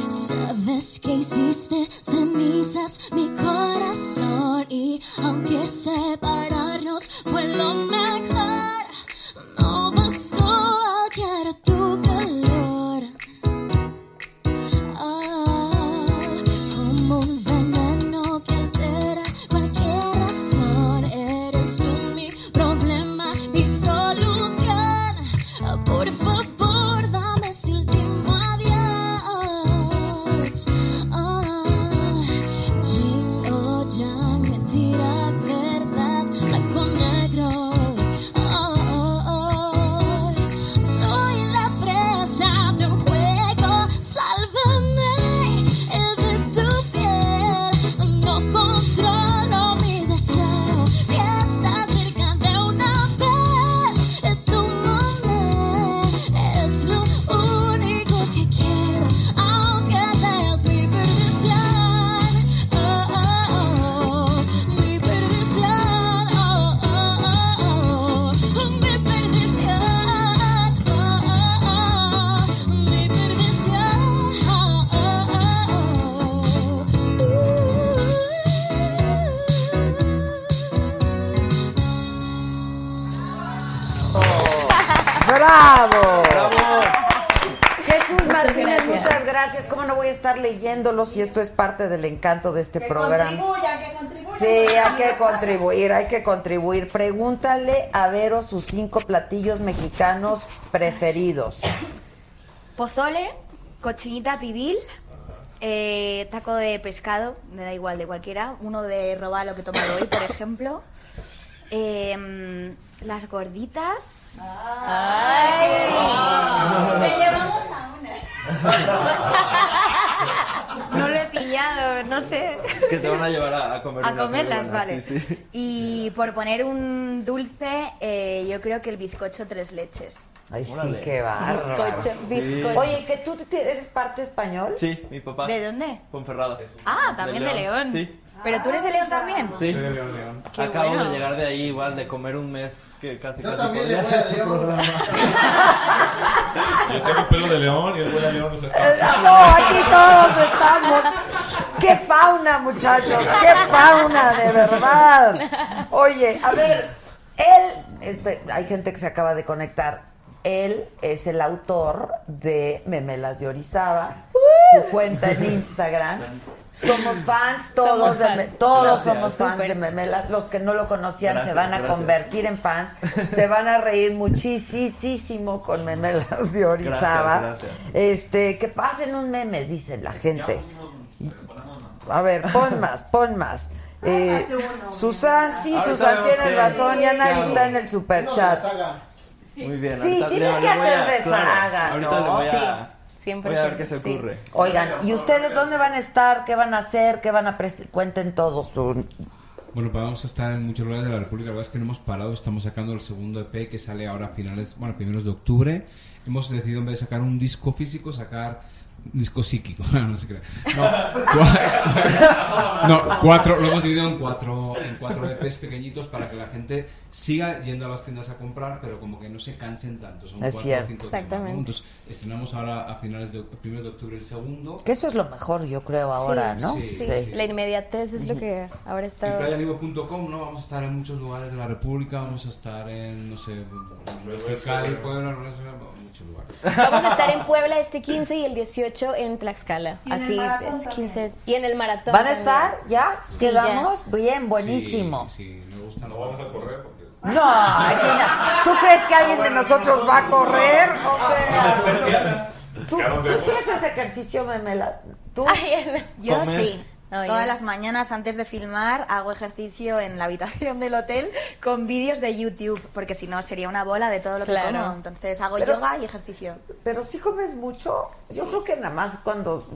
Sabes que hiciste cenizas mi corazón y aunque separarnos fue lo mejor, no bastó hallar tu calor. Ah, como un veneno que altera cualquier razón, eres tú mi problema, mi solución. Ah, Por favor, dame ese último adiós. Ah, Jin o yang, mentira, verdad, blanco, negro. Ah, oh, oh, oh,
gracias. ¿Cómo no voy a estar leyéndolos si esto es parte del encanto de este
Que
programa?
contribuyan, que contribuyan.
Sí, hay que contribuir, hay que contribuir. Pregúntale a Vero sus cinco platillos mexicanos preferidos.
Pozole, cochinita pibil, eh, taco de pescado, me da igual de cualquiera, uno de robalo que he tomado hoy, por ejemplo. em, las gorditas.
Te llevamos
No lo he pillado, no sé.
Que te van a llevar a, a comer
A
unas muy
comerlas,
buenas,
vale.
sí, sí.
Y por poner un dulce, eh, yo creo que el bizcocho tres leches.
Ay, sí,
Órale.
qué bárbaro.
Bizcocho,
Sí. bizcocho.
Oye, ¿que tú te- eres parte español?
Sí, mi papá.
¿De dónde?
Ponferrada.
Ah, también de León.
Sí.
¿Pero tú eres de León también?
Sí.
Qué
Acabo
bueno.
de llegar de ahí igual, de comer un mes que casi
Yo
casi
también le
podría
voy a
hacer tu
León.
programa.
Yo tengo pelo de león y el huele a león. o sea, está-
No, aquí todos estamos. ¡Qué fauna, muchachos! ¡Qué fauna, de verdad! Oye, a ver, él, espe- hay gente que se acaba de conectar. Él es el autor de Memelas de Orizaba, su cuenta en Instagram. Somos fans, todos,
Somos
de me-
fans.
todos
Gracias.
somos fans de Memelas. Los que no lo conocían se
Gracias,
van a
gracias.
convertir en fans, se van a reír muchísimo con Memelas de Orizaba.
Gracias, gracias.
Este, que pasen un meme, dice la gente. A ver, pon más, pon más. Eh, Susan, sí,
Ahorita
Susan
vemos
tiene
qué-
razón, ya
qué
nadie
hago.
está en el superchat.
Muy bien.
Sí,
ahorita
tienes
le-
que
le voy a-
hacer de
claro,
saga,
Ahorita le
¿no?
voy a...
Sí, 100%,
Voy a ver qué se
sí.
ocurre.
Oigan, ¿y ustedes dónde van a estar? ¿Qué van a hacer? ¿Qué van a pres- Cuenten todos su...
Bueno, pues vamos a estar en muchos lugares de la República. La verdad es que no hemos parado. Estamos sacando el segundo EP que sale ahora a finales, bueno, primeros de octubre. Hemos decidido en vez de sacar un disco físico, sacar un disco psíquico. [LAUGHS] no se crea. No, cua- no, cuatro. Lo hemos dividido en cuatro, en cuatro EPs pequeñitos para que la gente siga yendo a las tiendas a comprar, pero como que no se cansen tanto. Son
Es
cuatro o
cierto.
cinco temas, ¿no?
Exactamente.
Entonces, estrenamos ahora a finales de primeros de octubre el segundo.
Que eso es lo mejor, yo creo, ahora,
Sí,
¿no?
sí, sí.
La inmediatez es lo que ahora
En
está...
playalibo.com, ¿no? Vamos a estar en muchos lugares de la República, vamos a estar en, no sé, en Cali, Puebla, Venezuela, muchos lugares.
Vamos a estar en Puebla este 15 y el 18 en Tlaxcala.
Y en el
Así,
maratón
es 15 y en el maratón.
¿Van a
también.
estar? ¿Ya?
Sí, ya.
¿Quedamos? Bien, buenísimo.
Sí, me gusta. No vamos a correr porque...
No, aquí na- ¿tú crees que alguien de nosotros va a correr? ¿Tú, tú sí haces ejercicio, Memela? ¿Tú?
Yo
Comer.
sí.
Ah,
Todas
ya.
las mañanas antes de filmar hago ejercicio en la habitación del hotel con vídeos de YouTube, porque si no sería una bola de todo lo que
Claro.
como. Entonces hago
Pero-
yoga y ejercicio.
Pero sí comes mucho. Yo creo que nada más cuando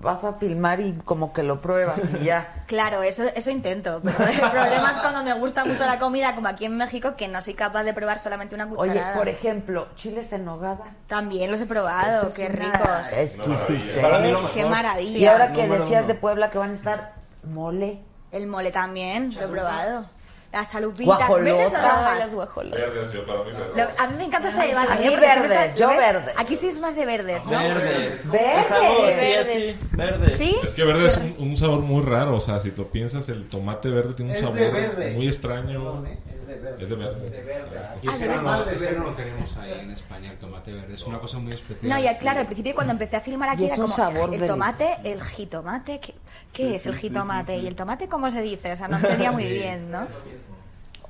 vas a filmar y como que lo pruebas y
[LAUGHS]
ya.
Claro, eso, eso intento. Pero el problema es cuando me gusta mucho la comida, como aquí en México, que no soy capaz de probar solamente una
Oye,
cucharada.
por ejemplo, chiles en nogada.
También los he probado,
Eso es
qué
una
ricos.
Exquisitez.
Para mí lo mejor. Qué maravilla.
Y ahora que
Número
decías
uno.
de Puebla que van a estar mole.
El mole también, lo he
Chalupas.
probado. Las chalupitas, verdes o
Guajolotas.
rojas.
Verdes, yo para mí verdes.
Lo- a mí me encanta este debate.
A mí
¿eh? Porque siempre
verdes,
se-
yo
¿ves?
verdes.
Aquí sí es más de verdes, ¿no?
Verdes.
Verdes.
Es algo así,
Verdes.
así, verdes.
¿Sí?
Es que verde es un, un sabor muy raro, o sea, si lo piensas, el tomate verde tiene un
Es de
sabor
verde. ¿eh?
muy extraño.
Es de verde.
Es de verde.
De verde.
exacto.
Y ese
Ah,
no,
normal
lo-
de
ese
verde.
no lo tenemos ahí en España, el tomate verde, es una cosa muy especial.
No, ya claro, al principio cuando empecé a filmar aquí
Y
era
es un
como
sabor
el
delicioso.
tomate, el jitomate, ¿qué, qué
Sí,
es
sí,
el
sí,
jitomate?
sí, sí.
¿Y el tomate cómo se dice? O sea, no entendía muy
Sí.
bien, ¿no?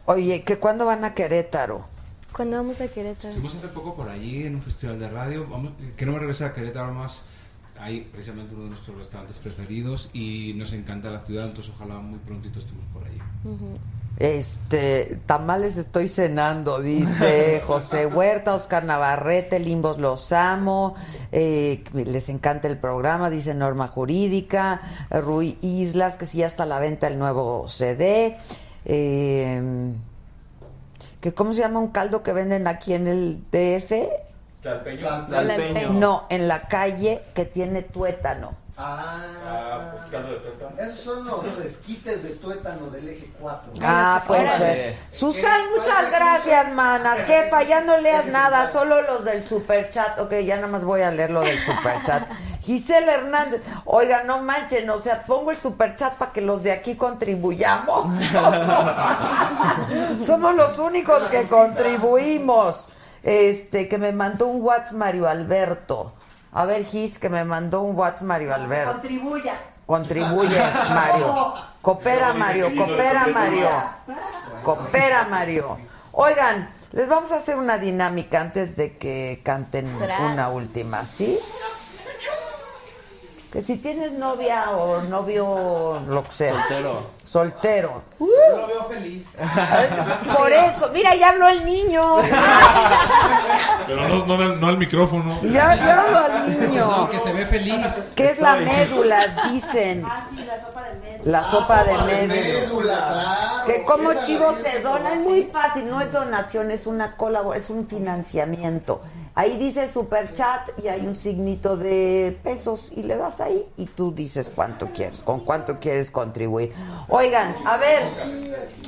Oye, que cuándo van a Querétaro?
¿Cuándo vamos a Querétaro?
Estuvimos hace poco por allí en un festival de radio. Vamos, queremos regresar a Querétaro más. Ahí precisamente uno de nuestros restaurantes preferidos y nos encanta la ciudad, entonces ojalá muy prontito estemos por allí.
Este, tamales estoy cenando, dice José Huerta, Oscar Navarrete, Limbos los amo, eh, les encanta el programa, dice Norma Jurídica, Rui Islas, que sí, ya está a la venta el nuevo CD, eh, que cómo se llama un caldo que venden aquí en el DF,
Tlalpeño.
no, en la calle que tiene tuétano.
Ah,
pues,
Esos son los esquites de tuétano del eje 4.
Ah, pues
Órale.
es. Susan, muchas gracias, mana. Jefa, ya no leas nada, solo los del superchat. Ok, ya nada más voy a leer lo del superchat. Gisela Hernández, oiga, no manchen, o sea, pongo el superchat para que los de aquí contribuyamos.
[LAUGHS]
Somos los únicos que contribuimos. Este, que me mandó un WhatsApp Mario Alberto. A ver, Gis, que me mandó un WhatsApp Mario Alberto.
Contribuya.
Contribuye, Mario. Coopera,
Como dice
Mario.
Gil,
Coopera,
contribuya.
Mario. Coopera, Mario. Oigan, les vamos a hacer una dinámica antes de que canten
Tras.
una última, ¿sí? Que si tienes novia o novio, lo que sea.
Soltero.
Soltero.
Yo lo veo feliz.
Por eso, mira, ya habló el niño.
Pero no, no, al- no al micrófono.
Ya, ya hablo al niño.
No, que se ve feliz.
¿Qué es la médula? Dicen. la Ah, sopa de médula. Que como chivo se dona, es muy fácil, no es donación, es una colaboración, es un financiamiento. Ahí dice super chat y hay un signito de pesos y le das ahí y tú dices cuánto quieres, con cuánto quieres contribuir. Oigan, a ver,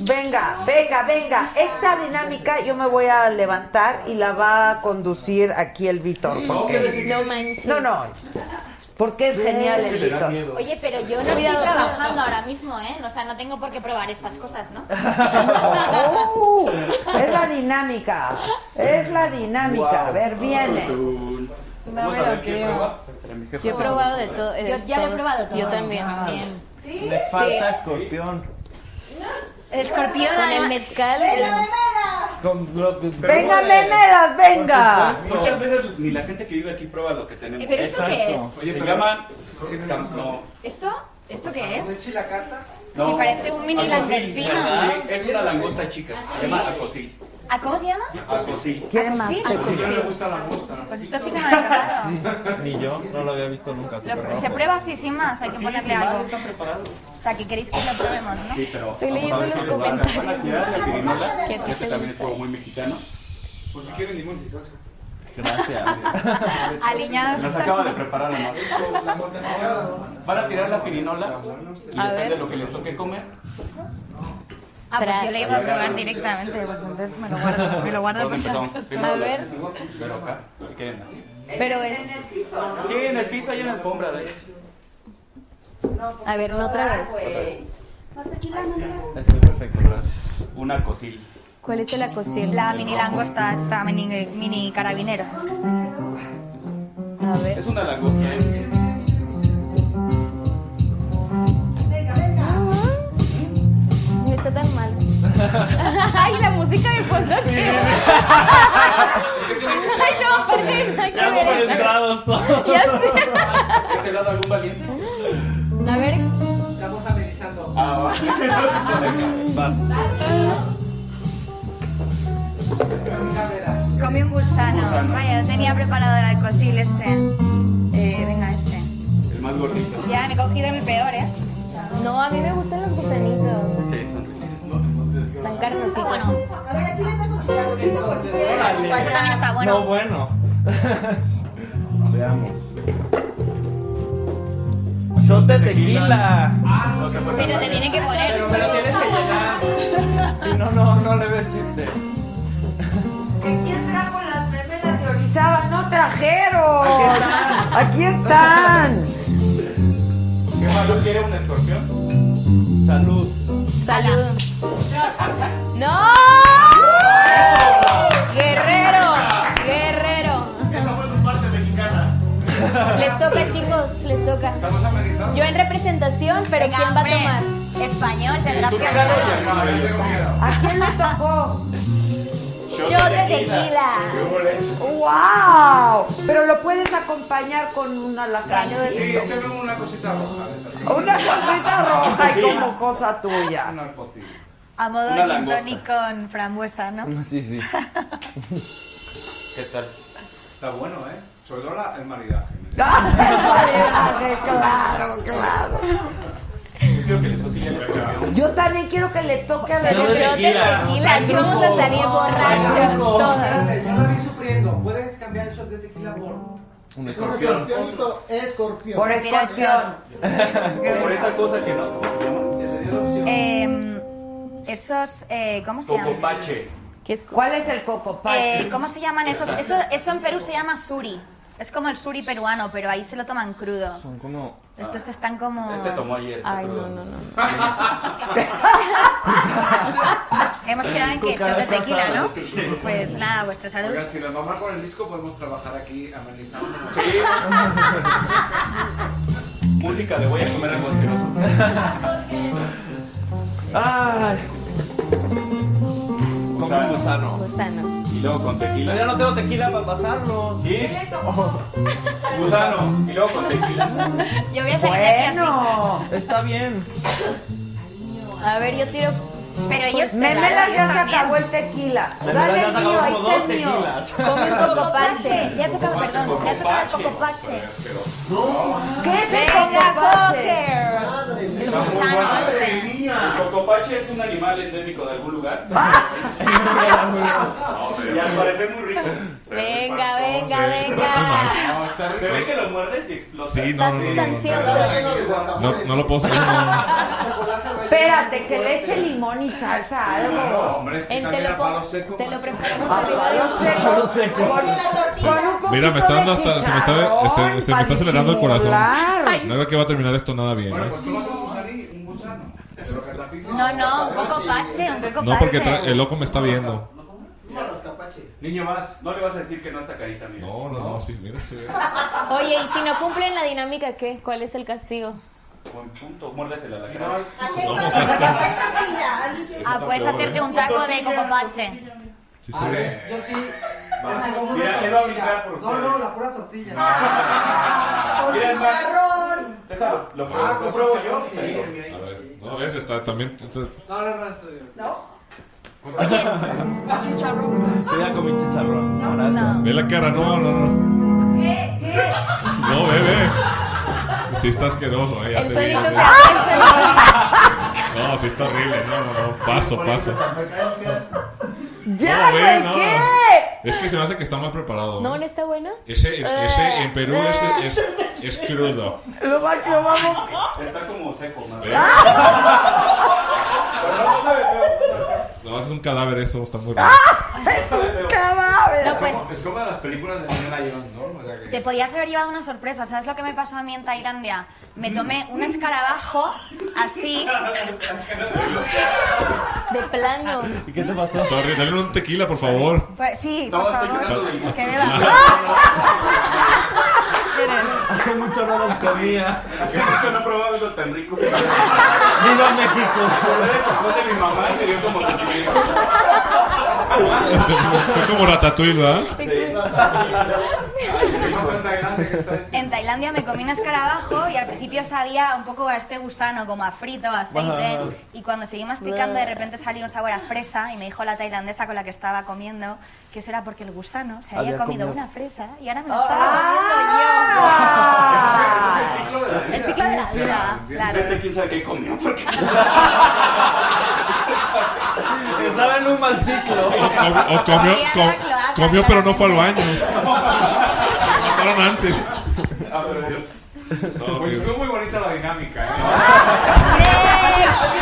venga, venga, venga, esta dinámica yo me voy a levantar y la va a conducir aquí el Víctor. porque-
No manches.
No, no, porque es genial el Víctor.
Oye, pero yo no estoy
Cuidado.
trabajando ahora mismo, ¿eh? O sea, no tengo por qué probar estas cosas, ¿no?
¡Oh! es la dinámica. Es la dinámica. a ver, viene.
No me lo creo.
Yo he probado de todo. eh,
Yo ya lo he
todos.
probado todo. Ah.
Yo también.
Le falta escorpión.
Escorpión,
Con el
además-
mezcal.
¡Venga,
el-
Con glo-
Venga,
eh,
memelas, venga.
por supuesto.
Muchas veces ni la gente que vive aquí prueba lo que tenemos.
Eh, ¿pero esto qué
Exacto.
es?
Oye, se llaman... No,
¿Esto? ¿Esto qué es?
no.
Sí, parece un mini
Algo así,
langostino.
algo así. Es una langosta chica. Se llama acosí.
¿A cómo se llama?
Acosí.
Ah,
¿Quieren más?
¿A
tequila?
quién no le gusta la langosta?
Pues esto sí que no lo he probado.
Ni yo, no lo había visto nunca.
Lo- se prueba así sin más, hay que ponerle algo. O sea, que queréis que lo probemos, ¿no?
Sí, pero
Estoy
vamos a
leyendo
ver si
los
les van a-
comentarios.
van a tirar la
Ah,
pirinola,
¿Qué
que
a ti te
este también es juego muy mexicano. Pues si quieren limón y salsa. [LAUGHS]
Gracias.
Aliñados.
Nos acaba de preparar la madre. Van a tirar la pirinola y
A
depende
ver.
de lo que les toque comer.
Ah, pues yo le iba a probar directamente, pues entonces me lo guardo, me lo guardo por
Todos
si
empezamos.
acaso.
Primero las- Pero acá, si quieren.
Pero es.
Sí, en el piso hay una alfombra, de hecho.
A ver, no otra vez.
Estoy perfecto, gracias. Una cosil.
¿Cuál es el acosil?
La mini langosta, esta mini, mini carabinero.
A ver.
Es una langosta, ¿eh?
No está tan mal. [LAUGHS] Ay, la música de fondo. es que- Ay, no, Jorge, no hay que ver eso. Ya
¿De este lado algún valiente?
sé. A ver.
Estamos amenizando.
Ah, va.
Comí un gusano.
Gusano.
Vaya, yo tenía preparado el alcohol este. Eh, venga, este.
El más gordito.
Ya, me he cogido el peor, ¿eh?
No, a mí me gustan los gusanitos.
Sí, son ricos.
Están
Ah,
carnositos.
A ver, aquí les dejo chicharroncito por
Órale.
Pues
ustedes.
No, bueno. [LAUGHS] Veamos. Shot de tequila. Ah,
Pero te tiene que poner.
Pero me lo tienes que llenar. Si no, no, no le veo el
[LAUGHS]
chiste.
¿Qué quién será con las memelas de Orizaba? ¡No trajeron! Aquí están.
¿Qué más no quiere un escorpión? Salud.
[LAUGHS] Salud. ¡No! ¡Guerrero! ¡Guerrero!
Esa fue tu parte mexicana.
Les toca, chicos, les toca. Yo en representación, pero
Venga,
¿quién va a
hombre.
tomar?
Español, tendrás que
¿A quién le tocó?
Shot de tequila.
¡Wow! Pero lo puedes acompañar con una
Sí,
lacrancito.
échame una cosita roja de esas.
Una cosita roja y
Sí.
como cosa tuya.
Una cosita.
A modo
Una
gin
langosta.
tonic con frambuesa, ¿no?
Sí, sí. ¿Qué tal? Está bueno, ¿eh? Sobre todo la- el maridaje.
claro, claro.
Yo creo que les toque ya el escorpión.
Yo también quiero que le toque a la
Shot de
gente.
tequila.
Tequila, aquí vamos a salir borrachas todas.
Espérate, yo la vi sufriendo. ¿Puedes cambiar el shot de tequila por...?
Un
escorpión.
Escorpionito, escorpión.
Por escorpión.
Por esta cosa que no, ¿cómo se llama? Se le dio opción.
Eh, esos, eh, ¿cómo se llaman?
Cocopache.
¿Cuál es el cocopache?
Eh, ¿Cómo se llaman esos? Eso, eso en Perú se llama suri. Es como el suri peruano, pero ahí se lo toman crudo.
Son como.
Estos están como...
Este tomó ayer.
Ay, no, no, no.
Hemos quedado en que shot de tequila, ¿no? Pues nada, vuestra salud.
Oigan, si nos vamos con el disco, podemos trabajar aquí analizando.
[LAUGHS] Música de voy a comer algo [LAUGHS] asqueroso.
Ay. Como un gusano.
Gusano.
Y luego con tequila.
Ya no tengo tequila para pasarlo.
¿Y? Gusano. Y luego con tequila.
Yo voy a salir de aquí así.
Está bien.
A ver, yo tiro. Pero ellos.
Memelas ya se acabó el tequila.
Memelas
Dale
ya
el
se acabó
mío, ahí
como
está el
dos
mío.
tequilas.
Come
[LAUGHS]
un cocopache.
Ya tocaba,
Cocopache,
perdón, ya tocaba
cocopache.
cocopache.
¿Qué es el
Venga,
cocopache?
póker.
El gusano
este. El cocopache es un animal endémico de algún lugar. y al parecer muy rico.
Venga, venga, venga.
Se ve que lo muerdes y explota.
Sí, no, no, no, no, no, no, no lo puedo saber.
Espérate, que le eche limón y salsa algo.
Hombre, es que
En-
también
te lo
a palo seco.
Te lo preparamos
A
arriba de
palo seco.
un-
Mira, me está dando hasta, se me está, este, se me está acelerando el corazón.
disimular.
No creo que va a terminar esto nada bien. ¿eh?
No, no, un cocopache, un cocopache.
No, porque tra- el ojo me está viendo.
Niño, vas. No le vas a decir que no está carita, mira.
No, no, no, sí, mira, sí.
Oye, y si no cumplen la dinámica, ¿qué? ¿Cuál es el castigo?
Buen punto. Muérdesela la cara.
Ah, puedes hacerte un taco de cocopache.
Sí
se ve.
Yo sí.
Vas.
Yo sí.
Mira, él va a brincar por
No,
ustedes.
no, la pura tortilla.
Con Mira, su es más-
marrón.
Déjalo. Lo
Ah,
pruebo, lo pruebo yo.
Sí.
A ver, no, ves, está también. está-
No, no, no, estoy bien.
¿No?
Chicharrón.
Yo ya comí chicharrón. Gracias.
Ve la cara, no, no, no.
¿Qué? ¿Qué?
No, ve, ve. Pues Sí está asqueroso, eh, ya te vi.
solito
ve.
se
No, sí está horrible, no, no, no. Paso, paso.
¡Ya,
No, ve,
güey!
no.
¿Qué?
Es que se me hace que está mal preparado. eh.
¿No, no está bueno?
Ese, ese en Perú es,
Ah.
es, es crudo.
Lo va- lo vamos.
Está como seco, más.
Ve.
Pero no, no sabe feo.
No, es un cadáver eso, está muy raro.
[LAUGHS]
¡Cadáver!
No, pues
Es como de las películas de señora Young, ¿no? O sea que... [LAUGHS]
Te podías haber llevado una sorpresa. ¿Sabes lo que me pasó a mí en Tailandia? Me tomé un escarabajo [LAUGHS] así.
De plano.
¿Y qué te pasó? Dale un tequila, por favor.
Pues, sí,
No,
por
estoy llorando
favor.
del-
Que beba.
Hace mucho no los comía.
Hace mucho no probaba algo tan rico. Viva
México.
Fue de mi mamá y me dio como
[LAUGHS]
sentimiento.
Fue como ratatouille, ¿verdad?
En Tailandia me comí un escarabajo y al principio sabía un poco a este gusano, como a frito, a aceite.
Ajá.
Y cuando seguí masticando, de repente salió un sabor a fresa y me dijo la tailandesa con la que estaba comiendo que eso era porque el gusano se había,
Había
comido,
comido. Ah.
una fresa y ahora me lo estaba comiendo yo. el ciclo de la vida. claro.
Este,
Vete, quién sabe qué comió.
[LAUGHS]
Porque...
[LAUGHS] Estaba en un mal
O,
ciclo.
o eh, comió, co- comió, pero no fue al baño. Lo mataron antes.
A ver, pues estuvo muy bonita la dinámica. ¿eh?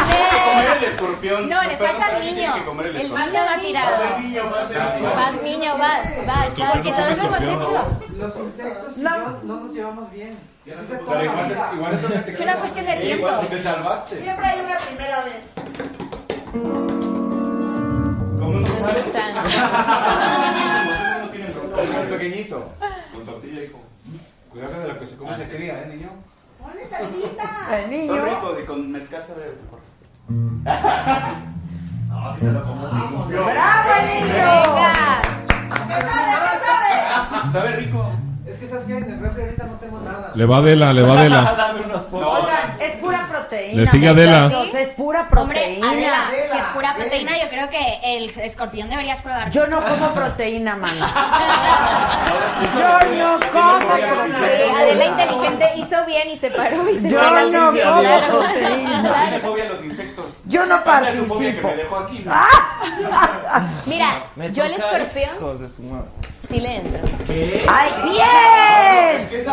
Tiene que comer el escorpión.
No, le
Pero
falta al
también tiene
niño.
que comer el
El
escorpión.
niño lo ha tirado.
Vas, niño, vas, vas, vas.
Porque todos lo hemos hecho.
Los insectos y yo no nos llevamos bien. Eso es de toda
Pero
la
igual,
vida.
igual es
Es una cuestión de
Eh, igual
tiempo.
te salvaste.
Siempre hay una primera vez.
Como el pequeñito. Con tortilla, hijo. Cuidado que de la que se come se cría, ¿eh, niño?
Ponle salsita.
El
Son
niño.
ricos y con mezcal sabe mejor. [LAUGHS]
¡Bravo, el
Venga.
¿Qué
[LAUGHS]
sabe? ¿Qué sabe?
Sabe rico.
Es que sabes que en el refri ahorita no tengo nada.
Le va Adela, le va Adela.
Dame unos pocos.
Oigan, es pura proteína.
Le sigue Adela.
muchachos, Es pura
Hombre,
proteína.
Adela, si es pura proteína, yo creo que el escorpión deberías probar.
Yo no como proteína, mano.
[LAUGHS]
Yo no como
Sí, Adela
proteína.
inteligente hizo bien y se paró y se
Yo
fue a la
no
sesión.
como
Claro.
proteína.
Tiene fobia a los insectos.
Yo no
Tanta es su fobia que
participo. Ah.
me dejó aquí, ¿no?
[LAUGHS] Mira,
Me
yo el
toca,
escorpión
hijos de su madre.
sí le entro.
¡Ay, bien!
¿Qué es
A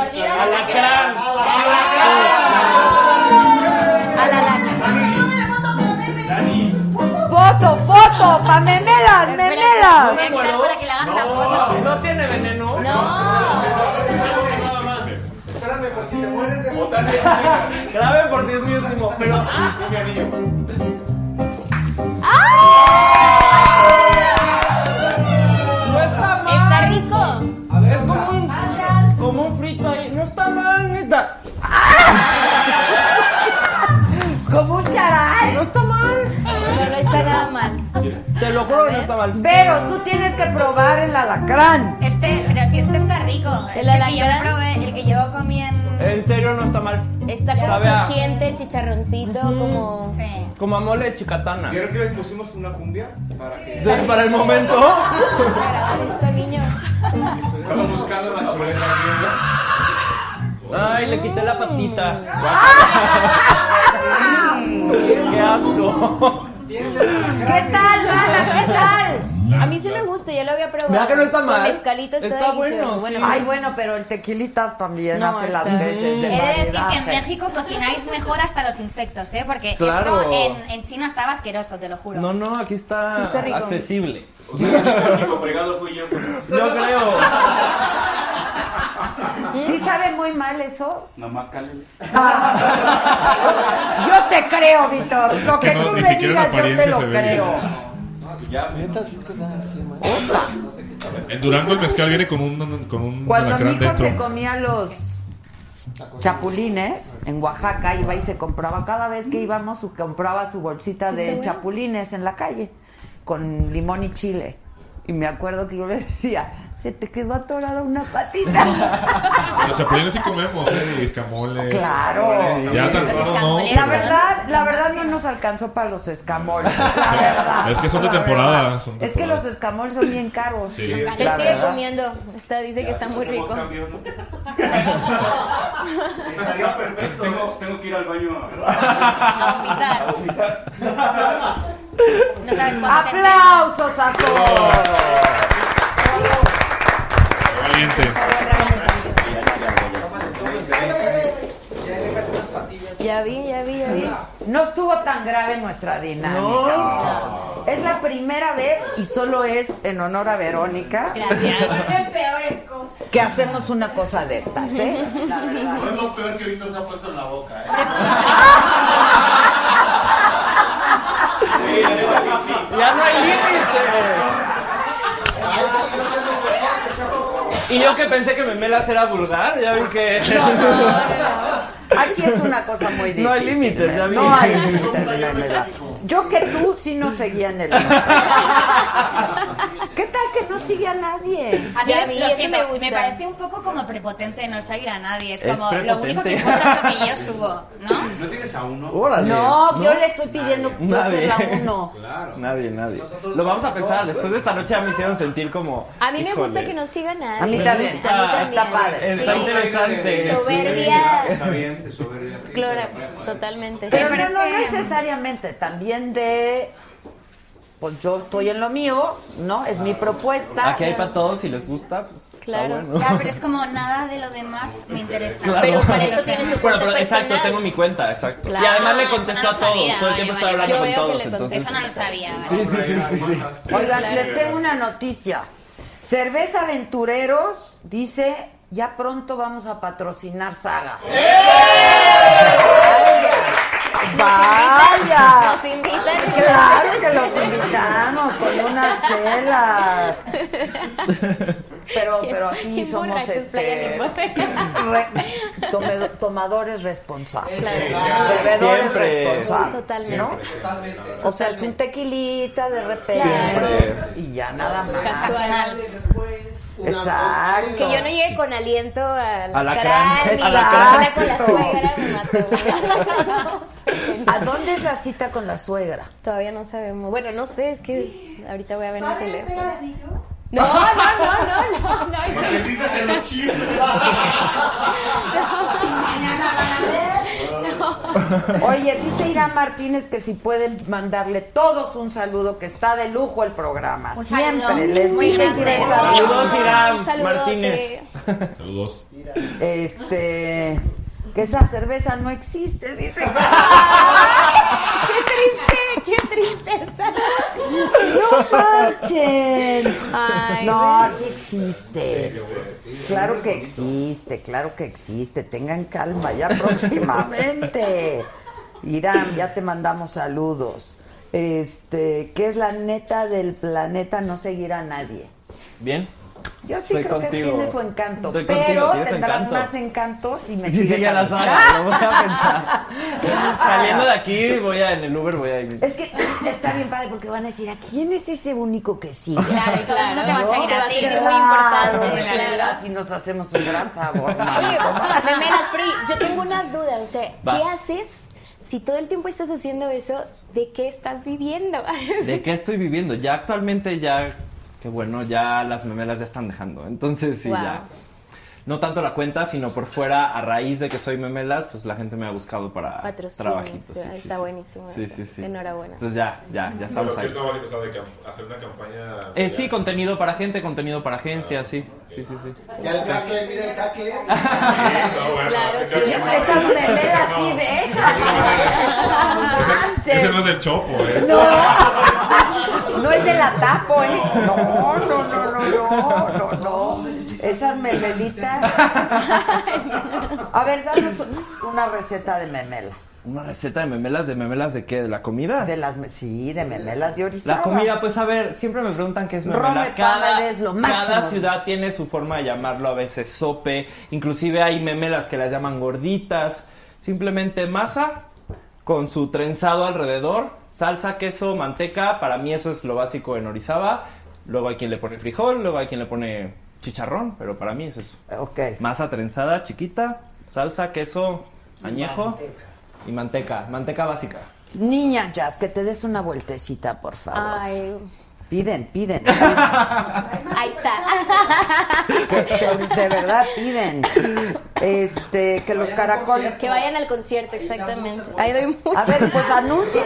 la laca.
Foto, foto, pa' memelas, memelas.
Voy a quitar para que le hagan una foto.
No tiene veneno.
Espérame, por si te mueres de botanes.
Graben por 10 mi último. Pero.
Mi anillo.
¡Ah!
frito ahí. No está mal, neta.
Como un charal.
No está mal.
No, no está nada mal.
Te lo juro, no está mal.
Pero tú tienes que probar el alacrán.
Este, pero si este está rico.
¿El
Este que yo me
alacrán?
probé, el que yo comí en...
En serio, no está mal.
Está
Sabe a-
como crujiente, chicharroncito, como...
Como a mole de chicatana.
¿Vieron que le pusimos una cumbia? Para que...
Entonces, para el momento.
[LAUGHS]
Listo, niño.
Estamos buscando la chuleta.
Ay, le quité la patita. Qué asco.
¿Qué tal, Lala? ¿Qué tal?
A mí sí me gusta, ya lo había probado.
Mira que no está mal.
Con mezcalito está,
Está bueno,
delicioso.
sí.
Ay, bueno, pero el tequilita también
No,
hace las
está-
veces de
He de decir que en
maridaje.
México cocináis mejor hasta los insectos, ¿eh? Porque
Claro.
esto en, en China estaba asqueroso, te lo juro.
No, no, aquí
Mm.
está,
Sí, está rico.
accesible.
Complicado fui yo.
Yo creo.
¿Sí sabe muy mal eso? [LAUGHS]
Nomás cálele.
Yo te creo, Víctor. Lo
que
que,
no,
tú
ni
me
siquiera en
digas, yo te
apariencia
lo
se ve
creo.
Ya, me-
En Durango el mezcal viene con un, con un
Cuando mi
alacrán
hijo
dentro.
se comía los chapulines en Oaxaca, iba y se compraba. Cada vez que íbamos, su- compraba su bolsita
Sí,
de
está bueno.
chapulines en la calle con limón y chile. Y me acuerdo que yo le decía, se te quedó atorada una
[LAUGHS]
patita. [LAUGHS]
Los chapulines sí comemos, ¿eh? Y escamoles.
Claro.
Ya tan raro, ¿no?
La verdad, la verdad no nos alcanzó para los escamoles. la
Sí,
verdad.
es que son de
La verdad.
temporada, son
Es que
temporada.
los escamoles son bien caros.
Sí.
Lo
La
sigue
verdad.
comiendo. Está, dice que está muy rico.
Estaría perfecto. Tengo, tengo que ir al baño a,
[LAUGHS]
a vomitar.
No sabes cuándo te-
¡Aplausos a todos!
Valiente.
Ya vi, ya vi, ya vi.
No estuvo tan grave nuestra dinámica. Es la primera vez y solo es en honor a Verónica
Hacen peores cosas.
que hacemos una cosa de estas, ¿eh? La verdad.
No es lo peor que ahorita se ha puesto en la boca, ¿eh?
Ya no hay límites. Y yo que pensé que memelas era vulgar, ya vi que.
Aquí es una cosa muy difícil.
No hay límites,
¿eh?
ya vi.
No hay límites, la verdad. Yo que tú sí no seguía en el Instagram. ¿Qué tal que no sigue a nadie?
A mí
Ya
me-
vi,
lo
eso
siento,
me gusta.
me parece un poco como prepotente no seguir a nadie. Es
Es
como, lo único
prepotente.
que importa es lo que yo
[LAUGHS]
subo, ¿no?
¿No tienes a uno?
Órale.
No, yo le estoy pidiendo yo soy la
[LAUGHS] Nadie.
uno.
Claro.
Nadie, nadie. Lo vamos a pensar. Después de esta noche ya me hicieron sentir como.
[LAUGHS] A mí me
híjole.
gusta que no siga nadie.
A mí también.
A mí también.
Está padre.
Está
Sí.
interesante.
Soberbia.
Está bien, de soberbia. Sí,
Clora,
pero-
totalmente.
[LAUGHS] Pero no, no necesariamente, también de... Pues yo estoy en lo mío, ¿no? Es mi propuesta.
Aquí hay para todos, si les gusta, pues.
Claro.
Está
Ya,
bueno.
pero es
[LAUGHS]
como nada de lo demás me interesa.
Claro.
Pero para eso tiene su
Bueno,
cuenta
pero exacto,
personal.
tengo mi cuenta, exacto.
Claro.
Y además le
Ah,
contesto
eso no
a
lo
todos,
sabía,
todo el
vale,
tiempo estoy
vale.
hablando
Yo
con
veo que
todos,
le
entonces.
Eso no lo sabía. ¿vale?
Sí, sí, sí, sí, sí.
Oigan,
claro.
les tengo una noticia. Cerveza Aventureros dice, ya pronto vamos a patrocinar Saga.
¡Eh!
¡Vaya!
Nos invitan.
Claro que los invitamos con unas chelas. Pero, pero aquí
Bien
somos
borrachos, playa
este,
limón.
re- [LAUGHS] tome- tomadores responsables,
Claro.
bebedores
Siempre.
responsables,
Totalmente.
¿no? O sea, es un tequilita de repente
Siempre.
y ya nada más.
Casual.
Exacto.
Que yo no llegue con aliento al
Alacrán.
alacrán, ni
Alacrán.
siquiera con la suegra me mató.
[LAUGHS]
¿A dónde es la cita con la suegra?
Todavía no sabemos. Bueno, no sé, es que ahorita voy a ver mi
¿Sabe la pega
teléfono.
de niño?
No, no, no, no, no, no.
Porque sí se hacen los chidos.
Mañana van a ver.
Oye, dice Irán Martínez que si pueden mandarle todos un saludo, que está de lujo el programa.
Un
Siempre
saludo.
les
Muy
dije que iba a estar
grande.
de lujo.
Saludos, Irán
Un saludote.
Martínez.
Saludos.
Este. Que esa cerveza no existe, dice.
Qué triste, qué tristeza.
¡No manchen!
Ay,
No, sí existe. Claro que existe, claro que existe. Tengan calma, ya próximamente. Irán, ya te mandamos saludos. Este, ¿qué es la neta del planeta? No seguirá a nadie.
Bien.
Yo sí
Estoy
creo que
contigo.
tiene su encanto,
Estoy
pero
contigo, tienes
tendrás
encanto.
más encanto si me
Sí, sí,
sigues
ya
a
la
mí.
sabe, lo voy a
[LAUGHS]
pensar. Saliendo de aquí, voy a, en el Uber voy a ir.
Es que está bien padre porque van a decir, ¿a quién es ese único que sigue?
Claro, y todo el mundo te va a seguir a ti. Muy importante, claro.
Así nos hacemos un gran favor.
Oye,
mano.
Memenas, pero yo tengo una duda, o sea,
Vas.
¿qué haces si todo el tiempo estás haciendo eso? ¿De qué estás viviendo? [LAUGHS]
¿De qué estoy viviendo? Ya actualmente ya, que bueno, ya las memelas ya están dejando. Entonces sí,
Wow.
ya. No tanto la cuenta, sino por fuera, a raíz de que soy memelas, pues la gente me ha buscado para
Patrocinios,
trabajitos. sí,
está
sí, sí.
buenísimo
Sí,
eso.
sí, sí.
Enhorabuena.
Entonces ya, ya, ya
Pero
estamos
¿Qué
ahí.
trabajitos o sea, de camp- hacer una campaña?
Eh, sí, contenido para gente, contenido para agencia, sí. Sí, sí, sí.
Ya el cacle, mira el cacle.
Claro,
[LAUGHS]
sí.
Esas memelas sí,
deja. No manches.
Ese no es el chopo, ¿eh?
No. No es de la tapo, ¿eh? No, no, no, no, no, no, no. Esas
[LAUGHS]
memelitas. A ver, danos una receta de memelas.
Una receta de memelas, de memelas de qué, de la comida.
De las, sí, de memelas de
La comida, pues a ver, siempre me preguntan qué es memela.
Rome Pámela
cada,
es lo
cada
máximo.
ciudad tiene su forma de llamarlo, a veces sope, inclusive hay memelas que las llaman gorditas, simplemente masa con su trenzado alrededor, salsa, queso, manteca, para mí eso es lo básico en Orizaba, luego hay quien le pone frijol, luego hay quien le pone chicharrón, pero para mí es eso. Masa trenzada, chiquita, salsa, queso, añejo y manteca, manteca básica.
Niña Jazz, que te des una vueltecita, por
Ah.
favor.
Ay,
Piden, piden. [LAUGHS]
ahí está.
Que te- de verdad piden. Este, que los caracoles.
Que vayan al concierto, exactamente. Ahí doy mucho.
A ver, pues anuncien.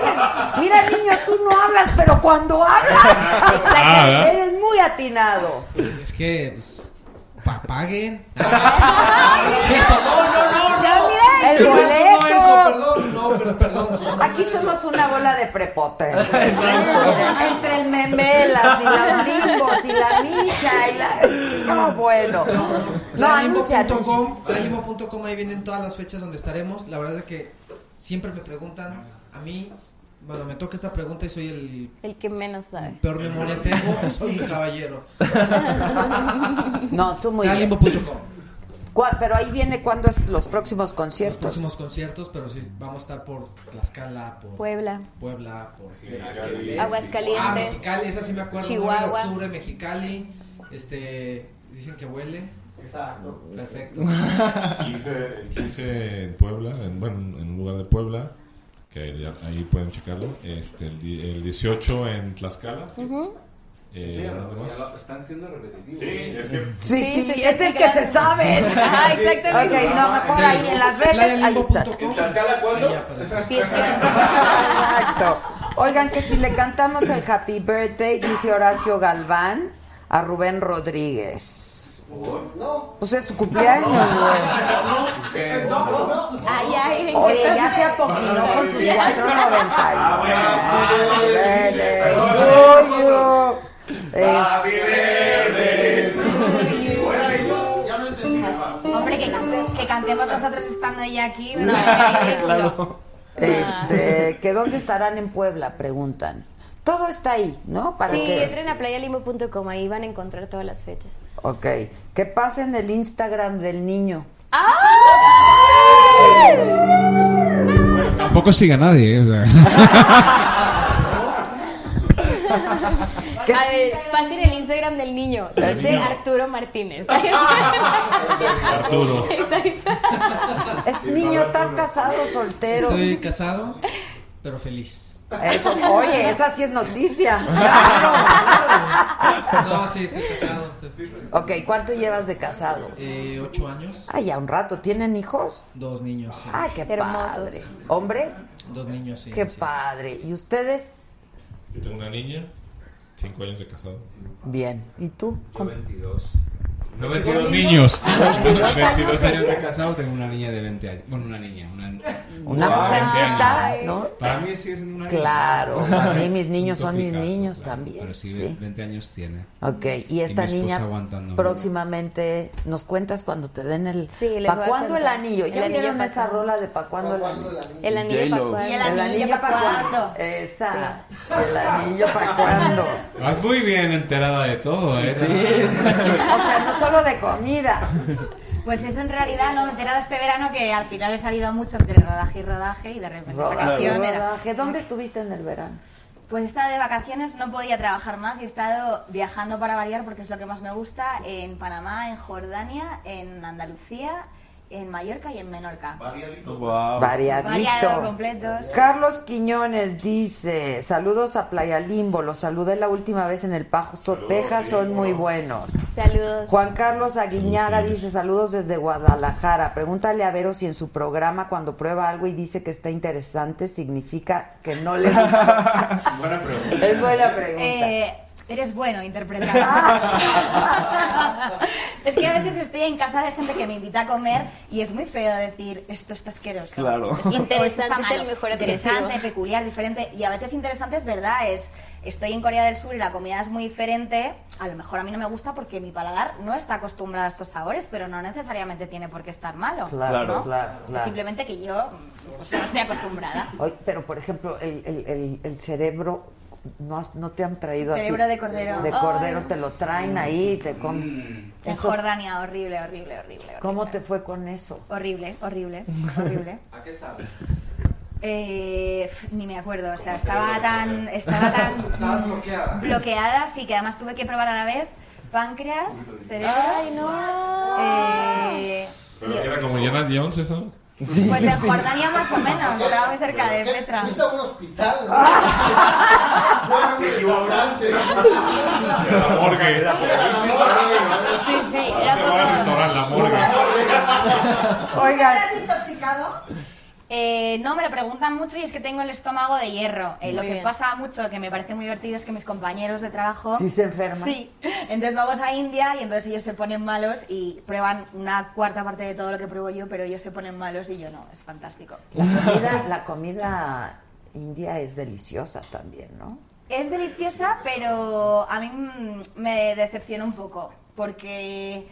Mira, niño, tú no hablas, pero
[LAUGHS]
cuando hablas, [LAUGHS]
Ah, ¿verdad?
eres muy atinado.
Es, es que, pues, pa- paguen.
Ya, mira, el
Perdón,
boleto.
no, eso, perdón, no, per- perdón.
Aquí somos una bola de
[LAUGHS]
prepotentes. Entre el memelas y los limbos y la micha y la. No, bueno. No, anuncia, anuncia.
Lalimo.com, Lalimo.com, ahí vienen todas las fechas donde estaremos. La verdad es que siempre me preguntan, a mí, bueno, me toca esta pregunta y soy el
El que menos sabe.
peor memoria tengo, soy un caballero.
No, tú muy bien. Cua- Pero ahí viene cuando es los próximos conciertos.
Próximos conciertos, pero sí, vamos a estar por Tlaxcala, por
Puebla.
Puebla, por
Mexicali. Aguascalientes.
Ah, Mexicali, esa sí me acuerdo.
Chihuahua.
9 de octubre, Mexicali. Este, dicen que huele. Exacto. Perfecto.
15, el 15 en Puebla, en, bueno, en un lugar de Puebla, que ahí, ya- ahí pueden checarlo. Este, el, di- el 18 en Tlaxcala.
Ujú.
Eh,
Sí,
¿dónde
ya
más?
lo- están siendo repetitivos.
Sí, es
que-
Sí, sí,
Sí, sí,
es
sí,
el
sí,
que
sí.
se sabe.
Ah, exactamente.
Ok, no, mejor
Sí.
ahí en las redes, ahí está.
¿En Tlaxcala cuándo?
[LAUGHS] Exacto. Oigan, que si le cantamos el Happy Birthday, dice Horacio Galván, a Rubén Rodríguez.
No.
Pues es su cumpleaños, güey.
Ay, ay,
Oye, ya se apoquinó con sus 4.90. Happy
Hombre, que, cante- que cantemos nosotros estando ella aquí. ¿no?
Este, que dónde estarán en Puebla, preguntan. Todo está ahí, ¿no? Para
sí,
que
entren a playalimbo.com, ahí van a encontrar todas las fechas.
Ok, que pasen el Instagram del niño.
Tampoco siga nadie, eh, o sea.
A ver, pasen el Instagram del niño. Dice
[LAUGHS]
Arturo Martínez.
Arturo.
Exacto.
Es- niño, ¿estás casado o soltero?
Estoy casado, pero feliz.
Eso, oye, esa sí
[LAUGHS]
es noticia.
No, sí, estoy casado. estoy feliz.
Ok, ¿cuánto llevas de casado?
Eh, ocho años,
Ah, ya un rato. ¿Tienen hijos?
dos niños. sí.
Ah, qué padre. ¿Hombres?
Dos niños, sí.
Qué
así es.
padre. ¿Y ustedes?
Yo tengo una niña, 5 años de casado.
Bien. ¿Y tú?
Yo 22. No, 22 niños.
22
22 años de
años.
casado, tengo una niña de 20 años. Bueno, una niña. Una,
Una
de
mujer
20 años.
bonita, ¿no?
Para mí sí es una niña. [LAUGHS]
Claro, a mí mis niños
Punto
son mis
aplicado,
niños
claro.
también,
Pero sí,
sí.
20 años tiene.
Ok, y esta
mi esposa
niña
aguantándome.
próximamente nos cuentas cuando te den el...
Sí, les voy
¿Pa'
a
cuándo el
contar.
anillo?
El
¿Ya
anillo
vieron
pa'
esa
cuándo.
rola de pa' cuándo el anillo?
El anillo
J-Lo.
para
Y el anillo pa' cuándo. Esa. El anillo para cuándo.
Vas muy bien enterada de todo, [LAUGHS]
[LAUGHS]
¿eh?
O sea, no solo de comida.
Pues eso en realidad no me he enterado este verano que al final he salido mucho entre rodaje y rodaje y de repente esa canción era-
rodaje. ¿Dónde estuviste en el verano?
Pues he estado de vacaciones, no podía trabajar más y he estado viajando para variar porque es lo que más me gusta en Panamá, en Jordania, en Andalucía, en Mallorca y en Menorca.
Wow. Variadito.
Variado, completos.
Carlos Quiñones dice, saludos a Playa Limbo, los saludé la última vez en el Paso, Texas, son muy buenos.
Saludos.
Juan Carlos Aguiñaga dice saludos desde Guadalajara. Pregúntale a Vero si en su programa cuando prueba algo y dice que está interesante significa que no le gusta.
Buena pregunta.
es buena pregunta.
Eh, eres bueno interpretando. [LAUGHS] es que a veces estoy en casa de gente que me invita a comer y es muy feo decir esto está asqueroso.
Claro.
Esto-
Interesante
o esto está
es
malo".
el mejor adjetivo.
Interesante, peculiar, diferente. Y a veces interesante es verdad, es estoy en Corea del Sur y la comida es muy diferente. A lo mejor a mí no me gusta porque mi paladar no está acostumbrado a estos sabores, pero no necesariamente tiene por qué estar malo.
Claro,
¿no?
claro, claro.
Simplemente que yo pues, no estoy acostumbrada.
Oye, pero por ejemplo, el, el- el- el cerebro, ¿no, has- no te han traído así?
Cerebro de cordero.
De cordero,
Ay.
te lo traen ahí, te comen.
En
Eso-
Jordania, horrible, horrible, horrible.
¿Cómo te fue con eso?
Horrible, horrible, horrible.
¿A qué sabe?
Eh, pf, ni me acuerdo, o sea,
te veo
estaba
loco,
tan, estaba tan
Estabas bloqueada.
bloqueada, sí, que además tuve que probar a la vez páncreas, cerebro.
Ay, no.
Eh,
Pero que era como Indiana Jones, ¿eso?
pues en Jordania más o menos, estaba muy cerca de Petra.
Fuiste a un hospital.
[LAUGHS]
La morgue.
Sí, sí, era todo.
Restaurante, la morgue.
Oigan.
¿Estás intoxicado?
Eh, no, me lo preguntan mucho y es que tengo el estómago de hierro. Eh, lo
Muy
que
bien.
pasa mucho, que me parece muy divertido, es que mis compañeros de trabajo...
Sí se enferman.
Sí. Entonces vamos a India y entonces ellos se ponen malos y prueban una cuarta parte de todo lo que pruebo yo, pero ellos se ponen malos y yo no. Es fantástico.
La comida, la comida india es deliciosa también, ¿no?
Es deliciosa, pero a mí mm, me decepciona un poco, porque...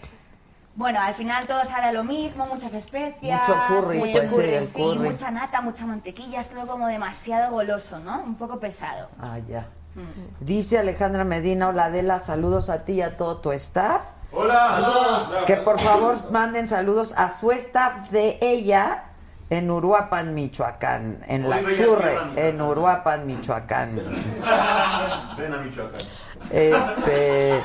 Bueno, al final todo sabe a lo mismo, muchas especias,
Mucho curry, pues, sí, el
sí,
curry.
mucha nata, mucha mantequilla, es todo como demasiado goloso, ¿no? Un poco pesado. Mm.
Ah, ya. Dice Alejandra Medina, hola Adela, saludos a ti y a todo tu staff.
Hola. Saludos.
Que por
[LAUGHS]
favor manden saludos a su staff de ella en Uruapan, Michoacán, en La
Hoy venga
Churre,
tierra, Michoacán.
en Uruapan, Michoacán.
Ven a Michoacán.
Este,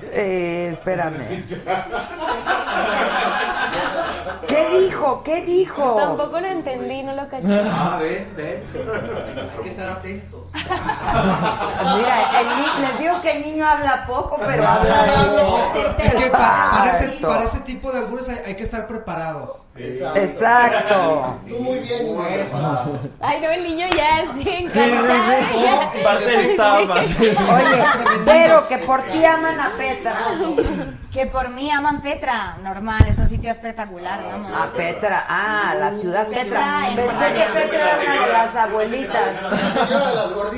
eh, espérame. ¿Qué dijo? ¿Qué dijo?
Tampoco lo entendí, no lo caché.
[LAUGHS]
Ah, ven, ven. Hay que estar atentos.
Mira, el ni- les digo que el niño habla poco, pero habla bien.
Es que pa- para, ese,
Exacto.
para ese tipo de albures hay, hay que estar preparado.
Exacto.
Tú muy bien,
Ay, no, el niño ya así
sí.
enganchado. ya.
Parte de estabas.
Oye, pero que por ti aman a Petra.
Que por mí aman Petra, normal, es un sitio espectacular, vamos.
A Petra, ah, la ciudad Petra.
Petra, en
Pensé que
Oaxaca.
Petra era una de las abuelitas.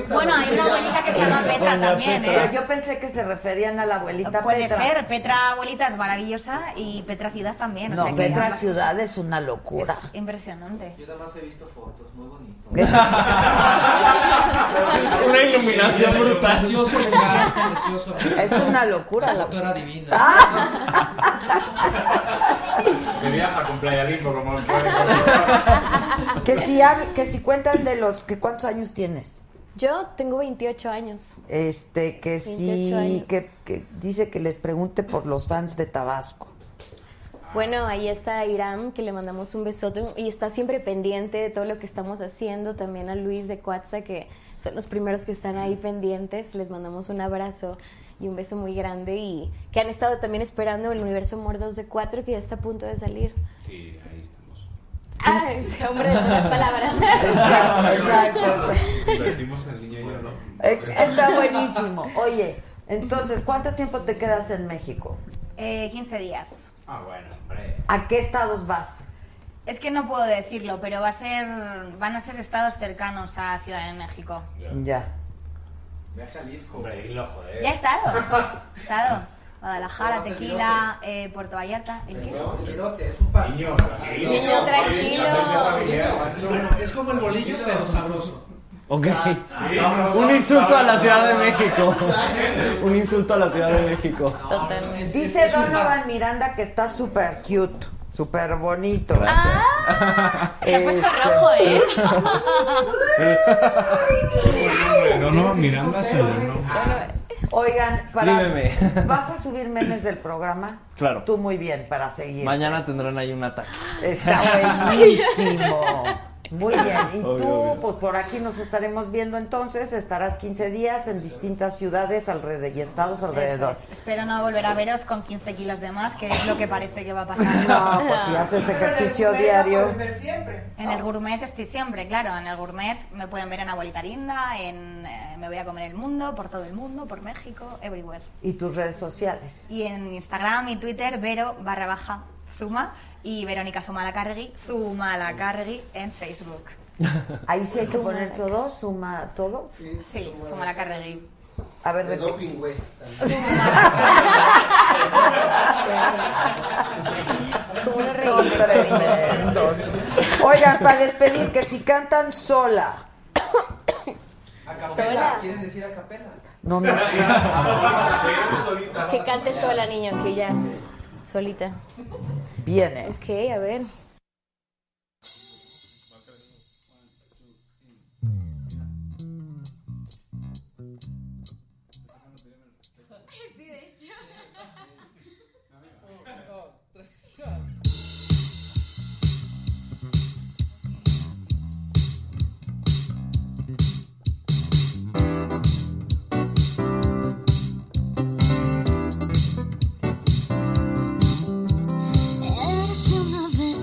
Bueno, hay una abuelita que se llama Petra también, ¿eh?
Pero yo pensé que se referían a la abuelita
Puede
Petra.
ser, ¿eh? Petra abuelita es maravillosa y Petra ciudad también. o
No,
sea que
Petra
ambas-
Ciudad es una locura.
Es impresionante.
Yo nada más he visto fotos, muy bonito.
[LAUGHS]
[LAUGHS] Una iluminación
Es un
brutal.
Precioso lugar, es precioso.
Es una locura.
La foto era divina.
Se viaja con Playa Limbo como el
Que si, hab- que si cuentan de los... Que ¿Cuántos años tienes?
Yo tengo 28 años.
Este, que
28
sí,
años.
que, que dice que les pregunte por los fans de Tabasco.
Bueno, ahí está Iram, que le mandamos un besote y está siempre pendiente de todo lo que estamos haciendo. También a Luis de Cuatza, que son los primeros que están ahí pendientes. Les mandamos un abrazo y un beso muy grande. Y que han estado también esperando el universo Amor 2 de 4, que ya está a punto de salir.
Sí, ahí estamos.
Ah, ese hombre de todas las palabras.
Exacto, exacto.
Divertimos al niño y yo, ¿no?
Eh, Está Eh, buenísimo. Oye, Entonces, ¿cuánto tiempo te quedas en México?
Eh, 15 días.
Ah, bueno, hombre.
¿A qué estados vas?
Es que no puedo decirlo, pero va a ser, van a ser estados cercanos a Ciudad de México.
Ya.
Ve a Jalisco. Hombre, hilo, joder.
Ya he
[LAUGHS]
estado. He estado. Guadalajara,
¿Cómo vas al
Tequila, eh, Puerto Vallarta. ¿El qué?
El elote, es un pan.
Niño,
tranquilo. Niño, tranquilo.
Bueno, es como el bolillo, pero sabroso.
Ok.
Sí.
Un insulto a la Ciudad de México.
Exacto.
Un insulto a la Ciudad de México.
Totalmente.
Dice Donovan Miranda que está súper cute, súper bonito. Ah.
Gracias.
Se ha
Este.
puesto rojo, ¿eh?
No, no, Miranda es un-
Oigan, para-
Escríbeme.
¿vas a subir memes del programa?
Claro.
Tú muy bien, para seguir.
Mañana tendrán ahí un ataque.
Está buenísimo. Muy bien. Y
Obvio,
tú,
obvio.
pues por aquí nos estaremos viendo entonces. Estarás 15 días en distintas ciudades alrededor y estados alrededor.
Eso es. Espero no volver a veros con 15 kilos de más, que es lo que parece que va a pasar.
No, pues si haces
[LAUGHS]
ejercicio diario.
En el gourmet estoy siempre, claro. En el gourmet me pueden ver en Abuelita Linda, en eh, Me Voy a Comer el Mundo, por todo el mundo, por México, everywhere.
Y tus redes sociales.
Y en Instagram y Twitter, Vero barra baja Zuma y Verónica Zumalacarregui, Zumalacarregui en Facebook.
Ahí sí hay que poner todo, suma todo.
Sí, Zumalacarregui.
A ver,
De
repite.
doping, güey.
Dos tremendos. Oigan, para despedir, que si cantan sola.
Acapela, quieren decir acapela.
No, no.
Que cante sola, niño, que ya. Solita.
Viene.
Ok, a ver.
Sí, de hecho.
Érase una vez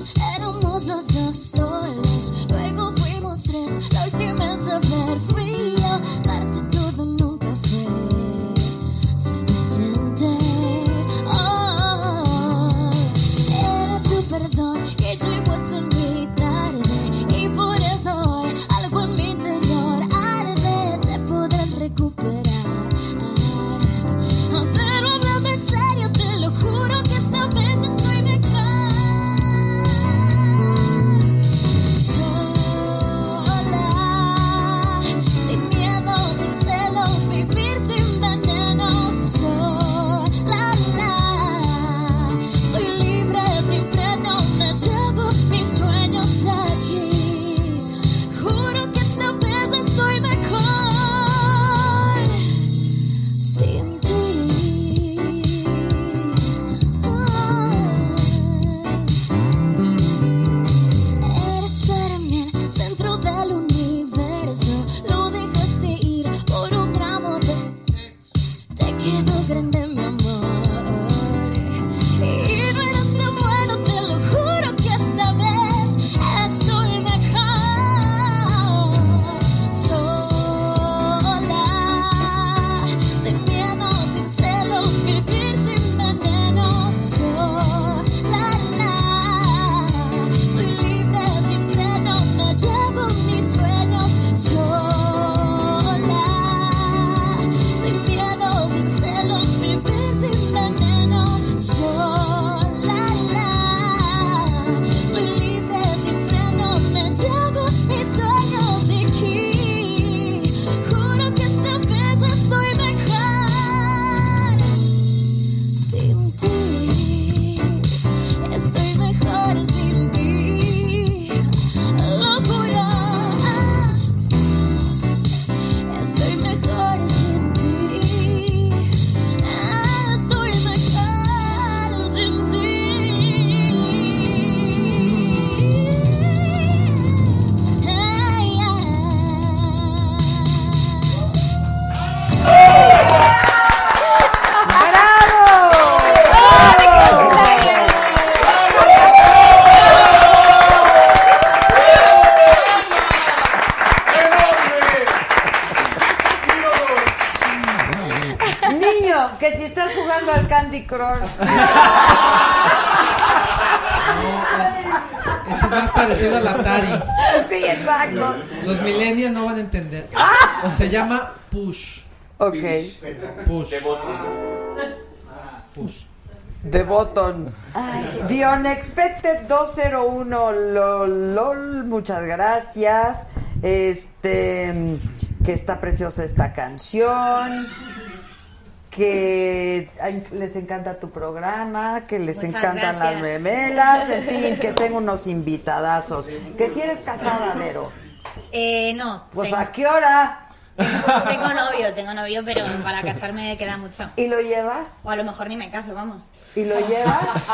Oh,
Candy Crush.
Este es más parecido al Atari.
Sí, exacto. Ah.
Los millennials no van a entender. Se llama Push.
Ok.
Push.
The Button. The Unexpected 201. Lol, lol, muchas gracias. Este. Que está preciosa esta canción. Que ay, les encanta tu programa. Que les
Muchas
encantan las
gracias.
memelas.
[LAUGHS]
En fin, que tengo unos invitadazos. Que si eres casada, Vero.
Eh, no,
Pues a qué hora.
tengo novio, tengo novio, pero para casarme queda mucho.
¿Y lo llevas?
O a lo mejor ni me caso, vamos.
¿Y lo llevas?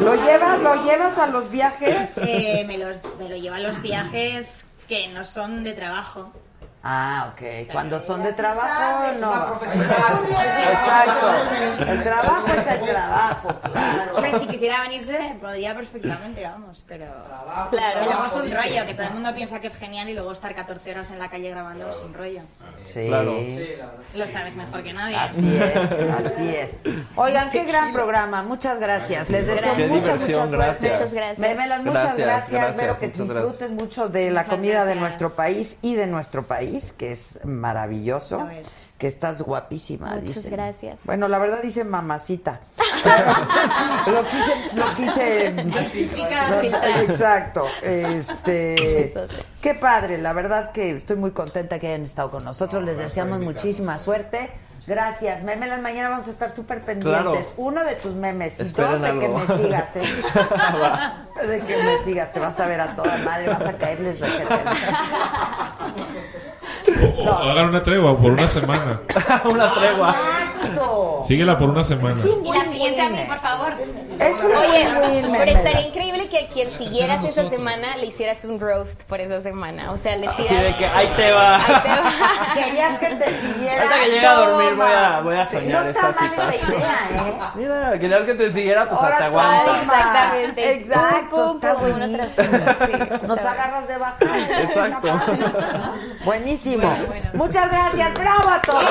¿Lo llevas? ¿Lo llevas a los viajes?
Eh, me, los, me lo lleva a los viajes que no son de trabajo.
Ah, ok. Cuando son de trabajo, no. va. [LAUGHS]
Exacto.
El trabajo es el trabajo.
Hombre, si quisiera venirse, podría perfectamente, vamos, pero...
Claro.
Y luego es un
Trabajo.
rollo, que todo el mundo piensa que es genial y luego estar 14 horas en la calle grabando es un rollo.
Sí.
Claro.
Lo sabes mejor que nadie.
Así es, [LAUGHS] así es. Oigan, qué gran programa. Muchas gracias. Les deseo
Qué
mucha, mucha
diversión,
suerte.
gracias.
Muchas gracias.
Memelas, muchas
Gracias,
gracias.
gracias,
Espero que
muchas
disfruten
gracias.
mucho de la
Muchas
comida de
gracias.
nuestro país y de nuestro país, que es maravilloso. Que estás guapísima,
Ah,
Muchas
dicen.
gracias.
Bueno, la verdad dice
[LAUGHS]
mamacita. lo quise, lo quise.
Justificar.
Exacto. Este, qué padre, la verdad que estoy muy contenta que hayan estado con nosotros. Les deseamos muchísima suerte. Gracias, Memelas. Mañana vamos a estar súper pendientes.
Claro.
Uno de tus memes y
Esperen
dos de que
algo.
me
[LAUGHS]
sigas. ¿eh? de que me sigas. Te vas a ver a toda madre, vas a caerles requete.
O- o hagan una tregua por
[LAUGHS]
una semana.
una tregua.
Exacto.
Síguela por una semana.
Y la siguiente a mí, por favor.
Es un
Oye,
win-win,
pero
Memela.
estaría increíble que a quien siguieras esa semana le hicieras un roast por esa semana. O sea, le tiras.
[LAUGHS] Así
[LAUGHS]
de que ahí te va.
Querías que te siguiera.
[LAUGHS] Ahorita que llegue a dormir voy a,
Toma.
voy a
Sí.
soñar
no está
estas
mal
citas.
esa idea, ¿eh?
[LAUGHS] Mira, querías que te siguiera, pues
Ahora
te
toma.
aguantas.
Exactamente.
Ah, Exacto,
Pum, pum,
está
pum, uno tras
buenísimo.
otro, sí.
Nos agarras de bajada.
Exacto. [LAUGHS]
Buenísimo. Muchas gracias. ¡Bravo a todos!